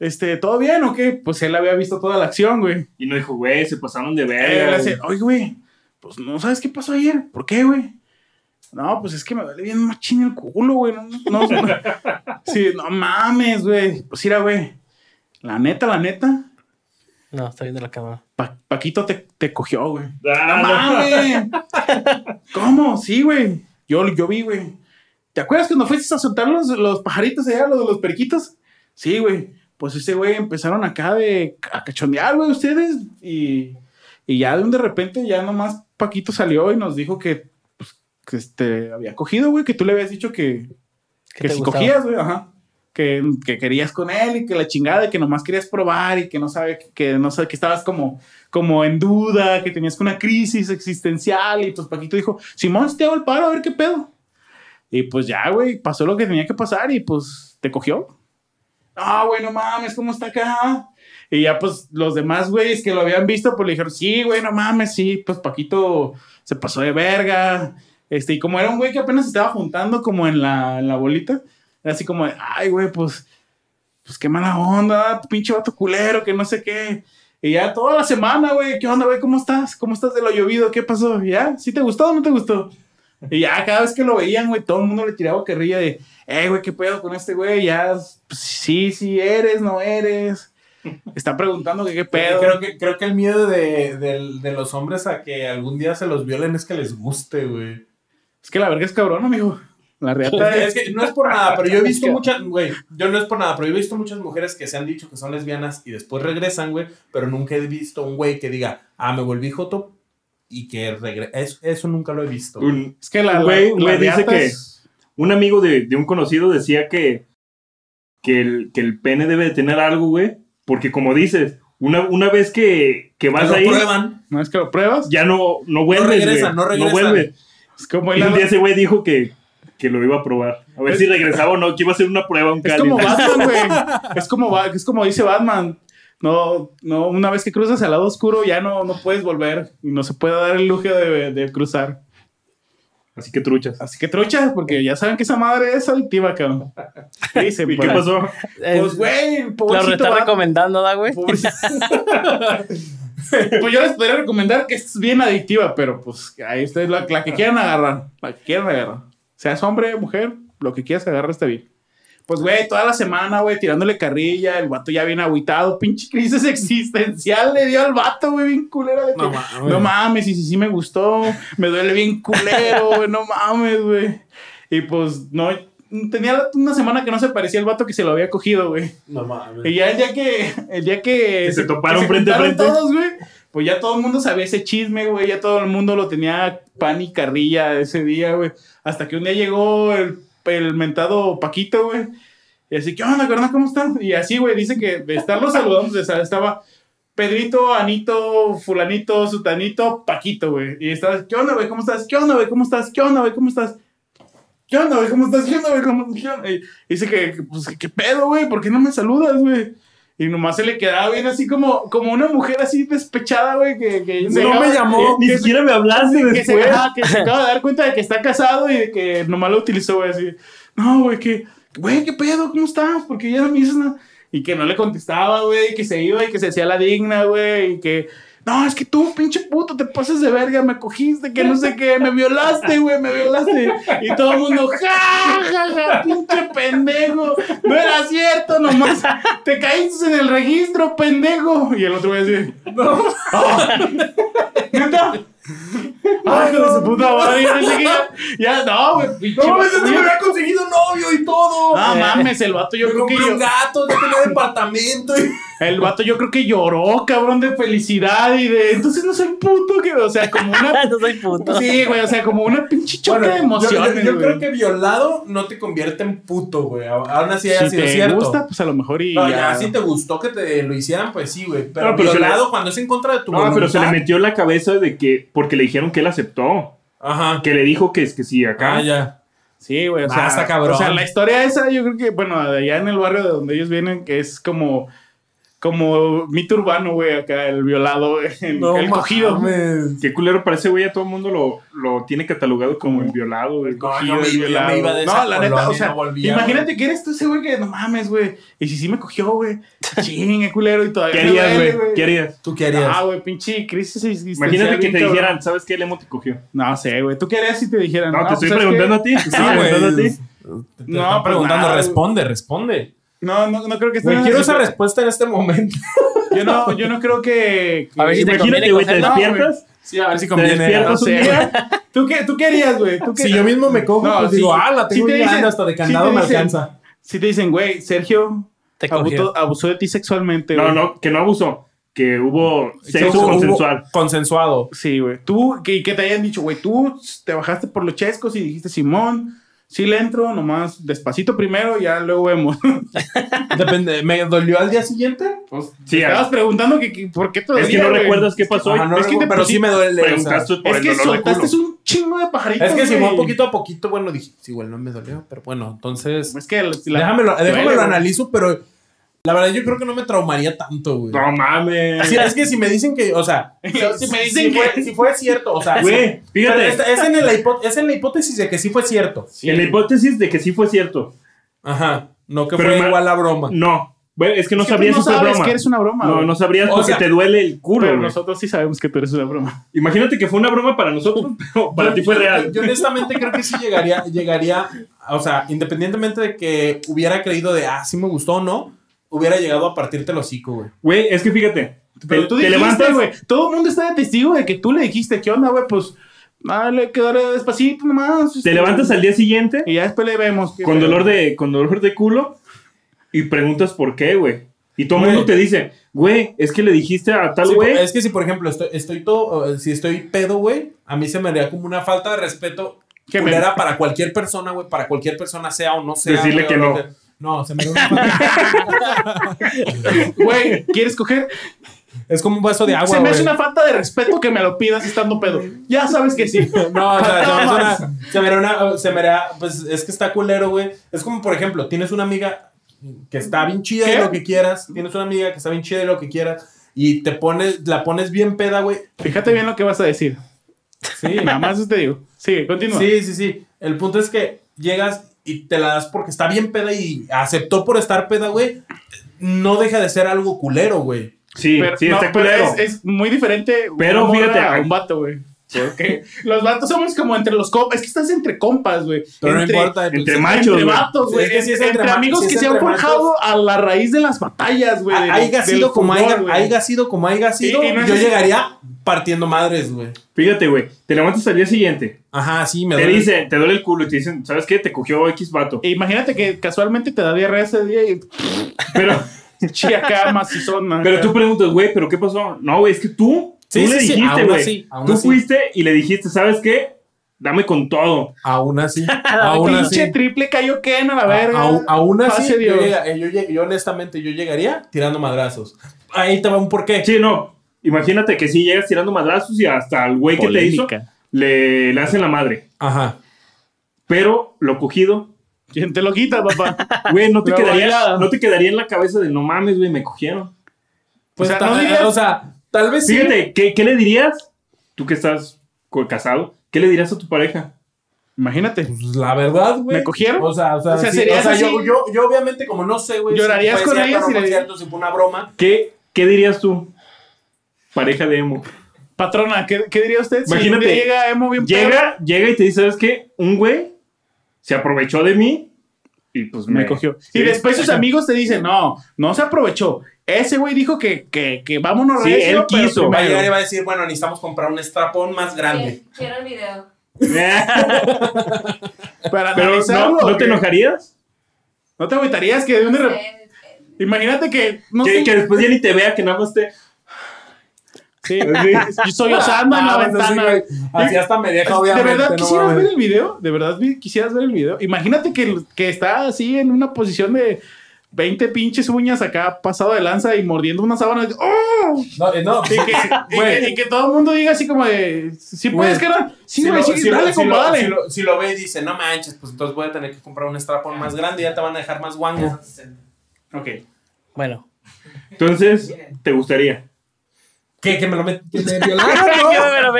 [SPEAKER 2] Este, ¿todo bien o qué? Pues él había visto toda la acción, güey.
[SPEAKER 3] Y no dijo, güey, se pasaron de
[SPEAKER 2] Eh, le
[SPEAKER 3] verga.
[SPEAKER 2] hace,
[SPEAKER 3] güey.
[SPEAKER 2] oye, güey, pues no sabes qué pasó ayer. ¿Por qué, güey? No, pues es que me duele bien machín el culo, güey. No, no, no". Sí, no mames, güey. Pues mira, güey. La neta, la neta.
[SPEAKER 6] No, está viendo la cámara.
[SPEAKER 2] Pa- Paquito te, te cogió, güey.
[SPEAKER 3] Ah,
[SPEAKER 2] ¡No mames! ¿Cómo? Sí, güey. Yo, yo vi, güey. ¿Te acuerdas cuando fuiste a soltar los, los pajaritos allá, los de los periquitos? Sí, güey. Pues ese güey empezaron acá de a cachondear, güey, ustedes. Y, y ya de un de repente, ya nomás Paquito salió y nos dijo que, pues, que este, había cogido, güey, que tú le habías dicho que,
[SPEAKER 6] ¿Qué
[SPEAKER 2] que
[SPEAKER 6] te
[SPEAKER 2] si
[SPEAKER 6] gustaba?
[SPEAKER 2] cogías, güey, ajá. Que, que querías con él y que la chingada, y que nomás querías probar y que no sabe, que no sabe, que estabas como, como en duda, que tenías una crisis existencial y pues Paquito dijo, Simón, si te hago el paro, a ver qué pedo. Y pues ya, güey, pasó lo que tenía que pasar y pues te cogió. Ah, güey, no mames, ¿cómo está acá? Y ya pues los demás güeyes que lo habían visto, pues le dijeron, sí, güey, no mames, sí, pues Paquito se pasó de verga. Este, y como era un güey que apenas se estaba juntando como en la, en la bolita, era así como, de, ay, güey, pues, pues qué mala onda, ah, pinche vato culero, que no sé qué. Y ya toda la semana, güey, ¿qué onda, güey? ¿Cómo estás? ¿Cómo estás de lo llovido? ¿Qué pasó? ¿Ya? ¿Sí te gustó o no te gustó? Y ya cada vez que lo veían, güey, todo el mundo le tiraba carrilla de, eh, güey, ¿qué pedo con este güey? Ya, pues, sí, sí, eres, no eres. Está preguntando que qué pedo.
[SPEAKER 1] Creo que, creo que el miedo de, del- de los hombres a que algún día se los violen es que les guste, güey.
[SPEAKER 2] Es que la verga es cabrón, amigo. La reata es...
[SPEAKER 1] Es que no es por nada, pero yo he visto muchas, güey, yo no es por nada, pero yo he visto muchas mujeres que se han dicho que son lesbianas y después regresan, güey, pero nunca he visto un güey que diga, ah, me volví joto y que regrese. eso nunca lo he visto. güey.
[SPEAKER 3] Un,
[SPEAKER 2] Es que la, la,
[SPEAKER 3] Güey,
[SPEAKER 2] la
[SPEAKER 3] güey, dice
[SPEAKER 2] reata
[SPEAKER 3] que-
[SPEAKER 2] es-
[SPEAKER 3] un amigo de, de un conocido decía que, que, el, que el pene debe de tener algo, güey. Porque como dices, una, una vez que, que vas
[SPEAKER 1] Lo
[SPEAKER 3] ahí,
[SPEAKER 1] prueban,
[SPEAKER 2] No es que lo pruebas.
[SPEAKER 3] ya no, no vuelves. güey.
[SPEAKER 1] regresan, no regresan.
[SPEAKER 3] vuelves.
[SPEAKER 2] Es como
[SPEAKER 3] Y
[SPEAKER 2] la-
[SPEAKER 3] un día ese güey dijo que, que lo iba a probar. A ver
[SPEAKER 2] Es-
[SPEAKER 3] si regresaba o no, que iba a hacer una prueba, un
[SPEAKER 2] Es
[SPEAKER 3] cáliz.
[SPEAKER 2] como Batman, güey. Es como, Ba- es como dice Batman. No, no, una vez que cruzas al lado oscuro ya no, no puedes volver y no se puede dar el lujo de, de cruzar.
[SPEAKER 3] Así que truchas.
[SPEAKER 2] Así que trocha, porque ya saben que esa madre es adictiva, cabrón. ¿Qué dicen,
[SPEAKER 3] ¿Y qué
[SPEAKER 2] por ahí?
[SPEAKER 3] pasó?
[SPEAKER 6] Eh,
[SPEAKER 2] Pues, güey,
[SPEAKER 6] Lo
[SPEAKER 2] pobrecito.
[SPEAKER 6] está
[SPEAKER 2] Batman,
[SPEAKER 6] recomendando, ¿da, güey?
[SPEAKER 2] pobrecito. pues yo les podría recomendar que es bien adictiva, pero pues ahí ustedes la, la que quieran agarrar. La que quieran agarrar. Seas hombre, mujer, lo que quieras agarrar está bien. Pues, güey, toda la semana, güey, tirándole carrilla, el vato ya bien agüitado, pinche crisis existencial le dio al vato, güey, bien culero. De que,
[SPEAKER 1] No
[SPEAKER 2] no,
[SPEAKER 1] mames.
[SPEAKER 2] mames, y si sí me gustó, me duele bien culero, güey, no mames, güey. Y pues, no, tenía una semana que no se parecía el vato que se lo había cogido, güey.
[SPEAKER 5] No mames.
[SPEAKER 2] Y ya el día que. El día que.
[SPEAKER 3] Que se toparon
[SPEAKER 2] que
[SPEAKER 3] frente a
[SPEAKER 2] juntaron
[SPEAKER 3] frente.
[SPEAKER 2] todos, güey. Pues ya todo el mundo sabía ese chisme, güey. Ya todo el mundo lo tenía pan y carrilla ese día, güey. Hasta que un día llegó el, el mentado Paquito, güey. Y así, ¿qué onda, carnal? ¿Cómo están? Y así, güey, dice que de estarlo saludando, o sea, estaba Pedrito, Anito, Fulanito, Sutanito, Paquito, güey. Y estaba, ¿qué onda, güey? ¿Cómo estás? ¿Qué onda, güey? ¿Cómo estás? ¿Qué onda, güey? ¿Cómo estás? ¿Qué onda, güey? ¿Cómo estás? ¿Qué onda, güey? ¿Cómo qué onda? Y dice que, pues, ¿qué pedo, güey? ¿Por qué no me saludas, güey? Y nomás se le quedaba bien así como, como una mujer así despechada, güey, que, que se
[SPEAKER 1] No
[SPEAKER 2] acaba-
[SPEAKER 1] me llamó.
[SPEAKER 3] Ni siquiera me hablaste
[SPEAKER 2] que se,
[SPEAKER 3] después.
[SPEAKER 2] ajá, que se acaba de dar cuenta de que está casado y de que nomás lo utilizó, güey, así. No, güey, que, güey, qué pedo, ¿cómo estás? Porque ya no me dices nada. Y que no le contestaba, güey, y que se iba y que se hacía la digna, güey, y que, no, es que tú, pinche puto, te pasas de verga, me cogiste, que no sé qué, me violaste, güey, me violaste. Y todo el mundo, ja, ja, ja, pinche pendejo, no era cierto, nomás te caíste en el registro, pendejo. Y el otro güey así, no, neta. Ay, hijo de su puta madre, yo pensé que ya, ya, no, güey, pinche.
[SPEAKER 1] No mames, este me había conseguido novio y todo.
[SPEAKER 2] No mames, el vato yo
[SPEAKER 1] me
[SPEAKER 2] creo que
[SPEAKER 1] compré un
[SPEAKER 2] yo,
[SPEAKER 1] gato, ya tenía departamento. y-
[SPEAKER 2] el vato yo creo que lloró, cabrón, de felicidad y de entonces no soy puto, que, o sea, como una
[SPEAKER 6] no soy puto.
[SPEAKER 2] Sí, güey, o sea, como una pinche choque
[SPEAKER 1] Bueno,
[SPEAKER 2] de
[SPEAKER 1] yo- yo-
[SPEAKER 2] emociones,
[SPEAKER 1] Yo,
[SPEAKER 2] güey.
[SPEAKER 1] creo que violado no te convierte en puto, güey. A- Aún así haya
[SPEAKER 2] si
[SPEAKER 1] sido
[SPEAKER 2] te
[SPEAKER 1] cierto.
[SPEAKER 2] gusta, pues a lo mejor y
[SPEAKER 1] No,
[SPEAKER 2] ya.
[SPEAKER 1] ya, si te gustó que te lo hicieran, pues sí, güey. Pero,
[SPEAKER 3] No, pero se
[SPEAKER 1] violado
[SPEAKER 3] le-
[SPEAKER 1] cuando es en contra de tu
[SPEAKER 3] No, pero se le
[SPEAKER 1] voluntad.
[SPEAKER 3] metió en la cabeza de que, porque le dijeron que él aceptó.
[SPEAKER 1] Ajá.
[SPEAKER 3] Que le dijo que es que sí, acá.
[SPEAKER 1] Ah, ya.
[SPEAKER 2] Sí, güey, o
[SPEAKER 1] Ah,
[SPEAKER 2] sea,
[SPEAKER 1] está cabrón.
[SPEAKER 2] o sea, la historia esa yo creo que bueno, allá en el barrio de donde ellos vienen que es como como mito urbano, güey, acá el violado, güey, el, el cogido.
[SPEAKER 1] mames.
[SPEAKER 3] Qué culero parece, güey, a todo el mundo lo, lo tiene catalogado como el violado, el
[SPEAKER 1] No,
[SPEAKER 3] cogido,
[SPEAKER 1] yo me,
[SPEAKER 3] el
[SPEAKER 1] yo me
[SPEAKER 3] violado.
[SPEAKER 1] iba de
[SPEAKER 2] No,
[SPEAKER 1] esa
[SPEAKER 2] la
[SPEAKER 1] colonia
[SPEAKER 2] neta, o
[SPEAKER 1] y
[SPEAKER 2] sea,
[SPEAKER 1] no volvía,
[SPEAKER 2] Imagínate que eres tú ese güey que no mames, güey. Y si sí me cogió, güey. Chingue, culero, y todavía.
[SPEAKER 3] ¿Qué
[SPEAKER 2] me
[SPEAKER 3] harías,
[SPEAKER 2] duele,
[SPEAKER 3] güey? ¿Qué harías?
[SPEAKER 1] güey. ¿Tú qué harías?
[SPEAKER 2] Ah, güey, pinche crisis existencial.
[SPEAKER 3] Imagínate que
[SPEAKER 2] bien
[SPEAKER 3] te
[SPEAKER 2] cabrón.
[SPEAKER 3] dijeran, ¿sabes qué? El emo te cogió.
[SPEAKER 2] No sé, güey. ¿Tú qué harías si te dijeran?
[SPEAKER 3] No, te estoy
[SPEAKER 2] pues, ¿sabes
[SPEAKER 3] preguntando
[SPEAKER 2] qué? Pues,
[SPEAKER 3] a ti. Te estoy
[SPEAKER 1] Sí, güey.
[SPEAKER 3] preguntando a ti.
[SPEAKER 1] Te
[SPEAKER 2] No,
[SPEAKER 1] están
[SPEAKER 2] pues
[SPEAKER 1] preguntando,
[SPEAKER 2] nada, güey. Ah,
[SPEAKER 1] responde, responde.
[SPEAKER 2] No, no, no creo que estés
[SPEAKER 1] Güey,
[SPEAKER 2] en
[SPEAKER 1] quiero
[SPEAKER 2] la
[SPEAKER 1] esa
[SPEAKER 2] situa-
[SPEAKER 1] respuesta en este momento.
[SPEAKER 2] Yo no, yo no creo que.
[SPEAKER 6] A ver si te
[SPEAKER 3] Imagínate,
[SPEAKER 6] conviene
[SPEAKER 3] güey, te
[SPEAKER 6] cogerla,
[SPEAKER 2] güey.
[SPEAKER 3] despiertas.
[SPEAKER 1] Sí, a ver si
[SPEAKER 3] conviene.
[SPEAKER 2] No
[SPEAKER 3] despiertas un
[SPEAKER 2] sé.
[SPEAKER 3] día.
[SPEAKER 2] ¿Tú qué, ¿Tú qué harías, güey? ¿Tú qué-
[SPEAKER 1] Si yo mismo me cojo,
[SPEAKER 2] No,
[SPEAKER 1] pues
[SPEAKER 2] sí,
[SPEAKER 1] digo, ah, la
[SPEAKER 2] sí
[SPEAKER 1] tengo
[SPEAKER 2] te
[SPEAKER 1] bien
[SPEAKER 2] dicen-
[SPEAKER 1] grande, hasta de
[SPEAKER 2] sí
[SPEAKER 1] candado
[SPEAKER 2] te
[SPEAKER 1] me
[SPEAKER 2] dicen-
[SPEAKER 1] alcanza.
[SPEAKER 2] Si te dicen, güey, Sergio
[SPEAKER 6] Te cogió.
[SPEAKER 2] abusó, abusó de ti sexualmente, güey.
[SPEAKER 3] No, no, que no abusó. Que hubo sexo
[SPEAKER 1] Hubo- hubo
[SPEAKER 3] consensual.
[SPEAKER 1] Consensuado.
[SPEAKER 2] Sí, güey. Tú, que, que te hayan dicho, güey, tú te bajaste por los chescos y dijiste, Simón, sí le entro, nomás despacito primero, ya luego vemos.
[SPEAKER 1] Depende, ¿me dolió al día siguiente?
[SPEAKER 3] Sí,
[SPEAKER 2] Estabas
[SPEAKER 3] es
[SPEAKER 2] preguntando que, que por qué todavía,
[SPEAKER 3] que no
[SPEAKER 2] güey?
[SPEAKER 3] recuerdas qué pasó.
[SPEAKER 1] Ah, no,
[SPEAKER 2] es que
[SPEAKER 1] no,
[SPEAKER 2] te
[SPEAKER 1] pero sí
[SPEAKER 2] pusiste-
[SPEAKER 1] me duele. o sea.
[SPEAKER 3] Preguntaste por
[SPEAKER 2] Es
[SPEAKER 3] el
[SPEAKER 2] que
[SPEAKER 3] dolor de culo.
[SPEAKER 2] soltaste un chingo de pajaritos,
[SPEAKER 1] Es que si
[SPEAKER 2] güey.
[SPEAKER 1] fue poquito a poquito, bueno, dije, sí, igual no me dolió, pero bueno, entonces.
[SPEAKER 2] Es que la- la-
[SPEAKER 1] déjamelo,
[SPEAKER 2] duele,
[SPEAKER 1] déjamelo
[SPEAKER 2] güey.
[SPEAKER 1] analizo, pero la verdad yo creo que no me traumaría tanto, güey.
[SPEAKER 3] No mames.
[SPEAKER 1] Sí, es que si me dicen que, o sea,
[SPEAKER 2] Yo, si me dicen
[SPEAKER 1] si fue-
[SPEAKER 2] que-
[SPEAKER 1] si fue cierto, o sea, sí.
[SPEAKER 3] Güey,
[SPEAKER 1] Pero
[SPEAKER 3] fíjate.
[SPEAKER 1] es, es en la hipo- es en la hipótesis de que sí fue cierto.
[SPEAKER 3] En la hipótesis de que sí fue cierto.
[SPEAKER 1] Ajá. No que
[SPEAKER 3] Pero
[SPEAKER 1] fue
[SPEAKER 3] ima-
[SPEAKER 1] igual la broma.
[SPEAKER 3] No. Bueno, es que no
[SPEAKER 2] Es que tú
[SPEAKER 3] sabrías
[SPEAKER 2] no
[SPEAKER 3] si fue
[SPEAKER 2] sabes
[SPEAKER 3] broma.
[SPEAKER 2] que eres una broma.
[SPEAKER 3] No,
[SPEAKER 2] güey.
[SPEAKER 3] no sabrías
[SPEAKER 1] O
[SPEAKER 3] porque
[SPEAKER 1] sea,
[SPEAKER 3] te duele el culo.
[SPEAKER 2] Pero
[SPEAKER 3] güey.
[SPEAKER 2] nosotros sí sabemos que tú eres una broma.
[SPEAKER 3] Imagínate que fue una broma para nosotros, pero para ti fue real.
[SPEAKER 1] Yo honestamente creo que sí llegaría, llegaría, o sea, independientemente de que hubiera creído de, ah, sí me gustó o no, hubiera llegado a partirte el hocico, güey.
[SPEAKER 3] Güey, es que fíjate.
[SPEAKER 2] Pero
[SPEAKER 3] te,
[SPEAKER 2] tú
[SPEAKER 3] te
[SPEAKER 2] dijiste,
[SPEAKER 3] levantas,
[SPEAKER 2] güey. Todo el mundo está de testigo de que tú le dijiste, ¿qué onda, güey? Pues, ah, le quedaré despacito nomás.
[SPEAKER 3] te
[SPEAKER 2] este,
[SPEAKER 3] levantas al día siguiente
[SPEAKER 2] Y ya después le vemos.
[SPEAKER 3] con dolor de con dolor de culo y preguntas por qué, güey. Y todo el
[SPEAKER 1] Güey.
[SPEAKER 3] mundo te dice, güey, es que le dijiste a tal
[SPEAKER 1] Sí,
[SPEAKER 3] güey.
[SPEAKER 1] es que si, por ejemplo, estoy, estoy todo, eh, si estoy pedo, güey, a mí se me haría como una falta de respeto
[SPEAKER 2] Que me-
[SPEAKER 1] culera para cualquier persona, güey, para cualquier persona, sea o no sea.
[SPEAKER 3] Decirle
[SPEAKER 1] güey,
[SPEAKER 3] que
[SPEAKER 1] o
[SPEAKER 3] no.
[SPEAKER 1] lo No, se me haría una falta-
[SPEAKER 2] Güey, ¿quieres coger?
[SPEAKER 1] Es como un vaso de agua,
[SPEAKER 2] Se me hace
[SPEAKER 1] güey.
[SPEAKER 2] una falta de respeto que me lo pidas estando pedo. Ya sabes que sí.
[SPEAKER 1] No, o sea, se me hace
[SPEAKER 2] Nada
[SPEAKER 1] una- se me haría una. Se me haría- Pues es que está culero, güey. Es como, por ejemplo, tienes una amiga que está bien chida
[SPEAKER 2] ¿Qué?
[SPEAKER 1] de lo que quieras. Tienes una amiga que está bien chida de lo que quieras. Y te pones, la pones bien peda, güey.
[SPEAKER 2] Fíjate bien lo que vas a decir. Sí, nada más te digo. Sigue, continúa.
[SPEAKER 1] Sí, sí, sí. El punto es que llegas y te la das porque está bien peda y aceptó por estar peda, güey. No deja de ser algo culero, güey.
[SPEAKER 3] sí,
[SPEAKER 2] Pero-
[SPEAKER 3] sí,
[SPEAKER 2] no,
[SPEAKER 3] está
[SPEAKER 2] pero
[SPEAKER 3] culero.
[SPEAKER 2] es, es muy diferente. una
[SPEAKER 3] Pero
[SPEAKER 2] morra
[SPEAKER 3] fíjate,
[SPEAKER 2] a
[SPEAKER 3] hay-
[SPEAKER 2] un vato, güey. Porque los vatos somos como entre los compas. Es que estás entre compas, güey.
[SPEAKER 1] Pero
[SPEAKER 2] entre,
[SPEAKER 1] no importa.
[SPEAKER 3] entre
[SPEAKER 1] pues,
[SPEAKER 3] machos,
[SPEAKER 2] Entre
[SPEAKER 3] güey.
[SPEAKER 2] vatos, güey.
[SPEAKER 1] Es que sí es
[SPEAKER 2] entre,
[SPEAKER 1] entre ma-
[SPEAKER 2] amigos
[SPEAKER 1] sí es
[SPEAKER 2] que se han
[SPEAKER 1] entre machos.
[SPEAKER 2] forjado a la raíz de las batallas, güey.
[SPEAKER 1] ha-
[SPEAKER 2] del-
[SPEAKER 1] Haiga
[SPEAKER 2] del
[SPEAKER 1] sido como
[SPEAKER 2] fútbol,
[SPEAKER 1] haiga,
[SPEAKER 2] güey.
[SPEAKER 1] haiga sido como haiga sido,
[SPEAKER 2] Y- y no es
[SPEAKER 1] yo
[SPEAKER 2] así.
[SPEAKER 1] llegaría partiendo madres, güey.
[SPEAKER 3] Fíjate, güey, te levantas al día siguiente.
[SPEAKER 1] Ajá, sí, me
[SPEAKER 3] Te
[SPEAKER 1] duele.
[SPEAKER 3] dicen, te duele el culo y te dicen, ¿sabes qué? Te cogió X vato.
[SPEAKER 2] Imagínate que casualmente te da diarrea ese día y
[SPEAKER 3] Pero,
[SPEAKER 2] chiacá, macizona.
[SPEAKER 3] pero tú preguntas, güey, ¿pero qué pasó? No, güey, es que tú,
[SPEAKER 1] Sí,
[SPEAKER 3] tú le
[SPEAKER 1] sí, sí,
[SPEAKER 3] dijiste,
[SPEAKER 1] aún
[SPEAKER 3] güey.
[SPEAKER 1] así, aún
[SPEAKER 3] tú
[SPEAKER 1] así.
[SPEAKER 3] fuiste y le dijiste, ¿sabes qué? Dame con todo.
[SPEAKER 1] Aún así, aún
[SPEAKER 2] Pinche
[SPEAKER 1] así.
[SPEAKER 2] triple cayó Ken a la verga.
[SPEAKER 1] A- aún- aún así,
[SPEAKER 2] Pase
[SPEAKER 1] yo,
[SPEAKER 2] Dios.
[SPEAKER 1] llega- eh, yo lleg- yo honestamente yo llegaría tirando madrazos. Ahí te va un porqué.
[SPEAKER 3] Sí, no. Imagínate que si llegas tirando madrazos y hasta al güey que te hizo
[SPEAKER 2] Polémica.
[SPEAKER 3] le, le hacen la madre.
[SPEAKER 1] Ajá.
[SPEAKER 3] Pero lo cogido,
[SPEAKER 2] ¿Quién te lo quita, papá?
[SPEAKER 3] güey, no te,
[SPEAKER 2] Lo
[SPEAKER 3] quedaría,
[SPEAKER 2] bailado.
[SPEAKER 3] no te quedaría en la cabeza de no mames, güey, me cogieron.
[SPEAKER 1] Pues
[SPEAKER 2] O sea,
[SPEAKER 1] ta-
[SPEAKER 2] no dirías-
[SPEAKER 1] o sea, tal vez sí.
[SPEAKER 3] Fíjate, ¿qué, qué le dirías? Tú que estás co- casado, ¿qué le dirías a tu pareja?
[SPEAKER 2] Imagínate.
[SPEAKER 1] Pues, la verdad, güey.
[SPEAKER 2] ¿Me cogieron?
[SPEAKER 1] O sea, o sea,
[SPEAKER 2] O sea,
[SPEAKER 1] sí,
[SPEAKER 2] ¿serías
[SPEAKER 1] o sea,
[SPEAKER 2] así?
[SPEAKER 1] yo, yo, yo obviamente como no sé, güey.
[SPEAKER 2] ¿Llorarías
[SPEAKER 1] si fue
[SPEAKER 2] con
[SPEAKER 1] cierto,
[SPEAKER 2] ella
[SPEAKER 1] no
[SPEAKER 2] si
[SPEAKER 1] fue
[SPEAKER 2] le-
[SPEAKER 1] cierto, si fue una broma?
[SPEAKER 3] ¿Qué, qué dirías tú? Pareja de emo.
[SPEAKER 2] Patrona, ¿qué, qué diría usted? Si
[SPEAKER 3] Imagínate.
[SPEAKER 2] un día llega Emo bien perro,
[SPEAKER 3] Llega, llega y te dice, ¿sabes qué? Un güey se aprovechó de mí y pues me,
[SPEAKER 2] me cogió.
[SPEAKER 3] Sí.
[SPEAKER 2] Y después sus amigos te dicen, no, no se aprovechó. Ese güey dijo que, que, que vámonos
[SPEAKER 3] Sí,
[SPEAKER 2] recio,
[SPEAKER 3] él
[SPEAKER 2] pero
[SPEAKER 3] quiso.
[SPEAKER 1] Va a
[SPEAKER 2] primero.
[SPEAKER 1] llegar y va a decir, bueno, necesitamos comprar un estrapón más grande.
[SPEAKER 8] Quiero- Quiero el video.
[SPEAKER 2] Para
[SPEAKER 3] Pero no,
[SPEAKER 2] analizarlo,
[SPEAKER 3] ¿no
[SPEAKER 2] ¿qué?
[SPEAKER 3] te enojarías?
[SPEAKER 2] ¿No te agüitarías que de un... de-
[SPEAKER 8] Eh, eh,
[SPEAKER 2] Imagínate que... No
[SPEAKER 3] que,
[SPEAKER 2] sé,
[SPEAKER 3] que después ya ni te vea, que nada más te...
[SPEAKER 2] Sí, yo soy osando en la
[SPEAKER 1] Ah, pues, así,
[SPEAKER 2] ventana.
[SPEAKER 1] güey, Así hasta me deja,
[SPEAKER 2] ¿De
[SPEAKER 1] obviamente.
[SPEAKER 2] verdad
[SPEAKER 1] no
[SPEAKER 2] quisieras
[SPEAKER 1] mames.
[SPEAKER 2] ver el video? ¿De verdad vi- quisieras ver el video? Imagínate que, que está así en una posición de 20 pinches uñas acá, pasado de lanza y mordiendo una sábana. ¡Oh!
[SPEAKER 1] No, eh, no,
[SPEAKER 2] Y que, y
[SPEAKER 1] Güey.
[SPEAKER 2] que- y que todo el mundo diga así como de... ¿Sí
[SPEAKER 1] Güey.
[SPEAKER 2] puedes, carnal? Sí,
[SPEAKER 1] si
[SPEAKER 2] güey,
[SPEAKER 1] lo-
[SPEAKER 2] sí,
[SPEAKER 1] si lo-
[SPEAKER 2] dale,
[SPEAKER 1] si lo-
[SPEAKER 2] compadre.
[SPEAKER 1] si lo- Si lo ve y dice, no manches, pues entonces voy a tener que comprar un estrapón más grande y ya te van a dejar más guango.
[SPEAKER 2] Ok.
[SPEAKER 6] Bueno.
[SPEAKER 3] Entonces, te gustaría.
[SPEAKER 1] ¿Qué? ¿Que me lo met- que me violaron?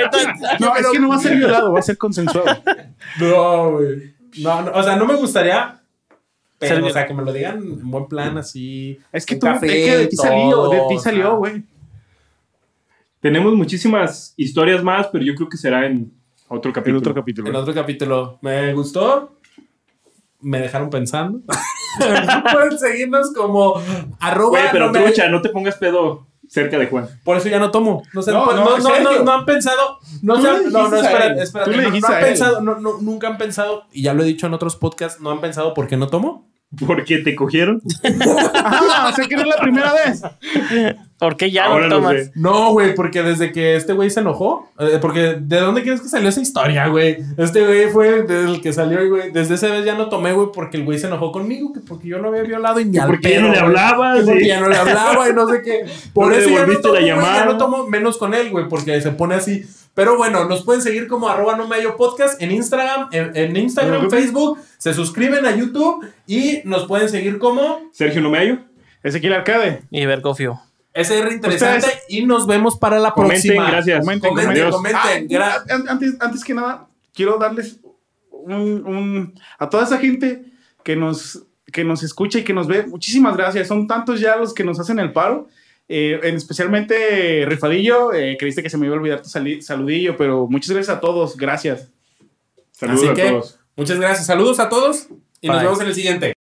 [SPEAKER 2] No, es que no va a ser violado, va a ser consensuado.
[SPEAKER 1] No, güey. No, no, o sea, no me gustaría. Pero,
[SPEAKER 6] Ser-
[SPEAKER 1] o sea, que me lo digan en buen plan, así.
[SPEAKER 2] Es que
[SPEAKER 1] un
[SPEAKER 2] tú, es
[SPEAKER 1] café,
[SPEAKER 2] que de ti
[SPEAKER 1] todo,
[SPEAKER 2] salió, de ti
[SPEAKER 1] o sea.
[SPEAKER 2] salió, güey.
[SPEAKER 3] Tenemos muchísimas historias más, pero yo creo que será en otro capítulo.
[SPEAKER 2] capítulo.
[SPEAKER 1] El otro capítulo me gustó. Me dejaron pensando. Pueden seguirnos como arroba.
[SPEAKER 3] Güey, pero
[SPEAKER 1] no me-
[SPEAKER 3] trucha, no te pongas pedo cerca de Juan.
[SPEAKER 1] Por eso ya no tomo. No, sé,
[SPEAKER 2] No,
[SPEAKER 1] pues,
[SPEAKER 2] no,
[SPEAKER 1] no,
[SPEAKER 2] en
[SPEAKER 1] no,
[SPEAKER 2] serio.
[SPEAKER 1] no, no han pensado. No,
[SPEAKER 2] Tú
[SPEAKER 1] se
[SPEAKER 2] le
[SPEAKER 1] han- no, no,
[SPEAKER 2] dijiste a
[SPEAKER 1] espérate,
[SPEAKER 2] él.
[SPEAKER 1] espérate,
[SPEAKER 2] Tú le
[SPEAKER 1] no- no,
[SPEAKER 2] dijiste
[SPEAKER 1] han
[SPEAKER 2] a él.
[SPEAKER 1] pensado, no, no, nunca han pensado, y ya lo he dicho en otros podcasts, no han pensado por qué no tomo.
[SPEAKER 3] Porque te cogieron.
[SPEAKER 2] Ah, o sea que no es la primera vez.
[SPEAKER 6] ¿Por qué ya
[SPEAKER 3] Ahora
[SPEAKER 6] no
[SPEAKER 3] lo
[SPEAKER 6] tomas?
[SPEAKER 3] sé.
[SPEAKER 1] No, güey, porque desde que este güey se enojó, eh, porque ¿de dónde crees que salió esa historia, güey? Este güey fue desde el que salió, güey. Desde esa vez ya no tomé, güey, porque el güey se enojó conmigo, que porque yo lo había violado y ni al
[SPEAKER 3] Porque ya
[SPEAKER 1] pedo,
[SPEAKER 3] no le
[SPEAKER 1] güey.
[SPEAKER 3] hablabas.
[SPEAKER 1] Que porque
[SPEAKER 3] y-
[SPEAKER 1] ya no le hablaba y no sé qué. Por
[SPEAKER 3] No le
[SPEAKER 1] eso ya no,
[SPEAKER 3] devolviste
[SPEAKER 1] tomo,
[SPEAKER 3] la
[SPEAKER 1] güey, ya
[SPEAKER 3] llamada.
[SPEAKER 1] no tomo menos con él, güey, porque se pone así. Pero bueno, nos pueden seguir como arroba no me hallo podcast en Instagram, en, en Instagram,
[SPEAKER 2] Ujú.
[SPEAKER 1] Facebook, se suscriben a YouTube y nos pueden seguir como
[SPEAKER 3] Sergio Nomeayo.
[SPEAKER 2] Ezequiel Arcade.
[SPEAKER 6] Y ver, confío.
[SPEAKER 1] SR Interesante
[SPEAKER 2] Ustedes-
[SPEAKER 1] y nos vemos para la
[SPEAKER 3] Comenten,
[SPEAKER 1] próxima.
[SPEAKER 3] gracias.
[SPEAKER 2] Comenten,
[SPEAKER 1] Comenten,
[SPEAKER 3] Adiós.
[SPEAKER 1] comenten. gra-
[SPEAKER 2] Ah, an- antes, antes que nada, quiero darles un, un- a toda esa gente que nos que nos escucha y que nos ve. Muchísimas gracias. Son tantos ya los que nos hacen el paro. Eh, en especialmente eh, Rifadillo, eh, creíste que se me iba a olvidar tu sali- saludillo, pero muchas gracias a todos. Gracias.
[SPEAKER 3] Saludos
[SPEAKER 1] Así
[SPEAKER 3] a
[SPEAKER 1] que-
[SPEAKER 3] todos.
[SPEAKER 1] Muchas gracias. Saludos a todos y nos
[SPEAKER 6] Bye.
[SPEAKER 1] vemos en el siguiente.